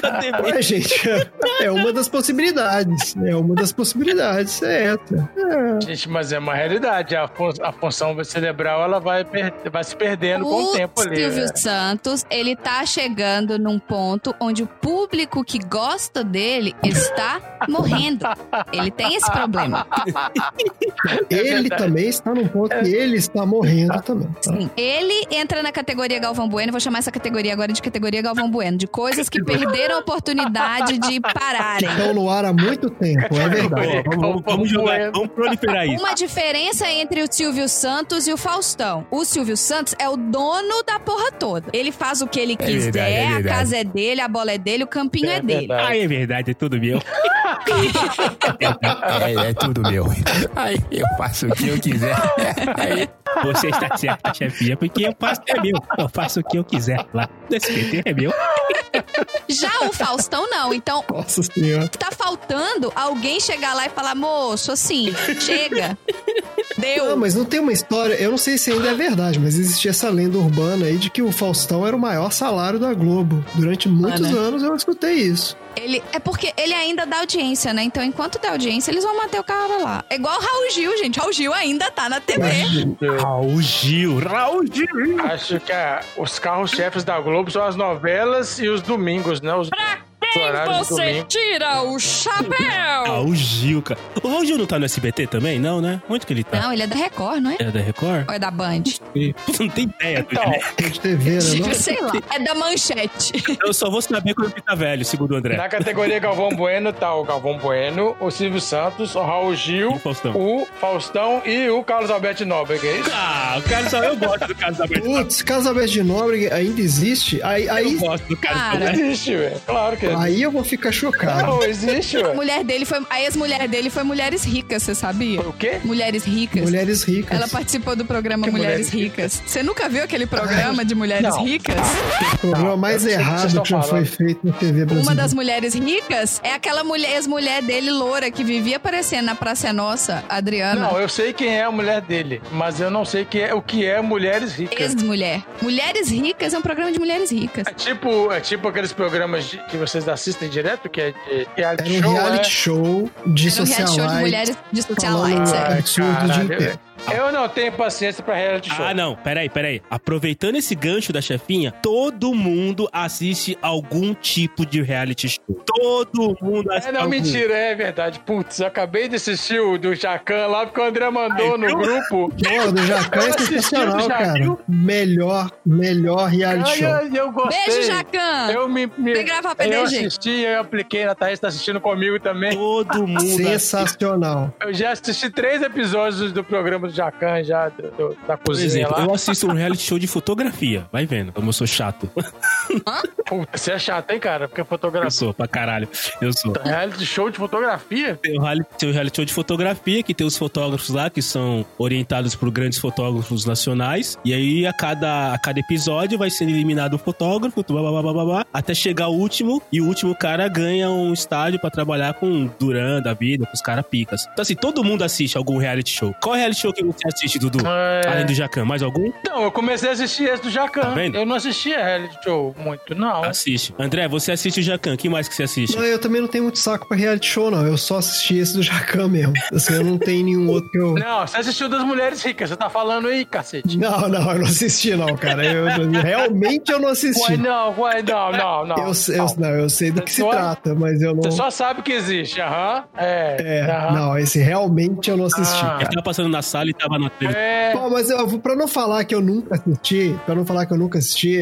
Speaker 1: Cadê
Speaker 3: É, gente, é uma das possibilidades. É uma das possibilidades, é certo.
Speaker 4: Gente, mas é uma realidade. A, fun- a função cerebral ela vai, per- vai se perdendo com o tempo ali.
Speaker 2: Silvio
Speaker 4: né?
Speaker 2: Santos, ele tá chegando num ponto onde o público que gosta dele está morrendo. Ele tem esse problema.
Speaker 3: Ele
Speaker 4: verdade.
Speaker 3: também está num ponto que ele está morrendo também. tá?
Speaker 2: Sim. Ele entra na categoria Galvão Bueno, vou chamar essa categoria agora de categoria Galvão Bueno, de coisas que perderam a oportunidade de pararem.
Speaker 3: Estão no ar há muito tempo, é verdade.
Speaker 1: Boa, vamos, vamos jogar, vamos proliferar É isso.
Speaker 2: Uma diferença entre o Silvio Santos e o Faustão. O Silvio Santos é o dono da porra toda. Ele faz o que ele quiser,
Speaker 1: verdade, é
Speaker 2: a
Speaker 1: verdade.
Speaker 2: casa é dele, a bola é dele, o campinho é, dele.
Speaker 4: verdade.
Speaker 1: Ai, é verdade, é tudo meu.
Speaker 5: É, é tudo meu. Aí eu faço o que eu quiser. Aí
Speaker 1: Você está certa, chefinha, porque eu faço é meu. Eu faço o que eu quiser lá. O SBT é meu.
Speaker 2: Já o Faustão não. Então,
Speaker 3: Nossa senhora.
Speaker 2: tá faltando alguém chegar lá e falar, moço, assim, chega.
Speaker 3: Não,
Speaker 2: Deu.
Speaker 3: Ah, mas não tem uma história, eu não sei se ainda é verdade, mas existia essa lenda urbana aí de que o Faustão era o maior salário da Globo. Durante muitos
Speaker 2: Ah, né?
Speaker 3: anos eu escutei isso.
Speaker 2: Ele, é porque ele ainda dá audiência, né? Então, enquanto dá audiência, eles vão manter o cara lá. É igual o Raul Gil, gente. Raul Gil ainda tá na TV.
Speaker 3: Né?
Speaker 1: Raul Gil, Raul Gil.
Speaker 4: Acho que ah, os carros-chefes da Globo são as novelas e os domingos, né? Os, os horários do domingo.
Speaker 2: tira o chapéu?
Speaker 1: Raul Gil, cara. O Raul Gil não tá no SBT também? Não, né? Onde que ele tá?
Speaker 2: Não, ele é da Record, não é?
Speaker 1: É da Record?
Speaker 2: Ou é da Band?
Speaker 1: Não tem ideia.
Speaker 4: Então,
Speaker 3: Rede TV, né? não?
Speaker 2: Sei lá. É da Manchete.
Speaker 1: Eu só vou saber quando ficar velho, segundo o André.
Speaker 4: na categoria Galvão Bueno tá o Galvão Bueno, o Silvio Santos, o Raul
Speaker 1: E
Speaker 4: Gil,
Speaker 1: o Faustão.
Speaker 4: o Faustão e o Carlos Alberto Nobre, que é isso?
Speaker 1: Ah, o Carlos, eu gosto do Carlos Alberto.
Speaker 3: Putz, Casa Verde de Nobre ainda existe? Aí,
Speaker 1: Eu
Speaker 3: aí
Speaker 1: gosto do Carlos
Speaker 2: Cara.
Speaker 1: Alberto.
Speaker 4: Existe, velho. Claro que é.
Speaker 3: Aí eu vou ficar chocado.
Speaker 4: Não existe,
Speaker 2: A
Speaker 4: ué.
Speaker 2: mulher dele foi. A ex-mulher dele foi Mulheres Ricas, você sabia?
Speaker 4: Foi o quê?
Speaker 2: Mulheres Ricas.
Speaker 3: Mulheres ricas.
Speaker 2: Ela participou do programa
Speaker 4: Que
Speaker 2: Mulheres
Speaker 4: Mulheres
Speaker 2: Ricas. Você nunca viu aquele programa de Mulheres
Speaker 4: Não.
Speaker 2: Ricas?
Speaker 3: O programa mais
Speaker 4: eu sei o que vocês
Speaker 3: errado que
Speaker 4: estão
Speaker 3: já foi
Speaker 4: falando.
Speaker 3: feito na TV brasileira.
Speaker 2: Uma das mulheres ricas é aquela mulher, ex-mulher dele, loura, que vivia aparecendo na Praça é Nossa, Adriana.
Speaker 4: Não, eu sei quem é a mulher dele, mas eu não sei que é, o que é mulheres ricas.
Speaker 2: Ex-mulher. Mulheres Ricas é um programa de mulheres ricas.
Speaker 4: É tipo, é tipo aqueles programas de- que vocês assistem direto, que é de
Speaker 3: Era
Speaker 4: reality
Speaker 3: um
Speaker 4: show,
Speaker 3: reality
Speaker 4: né?
Speaker 3: show de
Speaker 2: Era um reality show de
Speaker 3: socialite.
Speaker 2: mulheres de socialites.
Speaker 3: é falando-
Speaker 2: é.
Speaker 4: Ai,
Speaker 3: Absurdo de
Speaker 4: caralho.
Speaker 3: império.
Speaker 4: Eu não tenho paciência pra reality show.
Speaker 1: Ah, não, peraí, peraí. Aproveitando esse gancho da chefinha, todo mundo assiste algum tipo de reality show. Todo mundo assiste.
Speaker 4: É, não,
Speaker 1: algum.
Speaker 4: mentira, é verdade. Putz, eu acabei de assistir o do Jacan lá, porque o André mandou
Speaker 1: Ai,
Speaker 4: no
Speaker 1: viu?
Speaker 4: grupo.
Speaker 3: Pô, do Jacan é
Speaker 4: Eu assisti,
Speaker 3: sensacional,
Speaker 4: eu já
Speaker 3: cara.
Speaker 4: viu?
Speaker 3: Melhor, melhor reality
Speaker 4: Ai,
Speaker 3: show.
Speaker 4: ai, eu gostei.
Speaker 2: Beijo, Jacan!
Speaker 4: Eu me, me
Speaker 2: Vem gravar
Speaker 4: eu
Speaker 2: PDG.
Speaker 4: assisti, eu apliquei, a Thaís tá assistindo comigo também.
Speaker 1: Todo mundo assiste.
Speaker 3: Sensacional.
Speaker 4: Eu já assisti três episódios do programa do Jacan, já do- do- da
Speaker 1: Por
Speaker 4: cozinha
Speaker 1: exemplo,
Speaker 4: lá.
Speaker 1: eu assisto um reality show de fotografia. Vai vendo, como eu sou chato.
Speaker 4: Puta, você é chato, hein, cara? Porque
Speaker 1: Eu
Speaker 4: fotografia.
Speaker 1: sou, pra caralho. Eu sou.
Speaker 4: Reality show de fotografia?
Speaker 1: Tem o reality, tem o reality show de fotografia, que tem os fotógrafos lá que são orientados por grandes fotógrafos nacionais. E aí, a cada, a cada episódio, vai sendo eliminado um fotógrafo, tu blá, blá, blá, blá, blá, até chegar o último. E o último cara ganha um estádio pra trabalhar com o Duran da vida, com os caras picas. Então, assim, todo mundo assiste algum reality show. Qual reality show que você assiste, Dudu?
Speaker 3: Tipo,
Speaker 4: É.
Speaker 1: Além do Jacan, mais algum?
Speaker 4: Então, eu comecei a assistir esse do
Speaker 1: Tá
Speaker 4: Jacan.
Speaker 1: vendo?
Speaker 4: eu não assistia reality show muito, não.
Speaker 1: Assiste. André, você assiste o Jacan. que mais que você assiste?
Speaker 3: Não, eu também não tenho muito saco pra reality show, não. Eu só assisti esse do Jacan mesmo. Assim, eu não tenho nenhum outro que eu.
Speaker 4: Não, você assistiu das mulheres ricas, você tá falando aí, cacete.
Speaker 3: Não, não, eu não assisti, não, cara. Eu, realmente eu não assisti.
Speaker 4: Uai, não, uai, não, não, não.
Speaker 3: Eu, eu,
Speaker 4: não.
Speaker 3: não, eu sei do que se
Speaker 4: Só-
Speaker 3: trata, mas eu não.
Speaker 4: Você só sabe que existe, aham. É,
Speaker 3: É,
Speaker 4: aham.
Speaker 3: não, esse realmente eu não assisti.
Speaker 4: Ah.
Speaker 1: Ele tava passando na sala e tava na TV.
Speaker 4: É,
Speaker 3: Bom, mas eu, vou- pra não falar que eu nunca assisti, pra não falar que eu nunca assisti,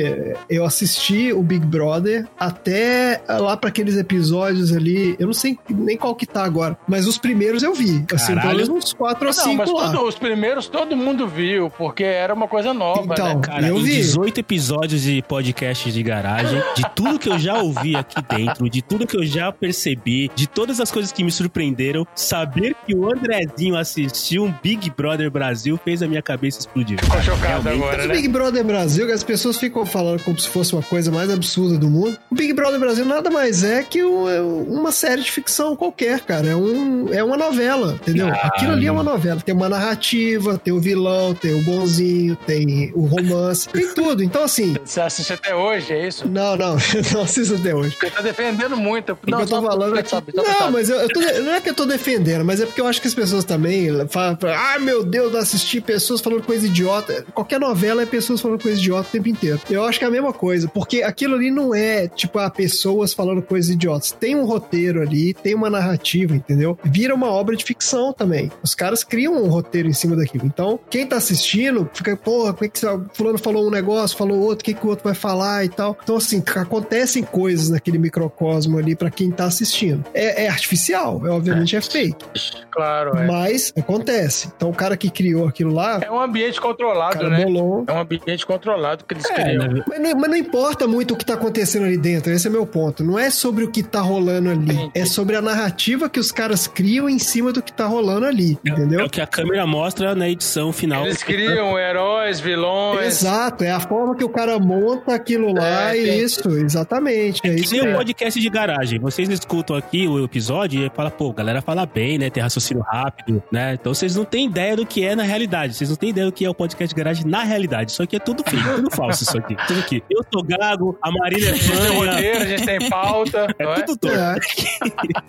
Speaker 3: eu assisti o Big Brother até lá pra aqueles episódios ali, eu não sei nem qual que tá agora, mas os primeiros eu vi. Assim,
Speaker 1: Caralho.
Speaker 3: pelo menos uns quatro ou
Speaker 4: Ah, não,
Speaker 3: cinco
Speaker 4: mas
Speaker 3: lá.
Speaker 4: todo- os primeiros todo mundo viu, porque era uma coisa nova,
Speaker 3: Então,
Speaker 4: né?
Speaker 1: Cara,
Speaker 3: eu
Speaker 1: em
Speaker 3: vi.
Speaker 1: 18 episódios de podcast de garagem, de tudo que eu já ouvi aqui dentro, de tudo que eu já percebi, de todas as coisas que me surpreenderam, saber que o Andrezinho assistiu um Big Brother Brasil fez a minha cabeça explodir.
Speaker 4: Tô chocado
Speaker 1: Realmente.
Speaker 4: agora,
Speaker 3: Mas o
Speaker 4: né?
Speaker 3: Big Brother Brasil, que as pessoas ficam falando como se fosse uma coisa mais absurda do mundo. O Big Brother Brasil nada mais é que um- uma série de ficção qualquer, cara. É, um, é uma novela, entendeu? Aquilo ali é uma novela. Tem uma narrativa, tem o vilão, tem o bonzinho, tem o romance, tem tudo. Então, assim.
Speaker 4: Você assiste até hoje, é isso?
Speaker 3: Não, não, eu não assisto até hoje.
Speaker 4: Você tá defendendo muito.
Speaker 3: O que eu tô
Speaker 4: só-
Speaker 3: falando é
Speaker 4: só-
Speaker 3: que-
Speaker 4: sabe, só-
Speaker 3: Não,
Speaker 4: sabe.
Speaker 3: mas eu, eu tô- não é que eu tô defendendo, mas é porque eu acho que as pessoas também falam, pra- ah, meu Deus, assistir pessoas falando coisa idiota. Qualquer novela é pessoas falando coisa idiota o tempo inteiro. Eu acho que é a mesma coisa, porque aquilo ali não é, tipo, ah, pessoas falando coisas idiotas. Tem um roteiro ali, tem uma narrativa, entendeu? Vira uma obra de ficção também. Os caras criam um roteiro em cima daquilo. Então, quem tá assistindo, fica, porra, como é que você- fulano falou um negócio, falou outro, o que, que o outro vai falar e tal. Então, assim, acontecem coisas naquele microcosmo ali pra quem tá assistindo. É, é artificial, é, obviamente é fake,
Speaker 4: Claro, é.
Speaker 3: mas acontece. Então, o cara que criou aquilo lá,
Speaker 4: É um ambiente
Speaker 3: o
Speaker 4: controlado,
Speaker 3: cara
Speaker 4: né?
Speaker 3: bolou.
Speaker 4: É um ambiente controlado que eles
Speaker 1: É,
Speaker 4: criam.
Speaker 1: né?
Speaker 3: Mas não, mas não importa muito o que tá acontecendo ali dentro, esse é meu ponto. Não é sobre o que tá rolando ali,
Speaker 4: Entendi.
Speaker 3: é sobre a narrativa que os caras criam em cima do que tá rolando ali, entendeu?
Speaker 1: É o que a câmera mostra na edição final.
Speaker 4: Eles criam heróis, vilões.
Speaker 3: Exato, é a forma que o cara monta aquilo lá,
Speaker 4: É,
Speaker 3: e
Speaker 4: entendi.
Speaker 3: isso, exatamente. É
Speaker 1: É
Speaker 3: isso
Speaker 1: que nem o podcast de garagem. Vocês escutam aqui o episódio e falam, pô, a galera fala bem, né? Tem raciocínio rápido, né? Então vocês não têm ideia do que é na realidade. Vocês não têm ideia do que é o podcast de garagem na realidade. Isso aqui é tudo fake, tudo falso isso aqui. Tudo aqui. Eu sou gago, a Marília é
Speaker 4: A gente
Speaker 1: fã.
Speaker 4: tem roteiro, a gente tem pauta, não
Speaker 1: É
Speaker 4: é?
Speaker 1: tudo
Speaker 3: É.
Speaker 1: torto.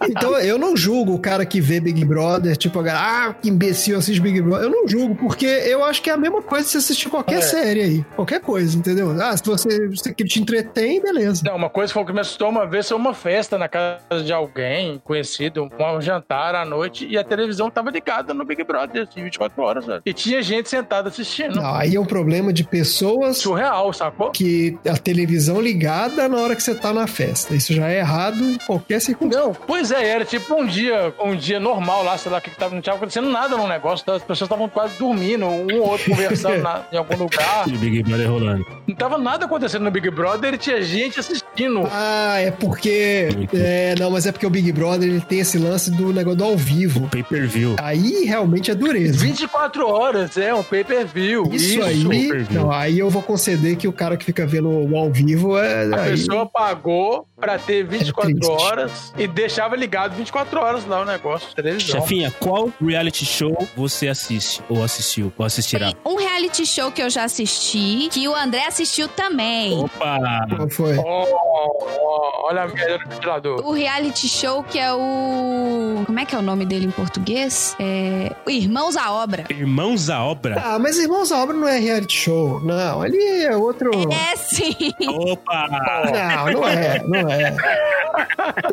Speaker 3: Então, eu não julgo o cara que vê Big Brother, tipo, a galera, ah, que imbecil assiste Big Brother. Eu não julgo, porque eu acho que é a mesma coisa se assistir qualquer
Speaker 4: É.
Speaker 3: série aí. Qualquer coisa, entendeu? Ah, se você, se que te entretém, beleza.
Speaker 4: Não, uma coisa que foi o que me assustou uma vez foi uma festa na casa de alguém conhecido, um jantar à noite, e a televisão tava ligada no Big Brother, assim, 24 horas, velho. E tinha gente sentada assistindo.
Speaker 3: Não, aí é um problema de pessoas
Speaker 4: Surreal, sacou?
Speaker 3: que a televisão ligada na hora que você tá na festa. Isso já é errado em qualquer circunstância.
Speaker 4: Não, pois é, era tipo um dia, um dia normal lá, sei lá, que tava, não tava acontecendo nada no negócio, tá? as pessoas estavam quase dormindo, um ou outro conversando na- em algum lugar.
Speaker 1: E o Big Brother rolando.
Speaker 4: Não tava nada acontecendo no Big Brother e tinha gente assistindo. Tarantino.
Speaker 3: Ah, é porque. É, não, mas é porque o Big Brother ele tem esse lance do negócio do ao vivo.
Speaker 1: Pay per view.
Speaker 3: Aí realmente é dureza.
Speaker 4: 24 horas, é um pay-per-view.
Speaker 3: Isso,
Speaker 4: Isso,
Speaker 3: aí.
Speaker 1: pay-per-view.
Speaker 3: Não, aí eu vou conceder que o cara que fica vendo o ao vivo é.
Speaker 4: A
Speaker 3: aí- É
Speaker 4: pessoa pagou pra ter 24
Speaker 3: triste.
Speaker 4: horas e deixava ligado 24 horas lá o negócio.
Speaker 3: é
Speaker 4: Televisão.
Speaker 1: Chefinha, qual reality show você assiste? Ou assistiu? Ou assistirá?
Speaker 2: Tem um reality show que eu já assisti, que o André assistiu também.
Speaker 1: Opa!
Speaker 3: Qual foi?
Speaker 4: Ó, ó, olha a merda do ventilador.
Speaker 2: O reality show que é o. Como é que é o nome dele em português? É. o Irmãos à Obra.
Speaker 1: Irmãos à obra.
Speaker 3: Ah, mas Irmãos à Obra não é reality show. Não, ali é outro.
Speaker 2: É sim.
Speaker 1: Opa!
Speaker 3: Não, não é, não é.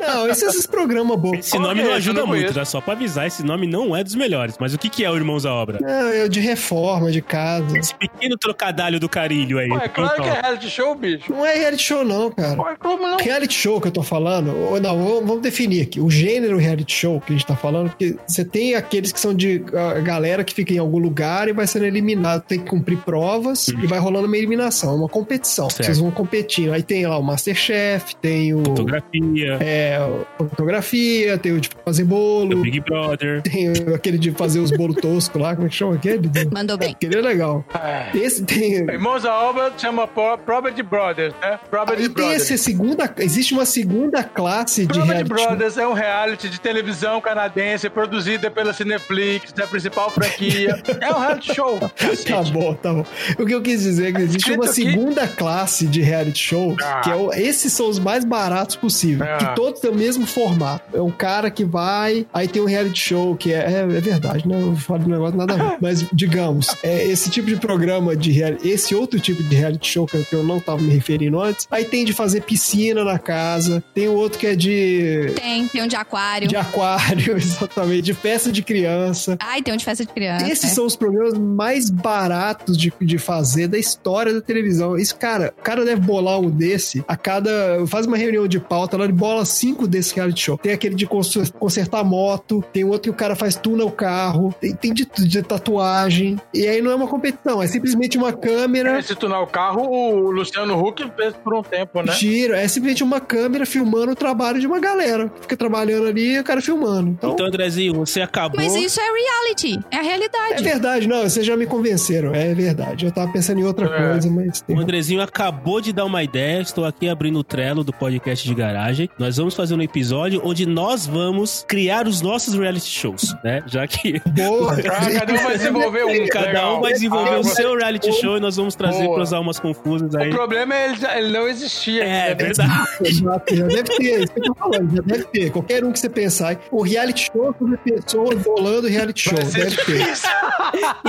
Speaker 3: Não, esses, esses programas bobos.
Speaker 1: Esse
Speaker 4: Qual
Speaker 1: nome
Speaker 4: que é?
Speaker 1: não
Speaker 4: Eu
Speaker 1: ajuda
Speaker 4: não
Speaker 1: muito,
Speaker 4: conheço.
Speaker 1: tá? Só pra avisar, esse nome não é dos melhores. Mas o que, que é o Irmãos à Obra?
Speaker 3: Não, é, eu de reforma, de casa.
Speaker 1: Esse pequeno trocadalho do carilho aí.
Speaker 4: Pô, é claro
Speaker 1: Então,
Speaker 4: que é reality show, bicho.
Speaker 3: Não é reality show, não, cara.
Speaker 4: Pô, é como não?
Speaker 3: Reality show que eu tô falando, ou não, vamos vamos definir aqui. O gênero reality show que a gente tá falando, porque você tem aqueles que são de a galera que fica em algum lugar e vai sendo eliminado, tem que cumprir provas e vai rolando uma eliminação, uma competição.
Speaker 1: Uhum. Certo.
Speaker 3: Vocês vão competindo. Aí tem lá o Masterchef, tem o é,
Speaker 1: Fotografia,
Speaker 3: fotografia, tem o de fazer bolo,
Speaker 1: Big Brother.
Speaker 3: tem o- aquele de fazer os bolos toscos lá, como é que chama aquele?
Speaker 2: Mandou bem.
Speaker 3: Aquele é legal.
Speaker 4: Ah.
Speaker 3: Esse tem.
Speaker 4: Irmãos à obra chama pro- Prova de Brothers, né? Prova de
Speaker 3: Aí tem
Speaker 4: Brothers.
Speaker 3: essa segunda. Existe uma segunda classe de
Speaker 4: Prova de
Speaker 3: reality show.
Speaker 4: Brothers é um reality de televisão canadense produzida pela Cineflix, da principal franquia. é um reality show.
Speaker 3: Tá bom, tá bom. O que eu quis dizer é que existe
Speaker 4: escrito
Speaker 3: uma
Speaker 4: aqui.
Speaker 3: segunda classe de reality shows,
Speaker 4: Ah.
Speaker 3: que é o- esses são os mais baratos possíveis,
Speaker 4: Ah.
Speaker 3: que todos têm o mesmo formato. É um cara que vai, aí tem um reality show que é, é, é verdade, né? Eu falo do negócio nada a ver. Mas, digamos, é, esse tipo de programa de reality, esse outro tipo de reality show que eu, que eu não tava me referindo antes, aí tem de fazer piscina na casa, tem o outro que é de...
Speaker 2: Tem, tem um de aquário.
Speaker 3: De aquário, exatamente, de festa de criança.
Speaker 2: Ai, tem um de festa de criança.
Speaker 3: Esses são os programas mais baratos de, de fazer da história da televisão. Isso, cara, o cara deve bolar um desse a cada. Faz uma reunião de pauta, lá ele bola cinco desse reality show. Tem aquele de conser- consertar moto, tem outro que o cara faz tuna o carro, tem, tem de, tudo, de tatuagem. E aí não é uma competição, é simplesmente uma câmera.
Speaker 4: Se tunar o carro, o Luciano Huck fez por um tempo, né?
Speaker 3: Tiro, é simplesmente uma câmera filmando o trabalho de uma galera. Fica trabalhando ali e o cara filmando. Então,
Speaker 1: Então, Andrezinho, você acabou.
Speaker 2: Mas isso é reality. É a
Speaker 3: Tá é
Speaker 2: realidade.
Speaker 3: verdade, não, vocês já me convenceram. É verdade. Eu tava pensando em outra
Speaker 4: É.
Speaker 3: coisa, mas tem
Speaker 1: O Andrezinho acabou de dar uma ideia. Estou aqui abrindo o Trello do podcast de garagem. Nós vamos fazer um episódio onde nós vamos criar os nossos reality shows, né? Já que
Speaker 3: Boa!
Speaker 4: Ah, cada um vai desenvolver um.
Speaker 1: cada
Speaker 4: Legal.
Speaker 1: um vai desenvolver
Speaker 4: Ah,
Speaker 1: o seu reality show e nós vamos trazer
Speaker 4: Boa.
Speaker 1: para as almas confusas
Speaker 4: O
Speaker 1: aí.
Speaker 4: problema é ele, ele não existia.
Speaker 1: É, é
Speaker 4: né?
Speaker 1: verdade.
Speaker 3: Exato, já deve ter, isso que eu tô falando, já deve ter. Qualquer um que você pensar, o reality show sobre pessoas bolando reality show,
Speaker 4: Vai ser
Speaker 3: deve ter.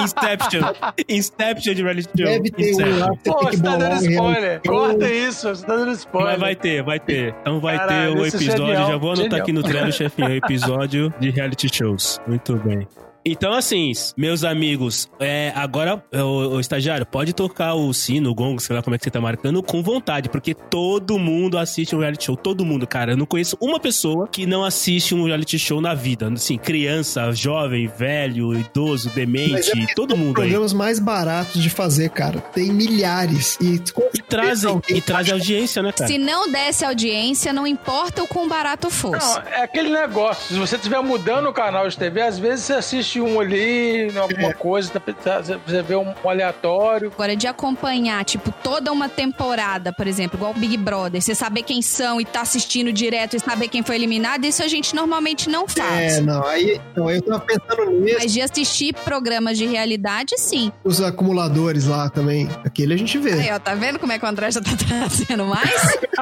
Speaker 1: Inception. Inception de reality show.
Speaker 3: Deve ter um lá que você
Speaker 4: Pô,
Speaker 3: tem que
Speaker 4: você tá
Speaker 3: bolar
Speaker 4: dando
Speaker 3: um reality
Speaker 4: spoiler.
Speaker 3: show.
Speaker 4: Corta isso, você tá dando spoiler.
Speaker 1: Mas vai ter, vai ter. Então vai
Speaker 4: Caralho,
Speaker 1: ter o
Speaker 4: isso é
Speaker 1: episódio.
Speaker 4: genial,
Speaker 1: já vou anotar
Speaker 4: genial.
Speaker 1: aqui no Trello, chefinho, o episódio de reality shows. Muito bem. Então, assim, meus amigos, é, agora, o, estagiário, pode tocar o sino, o gongo, sei lá como é que você tá marcando, com vontade, porque todo mundo assiste um reality show. Todo mundo, cara. Eu não conheço uma pessoa que não assiste um reality show na vida. Assim, criança, jovem, velho, idoso,
Speaker 3: Mas
Speaker 1: demente,
Speaker 3: é porque
Speaker 1: todo mundo aí.
Speaker 3: Programas mais baratos de fazer, cara. Tem milhares. E,
Speaker 1: E trazem, e trazem audiência, né, cara?
Speaker 2: Se não desse audiência, não importa o quão barato fosse.
Speaker 4: Não, é aquele negócio. Se você estiver mudando o canal de TV, às vezes você assiste um ali,
Speaker 3: É.
Speaker 4: alguma coisa, tá- tá- você vê um aleatório.
Speaker 2: Agora, de acompanhar, tipo, toda uma temporada, por exemplo, igual o Big Brother, você saber quem são e tá assistindo direto e saber quem foi eliminado, isso a gente normalmente não faz.
Speaker 3: É, não, aí então, eu tava pensando nisso,
Speaker 2: Mas de assistir programas de realidade, sim.
Speaker 3: os acumuladores lá também. Aquele a gente vê.
Speaker 2: Aí, ó, tá vendo como é que o André já tá trazendo mais?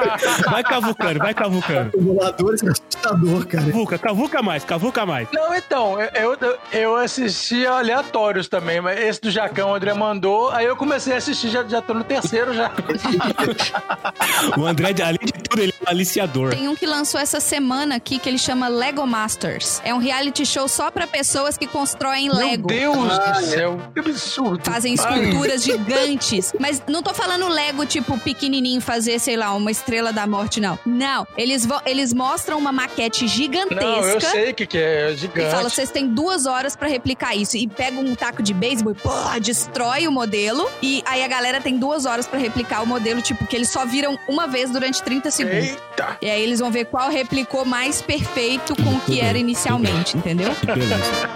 Speaker 1: Vai cavucando, vai cavucando.
Speaker 3: Acumuladores é assustador, cara.
Speaker 1: Cavuca, cavuca mais, cavuca mais.
Speaker 4: Não, então, eu, eu, eu assistia aleatórios também, mas esse do Jacão o André mandou, aí eu comecei a assistir, já, já tô no terceiro já.
Speaker 1: O André, de- além de tudo, ele é um aliciador.
Speaker 2: Tem um que lançou essa semana aqui que ele chama Lego Masters. É um reality show só pra pessoas que constroem
Speaker 4: Meu
Speaker 2: Lego.
Speaker 4: Deus do céu, é que absurdo.
Speaker 2: Fazem
Speaker 4: Ai,
Speaker 2: esculturas gigantes. Mas não tô falando Lego, tipo, pequenininho, fazer, sei lá, uma estrela da morte, não. Não. Eles, vo- eles mostram uma maquete
Speaker 4: Não, eu
Speaker 2: gigantesca.
Speaker 4: sei o que, que é, é
Speaker 2: E
Speaker 4: gigante.
Speaker 2: falam, vocês têm duas horas horas pra replicar isso. E pega um taco de beisebol e pô, destrói o modelo. E aí a galera tem duas horas pra replicar o modelo, tipo, que eles só viram uma vez durante 30 segundos.
Speaker 4: Eita!
Speaker 2: E aí eles vão ver qual replicou mais perfeito com o que
Speaker 1: Tudo
Speaker 2: era
Speaker 1: bem.
Speaker 2: inicialmente, entendeu?
Speaker 1: Que beleza.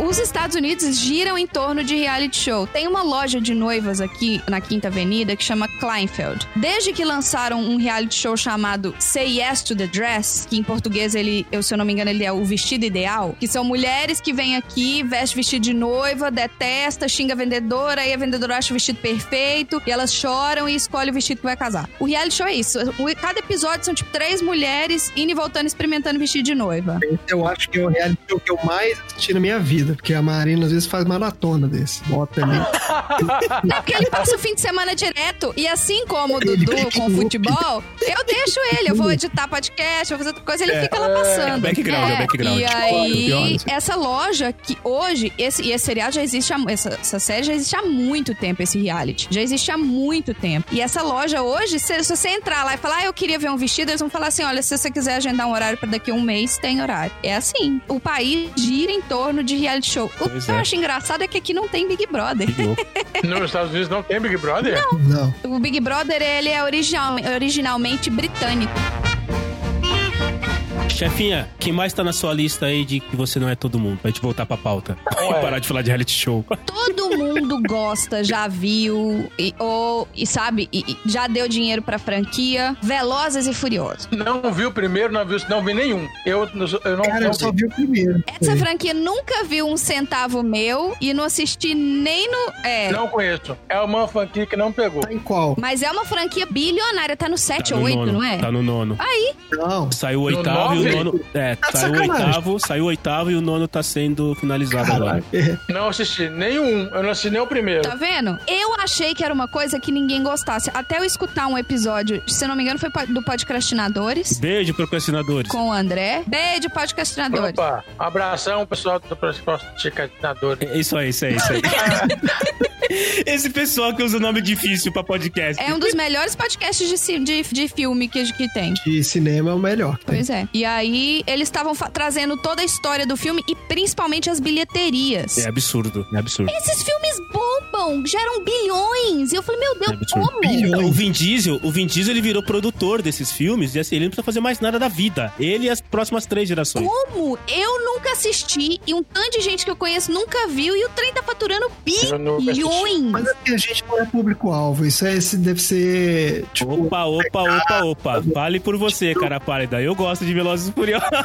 Speaker 2: Os Estados Unidos giram em torno de reality show. Tem uma loja de noivas aqui na Quinta Avenida que chama Kleinfeld. Desde que lançaram um reality show chamado Say Yes to the Dress, que em português ele, eu se eu não me engano, ele é o vestido ideal, que são mulheres que vêm aqui, veste vestido de noiva, detesta, xinga a vendedora, aí a vendedora acha o vestido perfeito, e elas choram e escolhem o vestido que vai casar. O reality show é isso. O- Cada episódio são tipo três mulheres indo e voltando experimentando vestido de noiva.
Speaker 3: Esse eu acho que é o reality show que eu mais assisti na minha vida, porque a Marina às vezes faz maratona desse. Bota ali.
Speaker 2: Não, porque ele passa o fim de semana direto. E assim como o Dudu com o futebol, eu deixo ele. Eu vou editar podcast, eu vou fazer outra coisa, ele fica lá passando.
Speaker 6: é o background, é o background.
Speaker 2: E
Speaker 3: Pior,
Speaker 2: aí,
Speaker 3: pior.
Speaker 2: essa loja que hoje, esse, e esse seriado já existe, há, essa, essa série já existe há muito tempo, esse reality. Já existe há muito tempo. E essa loja hoje, se, se você entrar lá e falar, ah, eu queria ver um vestido, eles vão falar assim: olha, se você quiser agendar um horário pra daqui a um mês, tem horário. É assim. O país gira em torno de reality show. O
Speaker 1: Pois
Speaker 2: que eu
Speaker 1: é.
Speaker 2: acho engraçado é que aqui não tem Big Brother.
Speaker 1: Que louco.
Speaker 4: Nos Estados Unidos não tem Big Brother?
Speaker 3: Não.
Speaker 2: O Big Brother, ele é original- originalmente britânico.
Speaker 1: Chefinha, quem mais tá na sua lista aí de que você não é todo mundo? Pra gente voltar pra pauta.
Speaker 4: Ué.
Speaker 1: E parar de falar de reality show.
Speaker 2: Todo mundo gosta, já viu, e, ou, e sabe, e- e já deu dinheiro pra franquia. Velozes e Furiosos.
Speaker 4: Não vi o primeiro, não vi, o- não vi nenhum. Eu, eu não,
Speaker 3: Cara,
Speaker 4: não
Speaker 3: eu só
Speaker 4: vi.
Speaker 3: vi o primeiro.
Speaker 2: Essa franquia nunca viu um centavo meu e não assisti nem no. É.
Speaker 4: Não conheço. É uma franquia que não pegou.
Speaker 3: Tá em qual?
Speaker 2: Mas é uma franquia bilionária, tá no 7 ou 8,
Speaker 1: nono,
Speaker 2: não é?
Speaker 1: Tá no nono.
Speaker 3: Não.
Speaker 1: Saiu o oitavo e
Speaker 4: nove?
Speaker 1: o nono. É,
Speaker 3: Tá de
Speaker 1: saiu o
Speaker 3: sacanagem.
Speaker 1: oitavo, saiu o oitavo e o nono tá sendo finalizado agora.
Speaker 3: Caralho.
Speaker 4: Não assisti nenhum. Eu não assisti nem o primeiro.
Speaker 2: Tá vendo? Eu achei que era uma coisa que ninguém gostasse. Até eu escutar um episódio, se eu não me engano, foi do Podcrastinadores.
Speaker 1: Beijo, procrastinadores.
Speaker 2: com o André. Beijo, podcastinadores.
Speaker 4: Opa, abração pessoal do Procrastinador.
Speaker 1: É Isso aí, isso aí, isso aí. Esse pessoal que usa o nome difícil pra podcast.
Speaker 2: É um dos melhores podcasts de, ci- de, de filme que, que tem.
Speaker 3: De cinema é o melhor. que tem.
Speaker 2: Pois é. E aí, eles estavam fa- trazendo toda a história do filme e principalmente as bilheterias.
Speaker 1: É absurdo, é absurdo.
Speaker 2: Esses filmes bombam, geram bilhões. E eu falei, meu Deus,
Speaker 1: É absurdo.
Speaker 2: como?
Speaker 1: O Vin Diesel, o Vin Diesel ele virou produtor desses filmes e assim, ele não precisa fazer mais nada da vida. Ele e as próximas três gerações.
Speaker 2: Como? Eu nunca assisti e um tanto de gente que eu conheço nunca viu e o trem tá faturando
Speaker 4: Eu não assisti.
Speaker 2: bilhões.
Speaker 3: Mas é porque a gente não é público-alvo. Isso é, esse deve ser. Tipo,
Speaker 1: Opa, opa, opa, opa. Fale por você, cara pálida. Eu gosto de Velozes e Furiosos.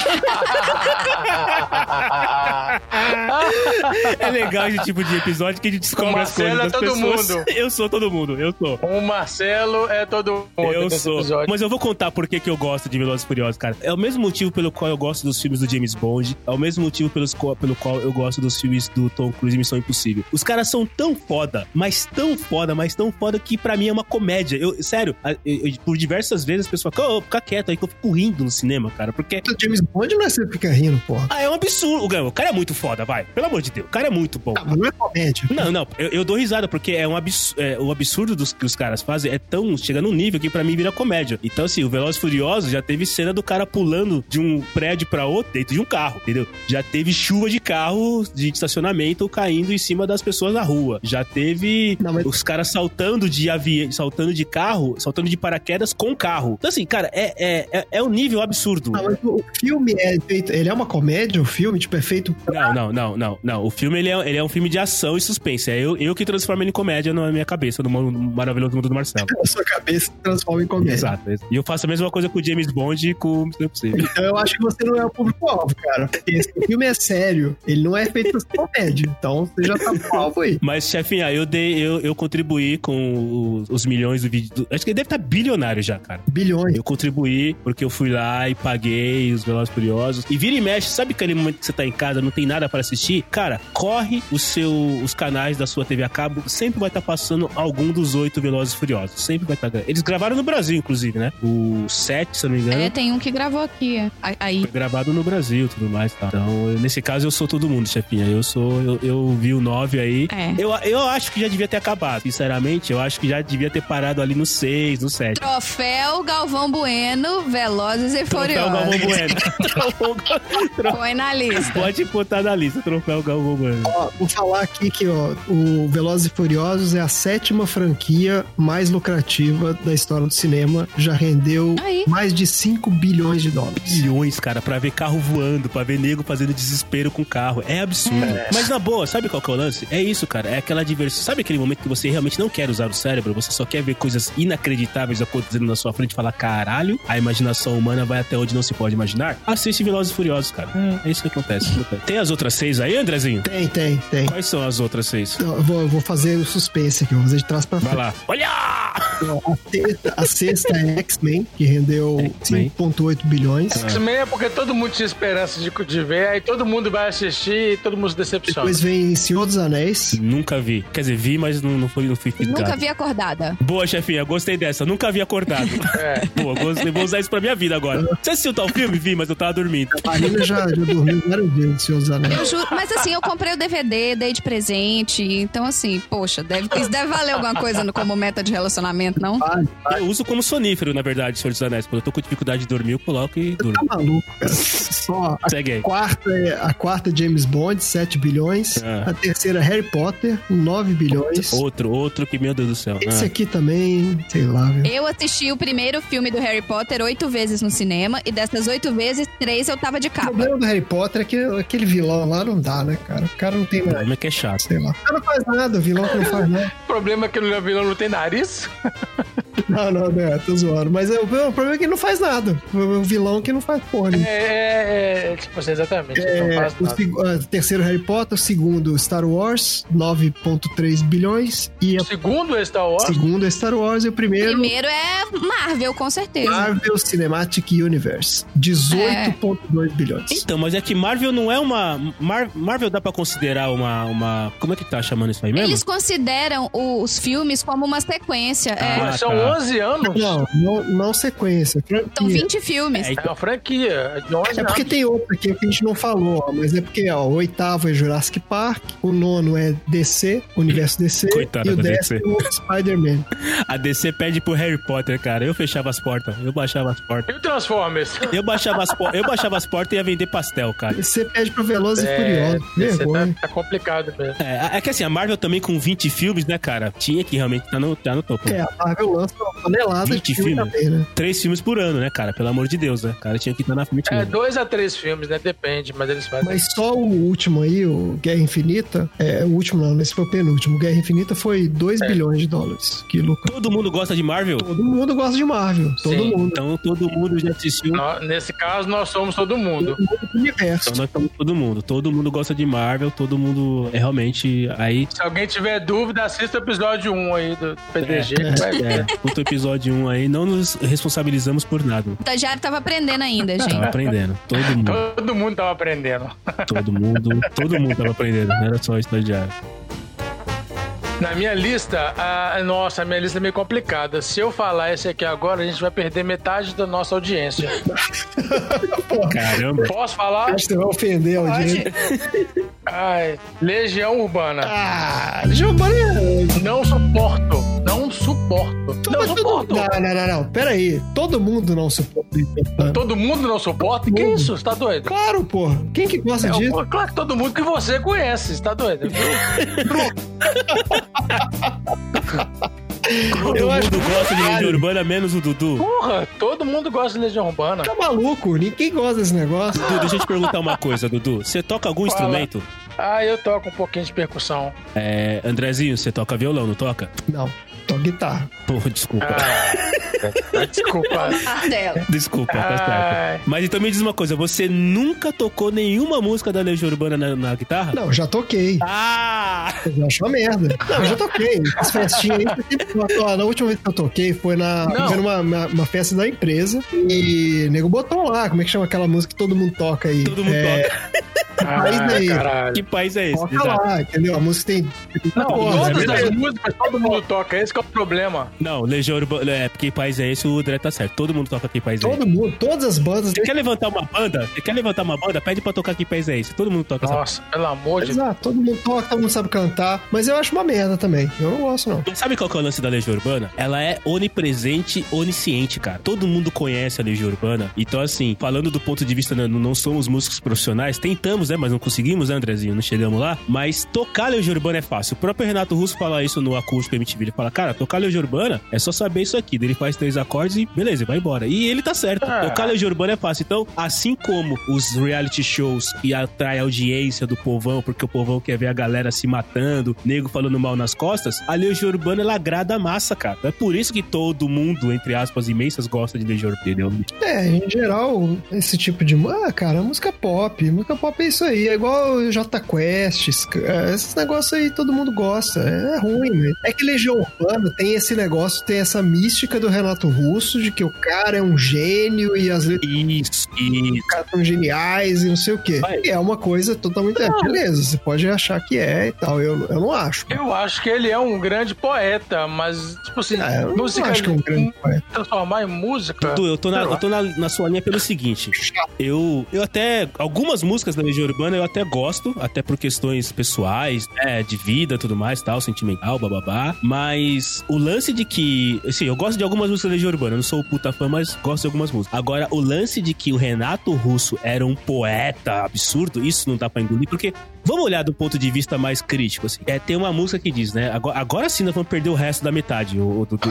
Speaker 1: É legal esse tipo de episódio que a gente descobre as coisas
Speaker 4: Marcelo é
Speaker 1: das
Speaker 4: todo
Speaker 1: pessoas.
Speaker 4: mundo.
Speaker 1: Eu sou todo mundo, eu sou.
Speaker 4: O Marcelo é todo mundo
Speaker 1: Eu
Speaker 4: nesse
Speaker 1: sou.
Speaker 4: episódio.
Speaker 1: Mas eu vou contar por que que eu gosto de Velozes e Furiosos, cara. É o mesmo motivo pelo qual eu gosto dos filmes do James Bond, é o mesmo motivo pelos qual- pelo qual eu gosto dos filmes do Tom Cruise e Missão Impossível. Os caras são tão foda, mas tão foda, mas tão foda que pra mim é uma comédia. Eu, sério, a- eu- eu- por diversas vezes a pessoa fica, "Ô, fica quieto aí que eu fico rindo no cinema, cara, porque
Speaker 3: o James Bond não é sempre ficar rindo, porra.
Speaker 1: ah, é um absurdo. O cara é muito foda, vai. Pelo amor de Deus, o cara é muito bom.
Speaker 3: Tá, mas não é comédia.
Speaker 1: Não, não, eu, eu dou risada, porque é um absurdo, o absurdo dos que os caras fazem é tão. chega num nível que pra mim vira comédia. Então, assim, o Veloz Furioso já teve cena do cara pulando de um prédio pra outro dentro de um carro, entendeu? Já teve chuva de carro de estacionamento caindo em cima das pessoas na rua. Já teve
Speaker 3: Não, mas-
Speaker 1: os caras saltando de avião, saltando de carro, saltando de paraquedas com carro. Então, assim, cara, é, é, é, é um nível absurdo.
Speaker 3: Ah, mas o filme é feito. Ele é uma comédia, o filme, tipo, é feito.
Speaker 1: Não, não, não, não, não. O filme ele é, ele é um filme de ação e suspense. É eu, eu que transformo ele em comédia na minha cabeça, no mon- maravilhoso mundo do Marcelo.
Speaker 3: A sua cabeça se transforma em comédia.
Speaker 1: Exato. E eu faço a mesma coisa com o James Bond e com o é Missão Impossível.
Speaker 3: Então eu acho que você não é o público-alvo, cara. Esse filme é sério. Ele não é feito pra ser comédia. Então você já tá pro alvo aí.
Speaker 1: Mas, chefinha, eu, dei, eu, eu contribuí com os, os milhões do vídeo. do- acho que ele deve estar bilionário já, cara.
Speaker 3: Bilhões.
Speaker 1: Eu contribuí porque eu fui lá e paguei os Velozes e Furiosos. E vira e mexe, sabe aquele momento que você tá em casa, não tem nada pra assistir? Cara, corre o seu, os canais da sua TV a cabo, sempre vai estar passando algum dos oito Velozes e Furiosos. Sempre vai estar. Eles gravaram no Brasil, inclusive, né? O 7, se eu não me engano.
Speaker 2: É, tem um que gravou aqui. é. A- Aí.
Speaker 1: Foi gravado no Brasil e tudo mais. Tá? Então, eu- nesse caso, eu sou todo mundo, chefinha. Eu sou. Eu, eu vi o 9 aí.
Speaker 2: É.
Speaker 1: Eu, eu acho que já devia ter acabado. Sinceramente, eu acho que já devia ter parado ali no 6, no 7.
Speaker 2: Troféu Galvão Bueno, Velozes e
Speaker 1: Troféu Galvão
Speaker 2: Furiosos.
Speaker 1: Bueno. Troféu Gal- Tro-
Speaker 2: Põe na lista.
Speaker 1: Pode botar na lista, troféu Galvão Bueno.
Speaker 3: Ó, vou falar aqui que ó, o Velozes e Furiosos é a sétima franquia mais lucrativa da história do cinema. Já rendeu
Speaker 2: Aí.
Speaker 3: mais de 5 bilhões de dólares.
Speaker 1: Bilhões, cara, pra ver carro voando, pra ver nego fazendo desespero com carro. É absurdo. Mas na boa, sabe qual que é o lance? É isso, cara. É aquela diversão. Sabe aquele momento que você realmente não quer usar o cérebro? Você só quer ver coisas inacreditáveis acontecendo na sua frente e falar, caralho, a imaginação humana vai até onde não se pode imaginar? Assiste Velozes e Furiosos, cara. É isso que acontece. Tem as outras seis aí, Andrezinho?
Speaker 3: Tem, tem, tem.
Speaker 1: Quais são as outras seis?
Speaker 3: Então, eu vou, eu vou fazer o suspense aqui, eu vou fazer de trás pra
Speaker 1: Vai
Speaker 3: frente.
Speaker 1: lá. Olha!
Speaker 3: Ó, A sexta, a sexta é X-Men, que rendeu
Speaker 1: É X-Men.
Speaker 3: 5,8 bilhões.
Speaker 4: X-Men é porque todo mundo tinha esperança de, de ver, aí todo mundo vai assistir e todo mundo se decepciona.
Speaker 3: Depois vem Senhor dos Anéis.
Speaker 1: Nunca vi. Quer dizer, vi, mas não, não fui, não fui
Speaker 2: Nunca
Speaker 1: ligado.
Speaker 2: vi acordada.
Speaker 1: Boa, chefinha, gostei dessa. Nunca havia acordado.
Speaker 4: É.
Speaker 1: Boa, gostei. Vou usar isso pra minha vida agora. Você assistiu tal filme? Vi, mas eu tava dormindo.
Speaker 3: A Marina já, já dormiu várias vezes no Senhor dos Anéis.
Speaker 2: Eu juro, mas assim, eu comprei o DVD, dei de presente. Então, assim, poxa, deve, isso deve valer alguma coisa no- como meta de relacionamento, não?
Speaker 3: Vale,
Speaker 1: Eu uso como sonífero, na verdade, Senhor dos Anéis. Quando eu tô com dificuldade de dormir, eu coloco e
Speaker 3: tá
Speaker 1: durmo.
Speaker 3: maluco, cara. Só a
Speaker 1: Segue aí.
Speaker 3: quarta é a quarta é James Bond, 7 bilhões.
Speaker 1: Ah.
Speaker 3: A terceira é Harry Potter, 9 bilhões.
Speaker 1: Outro, outro que, meu Deus do
Speaker 4: né?
Speaker 1: céu. Ah,
Speaker 3: Esse aqui também, sei lá, viu?
Speaker 2: Eu assisti o primeiro filme do Harry Potter oito vezes no cinema, e dessas oito vezes, três eu tava de
Speaker 3: O
Speaker 2: capa.
Speaker 3: problema do Harry Potter é que aquele vilão lá não dá, né, cara? O cara não tem
Speaker 1: O
Speaker 3: nada,
Speaker 1: problema é que é chato.
Speaker 3: sei lá. O cara não faz nada, o vilão que não faz nada.
Speaker 4: O problema é que o vilão não tem nariz.
Speaker 3: Não, não, não, tô zoando. Mas é, o problema é que ele não faz nada. O vilão que não faz porra
Speaker 4: É,
Speaker 3: nenhuma.
Speaker 4: é, é, tipo assim, exatamente.
Speaker 3: É,
Speaker 4: não faz
Speaker 3: o
Speaker 4: nada.
Speaker 3: seg- ah, terceiro Harry Potter, o segundo Star Wars, 9.3 bilhões. E
Speaker 4: O
Speaker 3: a
Speaker 4: segundo esse da hora,
Speaker 3: segunda é Star Wars e o primeiro
Speaker 2: Primeiro é Marvel, com
Speaker 1: Ah,
Speaker 2: certeza.
Speaker 3: Marvel Cinematic Universe, 18.2 bilhões.
Speaker 1: Então, mas é que Marvel não é uma. Mar- Marvel dá pra considerar uma, uma. Como é que tá chamando isso aí mesmo?
Speaker 2: Eles consideram o- os filmes como uma sequência. é.
Speaker 1: Ah,
Speaker 4: são
Speaker 1: tá.
Speaker 4: 11 anos.
Speaker 3: Não, não, não sequência.
Speaker 2: São
Speaker 3: franquia.
Speaker 2: 20 filmes.
Speaker 1: É,
Speaker 4: É uma franquia de 11
Speaker 3: É porque tem outro aqui que a gente não falou, ó, mas é porque ó, o oitavo é Jurassic Park, o nono é DC, Universo DC,
Speaker 1: Coitado
Speaker 3: e o
Speaker 1: da
Speaker 3: décimo é Spider-Man.
Speaker 1: A DC pede pro Harry Potter, cara. Eu fechava as portas. Eu baixava as portas.
Speaker 4: E o
Speaker 3: é
Speaker 4: Transformers?
Speaker 1: Eu baixava as, por... eu baixava as portas e ia vender pastel, cara.
Speaker 3: Você pede pro Veloz e
Speaker 4: É,
Speaker 3: Furioso, vergonha.
Speaker 4: tá, tá complicado mesmo.
Speaker 1: É, é que assim, a Marvel também com 20 filmes, né, cara? Tinha que realmente tá no, tá no topo.
Speaker 3: É, a Marvel lança uma tonelada de
Speaker 1: 20
Speaker 3: filme
Speaker 1: filmes?
Speaker 3: também, né?
Speaker 1: Três filmes por ano, né, cara? Pelo amor de Deus, né? O cara tinha que estar na frente.
Speaker 4: É,
Speaker 1: mesmo.
Speaker 4: dois a três filmes, né? Depende, mas eles fazem.
Speaker 3: Mas só o último aí, o Guerra Infinita, é, o último não, esse foi o penúltimo. Guerra Infinita foi 2 bilhões de dólares que lucrou.
Speaker 1: Todo mundo gosta de Marvel?
Speaker 3: Todo mundo gosta de Marvel, todo
Speaker 4: Sim.
Speaker 3: mundo,
Speaker 1: Então todo mundo já assistiu.
Speaker 4: Nó- nesse caso, nós somos todo mundo.
Speaker 3: todo mundo do universo.
Speaker 1: Então nós estamos todo mundo. Todo mundo gosta de Marvel, todo mundo é realmente aí.
Speaker 4: Se alguém tiver dúvida, assista o episódio 1 aí do PDG. que vai ver.
Speaker 1: É, puto episódio 1 aí, não nos responsabilizamos por nada.
Speaker 2: O estagiário tava aprendendo ainda,
Speaker 1: Tava
Speaker 2: gente.
Speaker 1: aprendendo. Todo mundo,
Speaker 4: Todo mundo tava aprendendo.
Speaker 1: todo mundo, todo mundo tava aprendendo. Não era só né, estagiário.
Speaker 4: Na minha lista, a, nossa, a minha lista é meio complicada. Se eu falar esse aqui agora, a gente vai perder metade da nossa audiência.
Speaker 1: Caramba.
Speaker 4: Posso falar?
Speaker 3: Acho que você vai ofender a audiência.
Speaker 4: Ai, Legião Urbana.
Speaker 3: Ah, Giovanni,
Speaker 4: Não suporto. Não suporto. Não
Speaker 3: mas todo...
Speaker 4: suporto.
Speaker 3: Não, não, não, não, pera aí. Todo mundo não suporta isso.
Speaker 4: Todo mundo não suporta? Que
Speaker 3: mundo.
Speaker 4: isso? Você tá doido?
Speaker 3: Claro, porra. Quem que gosta
Speaker 4: É,
Speaker 3: disso?
Speaker 4: o- claro que todo mundo que você conhece, você tá doido?
Speaker 1: Todo
Speaker 3: Eu acho
Speaker 1: mundo gosta de Legião
Speaker 3: caralho.
Speaker 1: Urbana, menos o Dudu.
Speaker 4: Porra, todo mundo gosta de Legião Urbana.
Speaker 3: Tá maluco? Ninguém gosta desse negócio.
Speaker 1: Dudu, deixa eu te perguntar uma coisa, Dudu. Você toca algum
Speaker 4: Fala.
Speaker 1: instrumento?
Speaker 4: Ah, eu toco um pouquinho de percussão.
Speaker 1: É, Andrezinho, você toca violão, não toca?
Speaker 3: Não, tô Então, guitarra.
Speaker 1: Porra, desculpa.
Speaker 4: Ah, desculpa.
Speaker 3: Ah.
Speaker 2: Martelo.
Speaker 1: Desculpa, tá certo.
Speaker 4: Ai,
Speaker 1: Mas então me diz uma coisa, você nunca tocou nenhuma música da Legião Urbana na, na guitarra?
Speaker 3: Não, já toquei.
Speaker 1: Ah!
Speaker 3: Eu acho uma merda. Não, já toquei. As festinhas aí, eu sempre toco. Ó, na última vez que eu toquei foi na
Speaker 4: Não.
Speaker 3: foi numa uma, uma festa da empresa. E nego botou lá, como é que chama aquela música que todo mundo toca aí?
Speaker 1: Todo mundo
Speaker 3: É, país é esse?
Speaker 4: caralho.
Speaker 1: Que país é esse?
Speaker 3: Toca lá, entendeu? A música tem. né?
Speaker 4: Não,
Speaker 1: porra,
Speaker 4: todas
Speaker 1: é
Speaker 4: as
Speaker 1: verdade.
Speaker 4: músicas todo mundo toca, esse que é o problema.
Speaker 1: Não, Legião Urbana. É, porque país é esse, o Dre tá certo. Todo mundo toca que país é esse.
Speaker 3: Todo mundo, todas as bandas.
Speaker 1: Você quer levantar uma banda? Você quer levantar uma banda? Pede pra tocar que país é esse. Todo mundo toca essa
Speaker 4: Nossa, pelo amor de Deus.
Speaker 3: Exato, Ah, todo mundo toca, todo mundo sabe cantar. Mas eu acho uma merda também. Eu não gosto, não.
Speaker 1: Sabe qual que é o lance da Legião Urbana? Ela é onipresente, onisciente, cara. Todo mundo conhece a Legião Urbana. Então, assim, falando do ponto de vista, né, não somos músicos profissionais, tentamos, né? Mas não conseguimos, né, Andrezinho? Não chegamos lá. Mas tocar Legião Urbana é fácil. O próprio Renato Russo fala isso no Acústico MTV. Ele fala, cara, tocar Legião Urbana é só saber isso aqui. Daí Ele faz três acordes e beleza, vai embora. E ele tá certo.
Speaker 4: Ah.
Speaker 1: Tocar Legião Urbana é fácil. Então, assim como os reality shows e atrai audiência do povão, porque o povão quer ver a galera se matando, nego falando mal nas costas, a Legião Urbana ela agrada a massa, cara. É por isso que todo mundo, entre aspas, imensas, gosta de Legião Urbana, entendeu?
Speaker 3: É, em geral, esse tipo de. mu- Ah, cara, música pop. Música pop é isso aí. É igual J Quest. es- é, Esses negócios aí todo mundo gosta. É ruim, né? É que Legião Urbana tem esse negócio, tem essa mística do Renato Russo de que o cara é um gênio e as letras
Speaker 1: Isso,
Speaker 3: do cara são geniais e não sei o quê.
Speaker 1: Vai.
Speaker 3: É uma coisa totalmente. é, beleza, você pode achar que é e tal. Eu, eu não acho.
Speaker 4: Eu acho que ele é um grande poeta, mas, tipo assim,
Speaker 3: Ah, eu não
Speaker 4: música. hum.
Speaker 3: acho que é um grande poeta.
Speaker 4: Transformar em música.
Speaker 1: Du, eu tô, na,
Speaker 4: Sei lá.
Speaker 1: eu tô na, na sua linha pelo seguinte. Eu, eu até. Algumas músicas da Legião Urbana eu até gosto, até por questões pessoais, né? De vida tudo mais, tal, sentimental, bababá. Mas o lance de que. Assim, eu gosto de algumas músicas da Legião Urbana. Eu não sou o puta fã, mas gosto de algumas músicas. Agora, o lance de que o Renato Russo era um poeta absurdo, isso não dá pra engolir, porque Vamos olhar do ponto de vista mais crítico, assim. É, tem uma música que diz, né? Agora, agora sim nós vamos perder o resto da metade, o, o Dudu.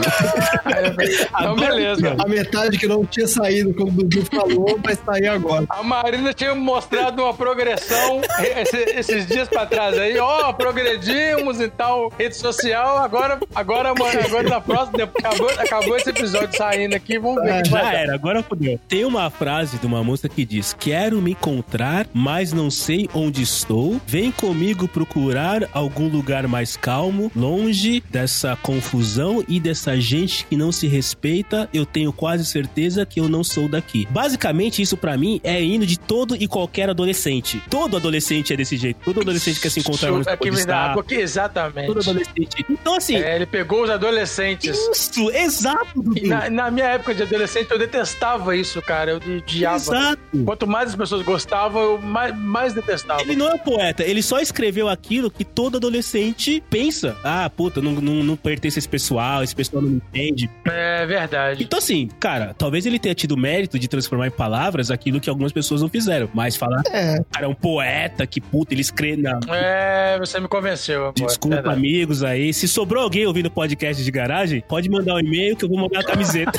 Speaker 4: Então, beleza.
Speaker 3: A metade que não tinha saído, como o Dudu falou, vai sair agora.
Speaker 4: A Marina tinha mostrado uma progressão eh, esse- esses dias pra trás aí, ó, progredimos e tal, rede social, agora, agora, mano, agora na próxima, depois- acabou, acabou esse episódio saindo aqui, vamos ver.
Speaker 3: Ah,
Speaker 4: o que vai
Speaker 1: Já
Speaker 3: é,
Speaker 4: dar.
Speaker 1: era, agora fodeu. Tem uma frase de uma música que diz: Quero me encontrar, mas não sei onde estou. Vem comigo procurar algum lugar mais calmo, longe dessa confusão e dessa gente que não se respeita. Eu tenho quase certeza que eu não sou daqui. Basicamente, isso pra mim é hino de todo e qualquer adolescente. Todo adolescente é desse jeito. Todo adolescente quer se encontrar onde
Speaker 4: Chuta é que
Speaker 1: pode
Speaker 4: me dá
Speaker 1: estar.
Speaker 4: água aqui,
Speaker 1: Todo
Speaker 4: exatamente.
Speaker 1: adolescente. Então, assim,
Speaker 4: É, ele pegou os adolescentes.
Speaker 1: isso, exato,
Speaker 4: E
Speaker 1: Dudu.
Speaker 4: na, na minha época de adolescente, eu detestava isso, cara. Eu odiava.
Speaker 1: Exato.
Speaker 4: Quanto mais as pessoas gostavam, eu mais, mais detestava.
Speaker 1: Ele não é um poeta, ele só escreveu aquilo que todo adolescente pensa. Ah, puta, não, não, não pertence a esse pessoal, esse pessoal não me entende.
Speaker 4: É verdade.
Speaker 1: Então, assim, cara, talvez ele tenha tido mérito de transformar em palavras aquilo que algumas pessoas não fizeram. Mas falar,
Speaker 3: É,
Speaker 1: cara, é um poeta, que puta, ele escreve. Não.
Speaker 4: É, você me convenceu agora.
Speaker 1: Desculpa,
Speaker 4: verdade.
Speaker 1: amigos aí. Se sobrou alguém ouvindo podcast de garagem, pode mandar um e-mail que eu vou mandar a camiseta.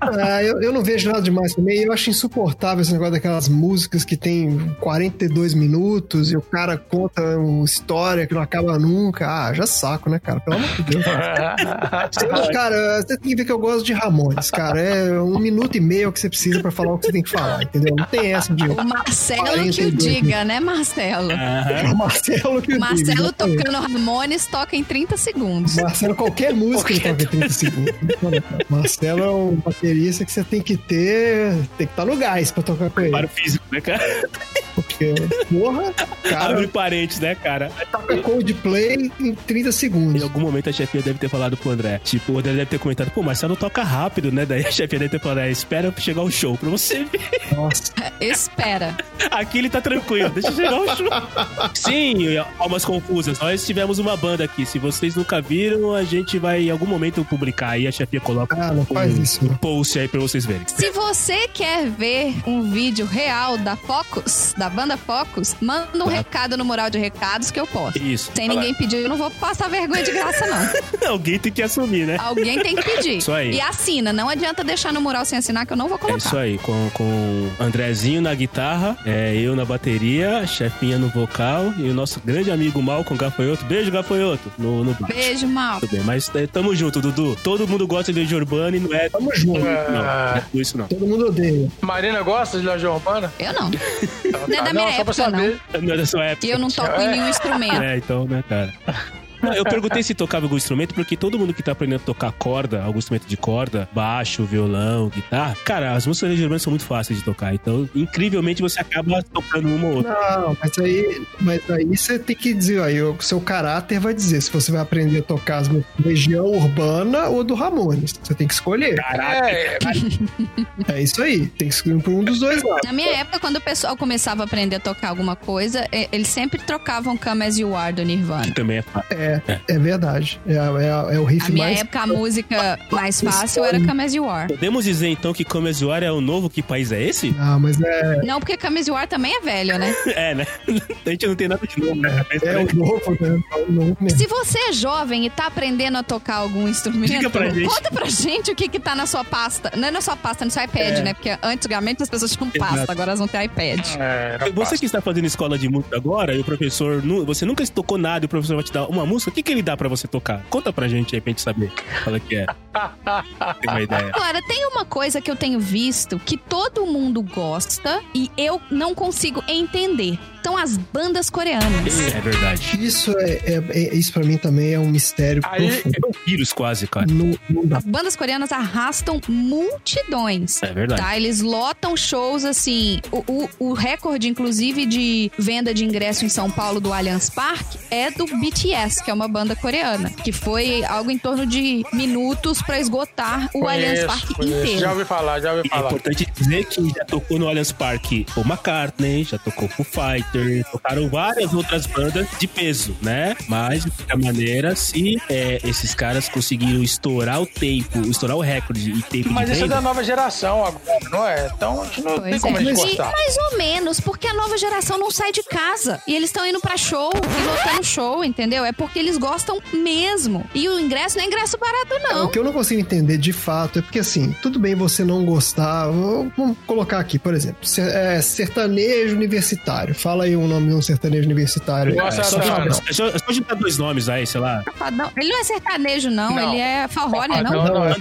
Speaker 3: Ah, eu, eu não vejo nada demais também. Eu acho insuportável esse negócio daquelas músicas que tem 42 minutos e o cara conta uma história que não acaba nunca. Ah, já saco, né, cara? Pelo amor de Deus. Eu, cara, você tem que ver que eu gosto de Ramones, cara. É um minuto e meio que você precisa pra falar o que você tem que falar, entendeu? Não tem essa de
Speaker 2: O Marcelo que o
Speaker 3: 42
Speaker 2: diga, né, Marcelo?
Speaker 1: Aham.
Speaker 3: o Marcelo que eu digo,
Speaker 2: Marcelo
Speaker 3: exatamente.
Speaker 2: tocando Ramones toca em 30 segundos.
Speaker 3: Marcelo, qualquer música ele toca em 30 segundos. Marcelo é um baterista que você tem que ter. Tem que estar no gás pra tocar com
Speaker 1: Para
Speaker 3: ele.
Speaker 1: o físico, né, cara?
Speaker 3: Porque, porra, cara,
Speaker 1: Abre parentes, né, cara?
Speaker 3: toca Coldplay em 30
Speaker 1: Em
Speaker 3: segundos.
Speaker 1: algum momento a chefia deve ter falado pro André. Tipo, o André deve ter comentado, pô, Marcelo toca rápido, né? Daí a chefia deve ter falado, é, espera chegar o show pra você ver.
Speaker 3: Nossa.
Speaker 2: Espera.
Speaker 1: Aqui ele tá tranquilo, deixa chegar o show. Sim, almas confusas. Nós tivemos uma banda aqui. Se vocês nunca viram, a gente vai em algum momento publicar aí. A chefia coloca
Speaker 3: Ah, não faz isso.
Speaker 1: um post aí pra vocês verem.
Speaker 2: Se você quer ver um vídeo real da Focus, da banda Focus, manda um recado no mural de recados que eu posso.
Speaker 1: Tá. Isso.
Speaker 2: Sem ninguém pedir, eu não vou passar vergonha de graça, não.
Speaker 1: Alguém tem que assumir, né?
Speaker 2: Alguém tem que pedir.
Speaker 1: Isso aí.
Speaker 2: E assina, não adianta deixar no mural sem assinar que eu não vou
Speaker 1: É
Speaker 2: colocar.
Speaker 1: isso aí, com, com Andrezinho na guitarra, é, eu na bateria, chefinha no vocal e o nosso grande amigo Malcom Gafanhoto. Beijo, Gafanhoto! No, no baixo.
Speaker 2: Beijo, mal.
Speaker 1: Tudo bem, mas é, tamo junto, Dudu. Todo mundo gosta de Legião Urbana e não é.
Speaker 3: Tamo junto.
Speaker 1: Não, não é
Speaker 4: Ah,
Speaker 1: tudo isso não.
Speaker 3: Todo mundo odeia.
Speaker 4: Marina gosta de Legião Urbana?
Speaker 2: Eu não.
Speaker 4: Não,
Speaker 2: da minha
Speaker 4: só pra
Speaker 2: época,
Speaker 4: saber.
Speaker 1: Não é da sua época.
Speaker 2: E eu não toco em nenhum instrumento.
Speaker 1: É, então, né, cara? Não, eu perguntei se tocava algum instrumento, porque todo mundo que tá aprendendo a tocar corda, algum instrumento de corda, baixo, violão, guitarra, cara, as músicas geralmente são muito fáceis de tocar. Então, incrivelmente, você acaba tocando uma ou outra.
Speaker 3: Não, mas aí, mas aí você tem que dizer, aí o seu caráter vai dizer se você vai aprender a tocar as músicas da Legião Urbana ou do Ramones. Você tem que escolher.
Speaker 1: Caraca,
Speaker 4: É,
Speaker 3: É isso aí. Tem que escolher por um dos dois lados.
Speaker 2: Na minha época, quando o pessoal começava a aprender a tocar alguma coisa, e- eles sempre trocavam Come As You Are do Nirvana.
Speaker 1: que também é fácil.
Speaker 3: É, é verdade. É, é- é o riff
Speaker 2: Na minha
Speaker 3: mais.
Speaker 2: época, a música mais fácil era Come As You Are.
Speaker 1: Podemos dizer, então, que Come As You Are é o novo Que País É Esse?
Speaker 3: Ah, mas é,
Speaker 2: Não, porque Come As You Are também é velho, né?
Speaker 1: É, né? A gente não tem nada de novo na cabeça,
Speaker 3: é
Speaker 1: né?
Speaker 3: o novo, né? É o novo mesmo.
Speaker 2: Se você é jovem e tá aprendendo a tocar algum instrumento,
Speaker 1: Diga pra gente.
Speaker 2: conta pra gente o que que tá na sua pasta. Não é na sua pasta, é no seu iPad, né? Porque antigamente as pessoas tinham pasta,
Speaker 1: Exato.
Speaker 2: agora elas vão ter iPad.
Speaker 4: é, era
Speaker 1: Você que está fazendo escola de música agora e o professor, nu- você nunca se tocou nada e o professor vai te dar uma música, o que, que ele dá pra você tocar? Conta pra gente aí pra gente saber. Fala que é. Tem uma ideia.
Speaker 2: Agora, tem uma coisa que eu tenho visto que todo mundo gosta e eu não consigo entender. São as bandas coreanas.
Speaker 1: É verdade.
Speaker 3: Isso é, é- é- isso para mim também é um mistério
Speaker 4: Aí-
Speaker 3: profundo.
Speaker 1: É um vírus quase, cara.
Speaker 3: Não, não dá.
Speaker 2: As bandas coreanas arrastam multidões.
Speaker 1: É verdade.
Speaker 2: Tá, eles lotam shows assim. O, o- o recorde, inclusive, de venda de ingresso em São Paulo do Allianz Parque é do BTS, que é uma banda coreana, que foi algo em torno de minutos pra esgotar o Allianz Parque
Speaker 4: conheço.
Speaker 2: inteiro.
Speaker 4: Já ouvi falar, já ouvi
Speaker 1: É
Speaker 4: falar.
Speaker 1: importante dizer que já tocou no Allianz Parque o McCartney, já tocou Foo Fighter, tocaram várias outras bandas de peso, né? Mas, de qualquer maneira, se é, esses caras conseguiram estourar o tempo, estourar o recorde e tempo
Speaker 4: Mas
Speaker 1: de
Speaker 4: isso é
Speaker 1: venda,
Speaker 4: da nova geração agora, não é? Então a gente não tem
Speaker 2: Pois
Speaker 4: como a
Speaker 2: é.
Speaker 4: gente
Speaker 2: E
Speaker 4: gostar.
Speaker 2: mais ou menos, porque a nova geração não sai de casa. E eles estão indo pra show e lotando show, entendeu? É porque eles gostam mesmo. E o ingresso não é ingresso barato,
Speaker 3: O
Speaker 2: não.
Speaker 3: que eu não consigo entender de fato é porque, assim, tudo bem você não gostar. vou- Vamos colocar aqui, por exemplo, ser- é, sertanejo universitário. Fala aí um nome de um sertanejo universitário.
Speaker 4: Nossa,
Speaker 1: É, só,
Speaker 4: Não,
Speaker 1: juntar-
Speaker 4: não.
Speaker 1: é só, é só juntar dois nomes aí, sei lá.
Speaker 2: Fadão. Ele não é sertanejo, não.
Speaker 4: Não.
Speaker 2: Ele é forró, né? Não?
Speaker 4: Não, não, é
Speaker 1: André e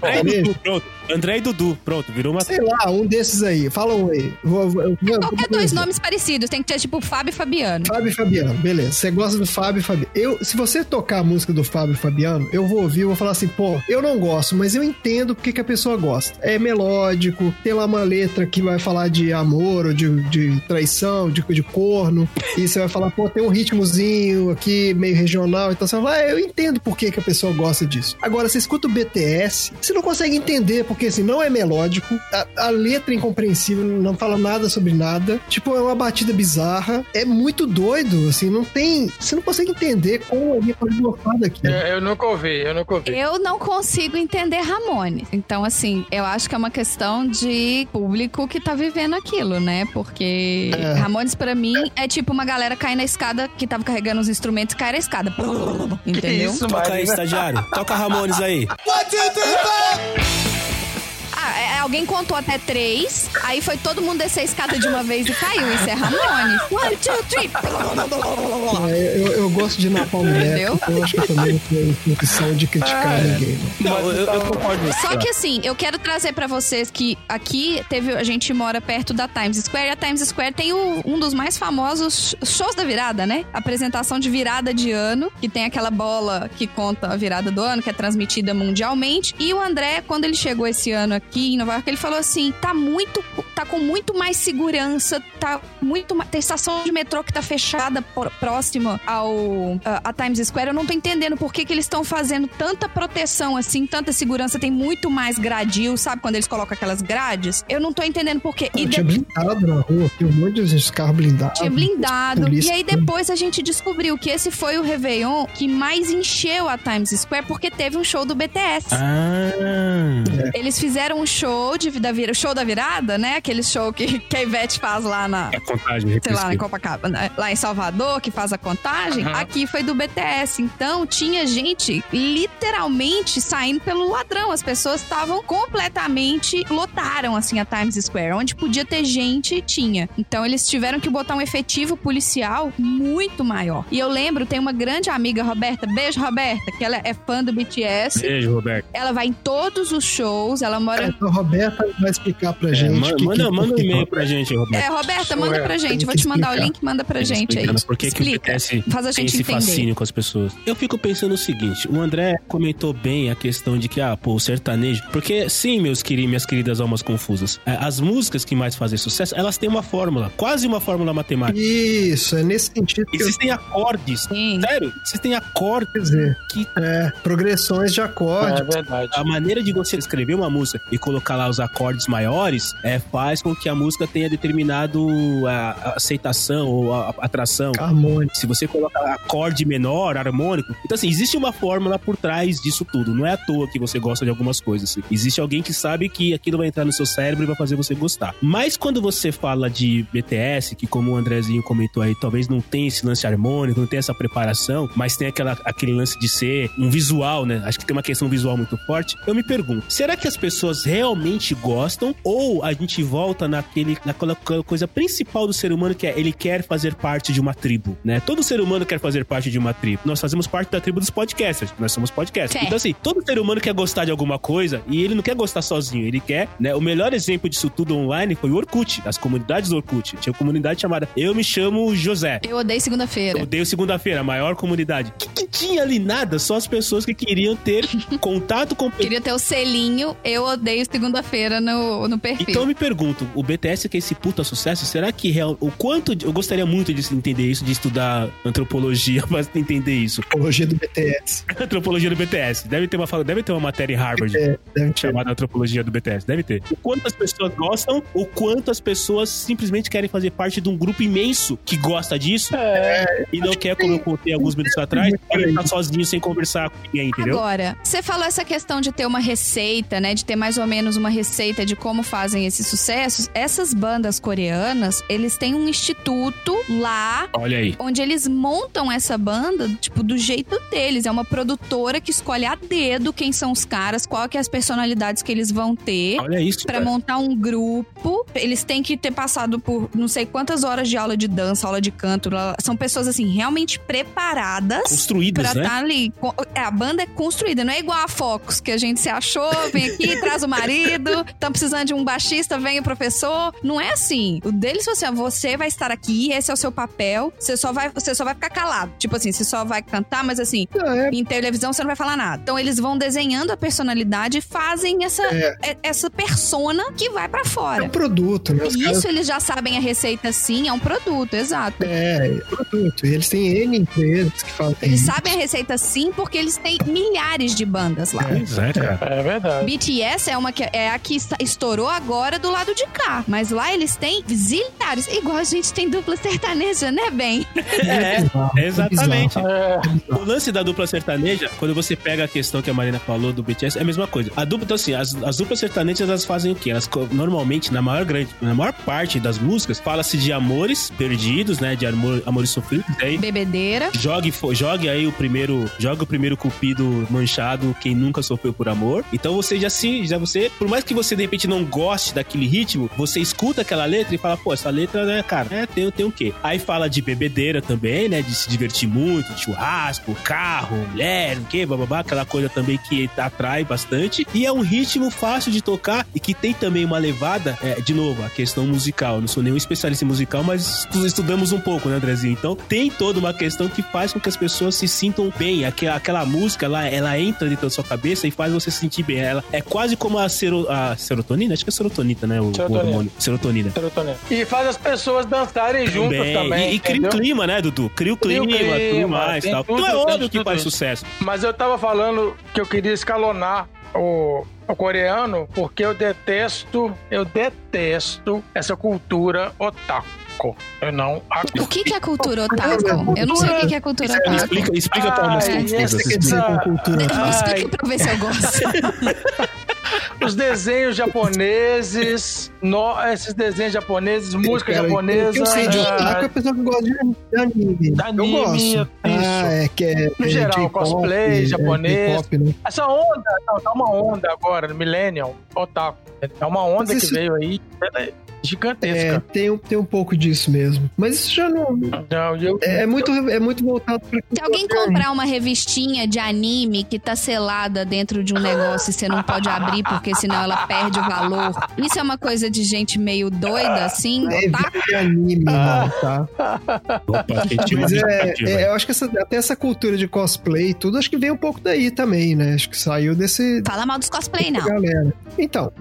Speaker 3: Sertanejo?
Speaker 4: foda.
Speaker 1: Dudu, pronto. André e Dudu, pronto, virou uma.
Speaker 3: Sei lá, um desses aí. Fala um aí. Vou, vou, eu- vou-
Speaker 2: Qualquer
Speaker 3: vou-
Speaker 2: dois nomes parecidos. Tem que ter, tipo, Fábio e Fabiano.
Speaker 3: Fábio e Fabiano, beleza. Você gosta do Fábio e Fabiano. Eu, se você tocar a música do Fábio e Fabiano, eu vou ouvir e vou falar assim, pô, eu não gosto, mas eu entendo porque que a pessoa gosta. É melódico, tem lá uma letra que vai falar de amor ou de, de traição, de, de corno. E você vai falar, pô, tem um ritmozinho aqui, meio regional. Então você vai falar, ah, eu entendo por que, que a pessoa gosta disso. Agora, você escuta o BTS, você não consegue entender, porque assim, não é melódico, a, a letra é incompreensível, não fala nada sobre nada. Tipo, é uma batida bizarra, é muito doido, assim, não tem. Você não consegue entender como alguém pode bloquear aqui.
Speaker 2: É.
Speaker 4: Eu, eu nunca ouvi, eu nunca ouvi.
Speaker 2: Eu não consigo entender Ramones. Então, assim, eu acho que é uma questão de público que tá vivendo aquilo, né? Porque
Speaker 3: É.
Speaker 2: Ramones, pra mim, é tipo uma galera cair na escada que tava carregando os instrumentos e cair na escada. Entendeu?
Speaker 4: isso,
Speaker 1: Toca aí,
Speaker 4: Marina?
Speaker 1: estagiário. Toca Ramones aí.
Speaker 2: Ah, é- alguém contou até três, aí foi todo mundo descer a escada de uma vez e caiu. Isso é Ramones. One, two, three.
Speaker 3: Ah, Eu, eu- eu gosto de Napalm Death,
Speaker 2: Entendeu? Ah, é.
Speaker 3: então eu acho que eu também não tenho intenção de criticar ninguém. né?
Speaker 1: Não, eu,
Speaker 4: então,
Speaker 1: eu
Speaker 4: um-
Speaker 1: concordo com
Speaker 2: Só
Speaker 1: você.
Speaker 2: que assim, eu quero trazer pra vocês que aqui teve a gente mora perto da Times Square e a Times Square tem o- um dos mais famosos shows da virada, né? Apresentação de virada de ano, que tem aquela bola que conta a virada do ano, que é transmitida mundialmente. E o André, quando ele chegou esse ano aqui em Nova York, ele falou assim: "Tá muito, tá com muito mais segurança, tá muito mais, tem estação de metrô que tá fechada por- próxima ao a- a Times Square. Eu não tô entendendo por que que eles estão fazendo tanta proteção assim, tanta segurança, tem muito mais gradil, sabe quando eles colocam aquelas grades? Eu não tô entendendo por quê. E
Speaker 3: Eu
Speaker 2: de-
Speaker 3: tinha blindado na rua, tem um monte de carro blindado.
Speaker 2: tinha blindado.
Speaker 3: Polícia.
Speaker 2: E aí depois a gente descobriu que esse foi o Réveillon que mais encheu a Times Square porque teve um show do BTS.
Speaker 1: Ah.
Speaker 2: Eles fizeram um show de da vira, show da virada, né? Aquele show que, que a Ivete faz lá na,
Speaker 1: É contagem
Speaker 2: sei lá, em
Speaker 1: regressiva.
Speaker 2: Copacabana, né? lá em Salvador, que faz a contagem,
Speaker 4: Aham.
Speaker 2: aqui foi do BTS. Então tinha gente literalmente saindo pelo ladrão. As pessoas estavam completamente lotaram assim a Times Square, onde podia ter gente, tinha. Então eles tiveram que botar um efetivo policial muito maior. E eu lembro, tem uma grande amiga, Roberta, beijo Roberta, que ela é fã do BTS.
Speaker 1: Beijo, Roberto.
Speaker 2: Ela vai em todos os shows, ela mora
Speaker 3: É, A Roberta vai explicar pra
Speaker 1: É,
Speaker 3: gente.
Speaker 1: ma-
Speaker 3: o que
Speaker 1: manda
Speaker 3: que-
Speaker 1: manda um
Speaker 3: que-
Speaker 1: e-mail pra gente, Roberto.
Speaker 2: É, Roberta, manda
Speaker 4: Ué,
Speaker 2: pra gente.
Speaker 3: tem
Speaker 2: Vou
Speaker 3: que
Speaker 2: te mandar o
Speaker 3: explicar.
Speaker 2: link, manda pra gente aí.
Speaker 1: Explicando Por que, que o
Speaker 2: Explica.
Speaker 1: BTS
Speaker 2: Faz a
Speaker 1: tem esse
Speaker 2: gente entender.
Speaker 1: fascínio com as pessoas? Eu fico pensando o seguinte: o André comentou bem a questão de que, ah, pô, o sertanejo. Porque, sim, meus queridos, minhas queridas almas confusas, é, as músicas que mais fazem sucesso, elas têm uma fórmula, quase uma fórmula matemática.
Speaker 3: Isso, é nesse sentido que eu
Speaker 1: Existem acordes.
Speaker 2: Sim.
Speaker 1: Sério, existem acordes
Speaker 3: quis dizer.
Speaker 1: que
Speaker 3: É, progressões de
Speaker 4: É
Speaker 3: acorde.
Speaker 4: verdade.
Speaker 1: A maneira de você escrever uma música e colocar lá os acordes maiores é, faz com que a música tenha determinado a, a aceitação ou a- a atração.
Speaker 3: Harmônico.
Speaker 1: Se você coloca acorde menor, harmônico. Então, assim, existe uma fórmula por trás disso tudo. Não é à toa que você gosta de algumas coisas. assim. Existe alguém que sabe que aquilo vai entrar no seu cérebro e vai fazer você gostar. Mas quando você fala de BTS, que como o Andrezinho comentou aí, talvez não tenha esse lance harmônico, não tenha essa preparação, mas tem aquela, aquele lance de ser um visual, né? Acho que tem uma questão visual muito forte. Eu me pergunto, será que as pessoas realmente gostam? Ou a gente volta naquele, naquela co- coisa principal do ser humano que é ele quer fazer parte de uma tribo, né? Todo ser humano quer fazer parte de uma tribo. Nós fazemos parte da tribo dos podcasters. Nós somos podcasters.
Speaker 2: Certo.
Speaker 1: Então, assim, todo ser humano quer gostar de alguma coisa e ele não quer gostar sozinho. Ele quer, né? O melhor exemplo disso tudo online foi o Orkut, as comunidades do Orkut. Tinha uma comunidade chamada Eu Me Chamo José.
Speaker 2: Eu odeio segunda-feira.
Speaker 1: Eu odeio segunda-feira, a maior comunidade. Que, que tinha ali nada, só as pessoas que queriam ter contato com
Speaker 2: Queria ter o selinho, eu odeio segunda-feira no, no perfil.
Speaker 1: Então eu me pergunto, o BTS que é esse puta sucesso, será que real, o quanto de- eu gostaria muito de entender isso, de estudar antropologia para entender isso.
Speaker 3: Apologia do BTS.
Speaker 1: Antropologia do BTS. Deve ter uma fala- deve ter uma matéria em Harvard
Speaker 3: É, deve ter.
Speaker 1: chamada antropologia do BTS, deve ter. O quanto as pessoas gostam, o quanto as pessoas simplesmente querem fazer parte de um grupo imenso que gosta disso e não quer, como eu contei alguns minutos atrás, quer estar sozinho sem conversar com ninguém, entendeu?
Speaker 2: Agora, você falou essa questão de ter uma receita, né? De ter mais ou menos uma receita de como fazem esses sucessos. Essas bandas coreanas, eles têm um instituto lá
Speaker 1: Olha aí.
Speaker 2: onde eles montam essa banda, tipo, do jeito deles. É uma produtora que escolhe a dedo quem são os caras, qual que é as personalidades que eles vão ter.
Speaker 1: Olha isso.
Speaker 2: Pra
Speaker 1: cara.
Speaker 2: montar um grupo, eles têm que ter passado por não sei quantas horas de aula de dança, aula de canto. lá- São pessoas, assim, realmente preparadas
Speaker 1: Construídas,
Speaker 2: pra
Speaker 1: né?
Speaker 2: tá ali. Co- é, a banda é construída, não é igual a Focus, que a gente se achou, vem aqui, traz o marido, estão precisando de um baixista, vem o professor. Não é assim. O deles foi assim: ó, você vai estar aqui, esse é o seu papel, você só vai, você só vai ficar calado. Tipo assim, você só vai cantar, mas assim,
Speaker 3: Ah, é,
Speaker 2: em televisão você não vai falar nada. Então eles vão desenhando a personalidade e fazem essa,
Speaker 3: É.
Speaker 2: é- essa persona que vai pra
Speaker 3: é um
Speaker 2: fora.
Speaker 3: produto, né? Os
Speaker 2: E
Speaker 3: caras-
Speaker 2: isso eles já sabem a receita sim, é um produto, exato.
Speaker 3: É, é produto. E eles têm N empresas que fazem
Speaker 2: Eles
Speaker 3: isso.
Speaker 2: sabem a receita sim porque eles têm milhares de bandas lá.
Speaker 1: Pois é, cara.
Speaker 4: É verdade.
Speaker 2: BTS é uma que é a que esta- estourou agora do lado de cá, mas lá eles têm zilhares, igual a gente tem dupla sertaneja, né, bem?
Speaker 1: É,
Speaker 3: bizarro,
Speaker 1: exatamente.
Speaker 3: bizarro.
Speaker 4: É,
Speaker 1: O lance da dupla sertaneja, quando você pega a questão que a Marina falou do BTS, é a mesma coisa. A dupla, então assim, as, as duplas sertanejas elas fazem o quê? Elas co- normalmente, na maior grande, na maior parte das músicas, fala-se de amores perdidos, né? De amor, amores sofridos. né, Aí,
Speaker 2: Bebedeira.
Speaker 1: jogue, fo- jogue aí o primeiro, jogue o primeiro cupido manchado, quem nunca sofreu por amor. Então você já se, já você, por mais que você de repente não goste daquele ritmo, você escuta aquela letra e fala, pô, essa letra, né, cara, é, tem, tem o quê? Aí fala de bebedeira também, né, de se divertir muito, de churrasco, carro, mulher, não que, bababá, aquela coisa também que atrai bastante. E é um ritmo fácil de tocar e que tem também uma levada, é, de novo, a questão musical. Eu não sou nenhum especialista em musical, mas estu- estudamos um pouco, né, Andrezinho? Então tem toda uma questão que faz com que as pessoas se sintam bem. Aquela, aquela música, ela, ela entra dentro da sua cabeça e faz você se sentir bem. Ela é quase como a, sero- a serotonina, acho que é serotonina, né? O, o
Speaker 4: Serotonina.
Speaker 1: hormônio. Serotonina.
Speaker 4: serotonina. E faz as pessoas dançarem juntas
Speaker 1: Também.
Speaker 4: também.
Speaker 1: E, e cria o
Speaker 4: entendeu?
Speaker 1: clima, né, Dudu? Cria o
Speaker 4: Cria
Speaker 1: clima,
Speaker 4: o
Speaker 1: tudo
Speaker 4: clima,
Speaker 1: mais
Speaker 4: tem
Speaker 1: tal.
Speaker 4: tudo,
Speaker 1: Então é
Speaker 4: tem
Speaker 1: óbvio que
Speaker 4: tudo
Speaker 1: faz
Speaker 4: isso.
Speaker 1: sucesso.
Speaker 4: Mas eu tava falando que eu queria escalonar o, o coreano, porque eu detesto, eu detesto essa cultura otaku. Eu não
Speaker 2: O que, que é cultura otaku? Eu não sei o que, que é cultura otaku.
Speaker 1: Explica, explica para
Speaker 4: Ai,
Speaker 1: nós
Speaker 4: Ah, essa
Speaker 1: confusas.
Speaker 3: Quer dizer,
Speaker 4: Ah,
Speaker 3: com cultura.
Speaker 4: ah,
Speaker 2: Explica pra eu ver se eu gosto.
Speaker 4: Os desenhos japoneses, no- esses desenhos japoneses, música
Speaker 3: Cara,
Speaker 4: japonesa.
Speaker 3: O que eu sei de
Speaker 4: ah,
Speaker 3: otaku é a pessoa que gosta de anime.
Speaker 4: De anime,
Speaker 3: eu gosto.
Speaker 4: isso.
Speaker 3: Ah, é que é.
Speaker 4: No
Speaker 3: é
Speaker 4: geral,
Speaker 3: J-pop,
Speaker 4: cosplay,
Speaker 3: é
Speaker 4: japonês.
Speaker 3: J-pop, né?
Speaker 4: Essa onda, não, tá uma onda agora, Millennium, otaku. É uma onda
Speaker 3: Mas
Speaker 4: que
Speaker 3: isso-
Speaker 4: veio aí.
Speaker 3: É,
Speaker 4: gigantesca.
Speaker 3: tem, um- tem um pouco disso mesmo. Mas isso já não.
Speaker 4: Não, e eu,
Speaker 3: É, é muito, é muito voltado pra.
Speaker 2: Se alguém comprar uma revistinha de anime que tá selada dentro de um negócio e você não pode abrir porque senão ela perde o valor, isso é uma coisa de gente meio doida, assim,
Speaker 3: É,
Speaker 2: tá?
Speaker 3: vídeo de anime, mano, tá?
Speaker 1: Opa, a gente tinha uma
Speaker 3: Mas é,
Speaker 1: justificativa.
Speaker 3: é, eu acho que essa- até essa cultura de cosplay e tudo, acho que veio um pouco daí também, né? Acho que saiu desse.
Speaker 2: Fala mal dos cosplay,
Speaker 3: dessa
Speaker 2: não.
Speaker 3: Galera. Então,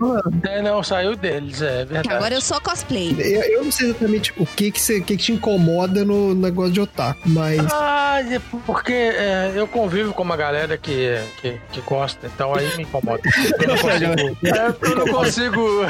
Speaker 4: é, não, saiu deles, é
Speaker 2: Que
Speaker 4: verdade.
Speaker 2: agora eu sou cosplay.
Speaker 3: eu, eu não sei exatamente o que que, você- o que que te incomoda no negócio de otaku, mas.
Speaker 4: Ah, é porque é, eu convivo com uma galera que, que, que gosta, então aí me incomoda.
Speaker 2: Ah.
Speaker 4: Eu não consigo. é, eu não consigo.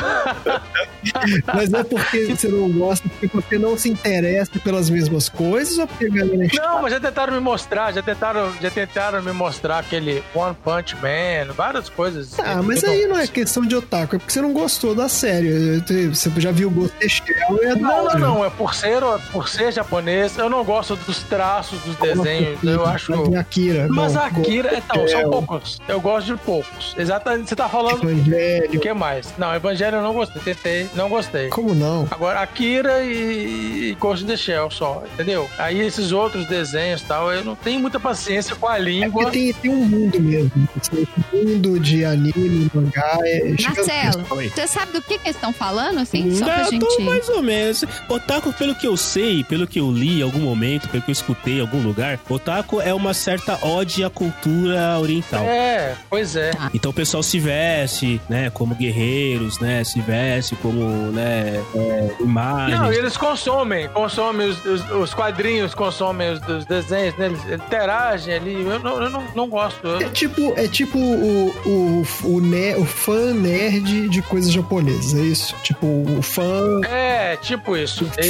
Speaker 3: Mas não é porque você não gosta, porque você não se interessa pelas mesmas coisas ou porque a galera é
Speaker 4: Não, mas já tentaram me mostrar, já tentaram, já tentaram me mostrar aquele One Punch Man, várias coisas.
Speaker 3: Ah,
Speaker 4: Eu
Speaker 3: mas aí não é questão de otaku, é porque você não gostou da série. Você já viu o Ghost Shell e é da
Speaker 4: Não, não,
Speaker 3: hora.
Speaker 4: não, é por ser, por ser japonês, eu não gosto dos traços dos desenhos, então eu acho...
Speaker 3: Mas e Akira.
Speaker 4: Mas
Speaker 3: Bom,
Speaker 4: a Akira, é tal,
Speaker 3: Shell.
Speaker 4: são poucos, eu gosto de poucos. Exatamente, você tá falando... O
Speaker 3: Evangelho.
Speaker 4: que mais? Não, Evangelho eu não gostei, tentei, não gostei.
Speaker 3: Como não?
Speaker 4: Agora, Akira e, e Ghost in the Shell só, entendeu? Aí esses outros desenhos e tal, eu não tenho muita paciência com a
Speaker 3: É porque
Speaker 4: língua.
Speaker 3: tem, tem um mundo mesmo. Esse mundo de anime, mangá. É
Speaker 2: Marcelo,
Speaker 1: Oi.
Speaker 2: você sabe do que, que eles estão falando, assim? Só pra
Speaker 1: Não, eu tô
Speaker 2: gente.
Speaker 1: mais ou menos. Otaku, pelo que eu sei, pelo que eu li em algum momento, pelo que eu escutei em algum lugar, otaku é uma certa ode à cultura oriental.
Speaker 4: É, pois é.
Speaker 1: Então o pessoal se veste, né, como guerreiros, né, se veste como, né, é, imagens.
Speaker 4: Não, eles consomem, consomem os, os- os quadrinhos, consomem os, os desenhos, né? eles interagem ali. Eu não, eu não, não gosto.
Speaker 3: É
Speaker 4: Eu-
Speaker 3: tipo, é tipo o, o, o, ne- o fã nerd de coisas japonesas, é isso? Tipo, o fã,
Speaker 4: É, tipo isso.
Speaker 3: o fã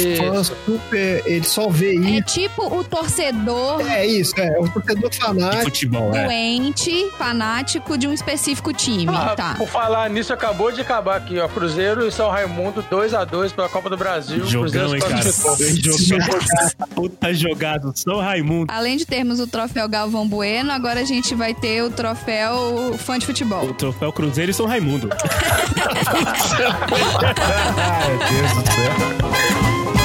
Speaker 4: Isso.
Speaker 3: super. Ele só vê
Speaker 2: É
Speaker 3: isso.
Speaker 2: tipo o torcedor
Speaker 3: É isso, é. O torcedor
Speaker 1: de
Speaker 3: fanático.
Speaker 1: futebol, é.
Speaker 2: doente, fanático de um específico time,
Speaker 4: Ah,
Speaker 2: tá?
Speaker 4: Por falar nisso, acabou de acabar aqui, ó. Cruzeiro e São Raimundo 2x2 pela Copa do Brasil.
Speaker 1: Jogão,
Speaker 4: Cruzeiro
Speaker 1: hein,
Speaker 4: se
Speaker 1: cara.
Speaker 4: classificou.
Speaker 1: Jogão. Puta jogado, São Raimundo.
Speaker 2: Além de termos o troféu Galvão Bueno, agora a gente vai ter o troféu fã de futebol.
Speaker 1: O troféu Cruzeiro e São Raimundo.
Speaker 5: Ai, Deus do céu.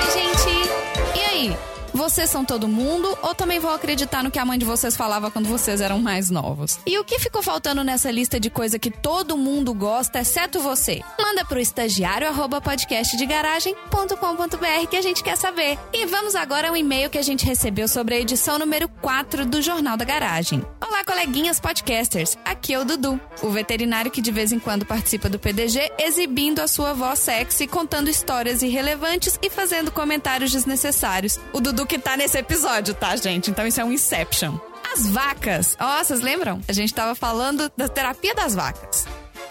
Speaker 2: E, gente, e aí? Vocês são todo mundo ou também vão acreditar no que a mãe de vocês falava quando vocês eram mais novos? E o que ficou faltando nessa lista de coisa que todo mundo gosta, exceto você? Manda pro estagiário arroba podcastdegaragem.com.br que a gente quer saber. E vamos agora ao e-mail que a gente recebeu sobre a edição número 4 do Jornal da Garagem. Olá, coleguinhas podcasters. Aqui é o Dudu, o veterinário que de vez em quando participa do PDG, exibindo a sua voz sexy, contando histórias irrelevantes e fazendo comentários desnecessários. O Dudu que tá nesse episódio, tá, gente? Então isso é um Inception. As vacas. Ó, vocês lembram? A gente tava falando da terapia das vacas.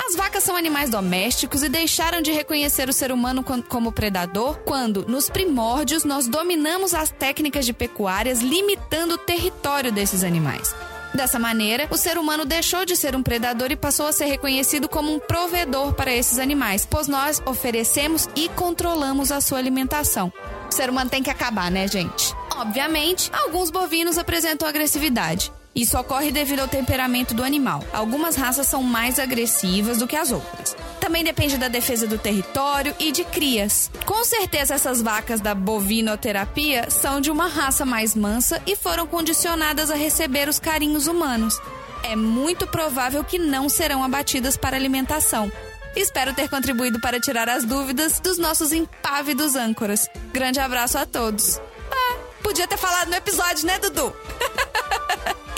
Speaker 2: As vacas são animais domésticos e deixaram de reconhecer o ser humano quan- como predador quando, nos primórdios, nós dominamos as técnicas de pecuárias, limitando o território desses animais. Dessa maneira, o ser humano deixou de ser um predador e passou a ser reconhecido como um provedor para esses animais, pois nós oferecemos e controlamos a sua alimentação. O ser humano tem que acabar, né, gente? Obviamente, alguns bovinos apresentam agressividade. Isso ocorre devido ao temperamento do animal. Algumas raças são mais agressivas do que as outras. Também depende da defesa do território e de crias. Com certeza, essas vacas da bovinoterapia são de uma raça mais mansa e foram condicionadas a receber os carinhos humanos. É muito provável que não serão abatidas para alimentação. Espero ter contribuído para tirar as dúvidas dos nossos impávidos âncoras. Grande abraço a todos. Ah, podia ter falado no episódio, né, Dudu?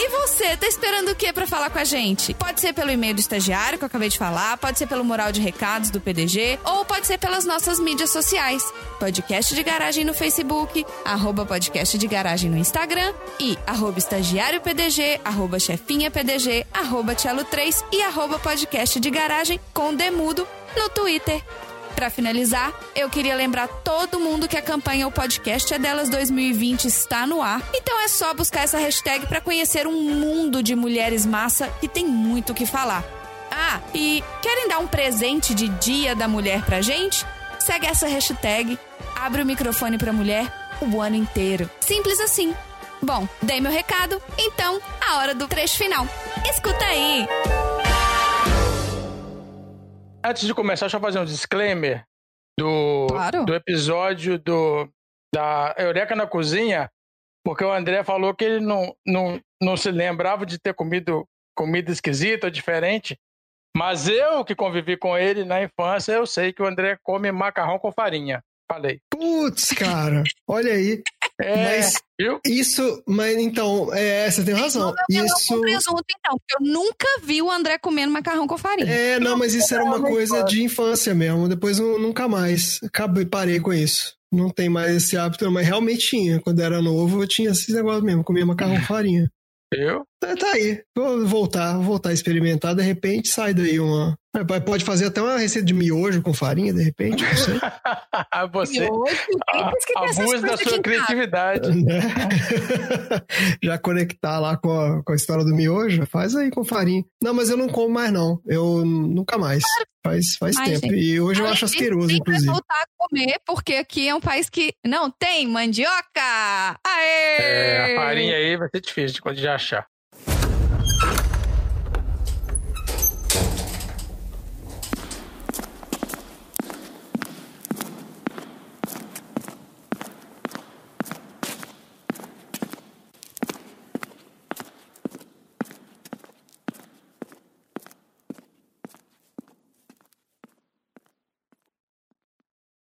Speaker 2: E você, tá esperando o que pra falar com a gente? Pode ser pelo e-mail do estagiário que eu acabei de falar, pode ser pelo mural de recados do PDG, ou pode ser pelas nossas mídias sociais. Podcast de Garagem no Facebook, arroba podcast de garagem no Instagram e arroba estagiário PDG, arroba chefinha PDG, arroba Tchelo 3 e arroba podcast de garagem com demudo no Twitter. Pra finalizar, eu queria lembrar todo mundo que a campanha O Podcast é Delas 2020 está no ar. Então é só buscar essa hashtag pra conhecer um mundo de mulheres massa que tem muito o que falar. Ah, e querem dar um presente de Dia da Mulher pra gente? Segue essa hashtag, abre o microfone pra mulher o ano inteiro. Simples assim. Bom, dei meu recado, então a hora do trecho final. Escuta aí!
Speaker 4: Antes de começar, deixa eu fazer um disclaimer do,
Speaker 2: Claro.
Speaker 4: do episódio do, da Eureka na Cozinha, porque o André falou que ele não, não, não se lembrava de ter comido comida esquisita ou diferente. Mas eu que convivi com ele na infância, eu sei que o André come macarrão com farinha. Falei.
Speaker 3: Putz, cara, olha aí.
Speaker 4: É,
Speaker 3: Mas
Speaker 4: viu?
Speaker 3: isso, mas então, é, você tem razão.
Speaker 2: Eu
Speaker 3: Isso.
Speaker 2: com presunto, então, porque eu nunca vi o André comendo macarrão com farinha.
Speaker 3: É, não, mas isso era uma coisa de infância mesmo. Depois eu nunca mais. Acabei, parei com isso. Não tem mais esse hábito, mas realmente tinha. Quando era novo, eu tinha esse negócio mesmo, comia macarrão com farinha.
Speaker 4: Viu?
Speaker 3: Tá, tá aí. Vou voltar, vou voltar a experimentar, de repente sai daí uma. É, pode- Pode fazer até uma receita de miojo com farinha, de repente, não sei.
Speaker 4: Você
Speaker 2: Hoje,
Speaker 4: a- abusa da sua criatividade.
Speaker 3: né? Já conectar lá com a, com a história do miojo, faz aí com farinha. Não, mas eu não como mais, não. Eu nunca mais. Faz, faz
Speaker 2: Mas,
Speaker 3: tempo.
Speaker 2: gente,
Speaker 3: E hoje eu acho asqueroso, inclusive.
Speaker 2: voltar a comer, porque aqui é um país que não tem mandioca! Aê! É.
Speaker 4: É, a farinha aí vai ser difícil de- de achar.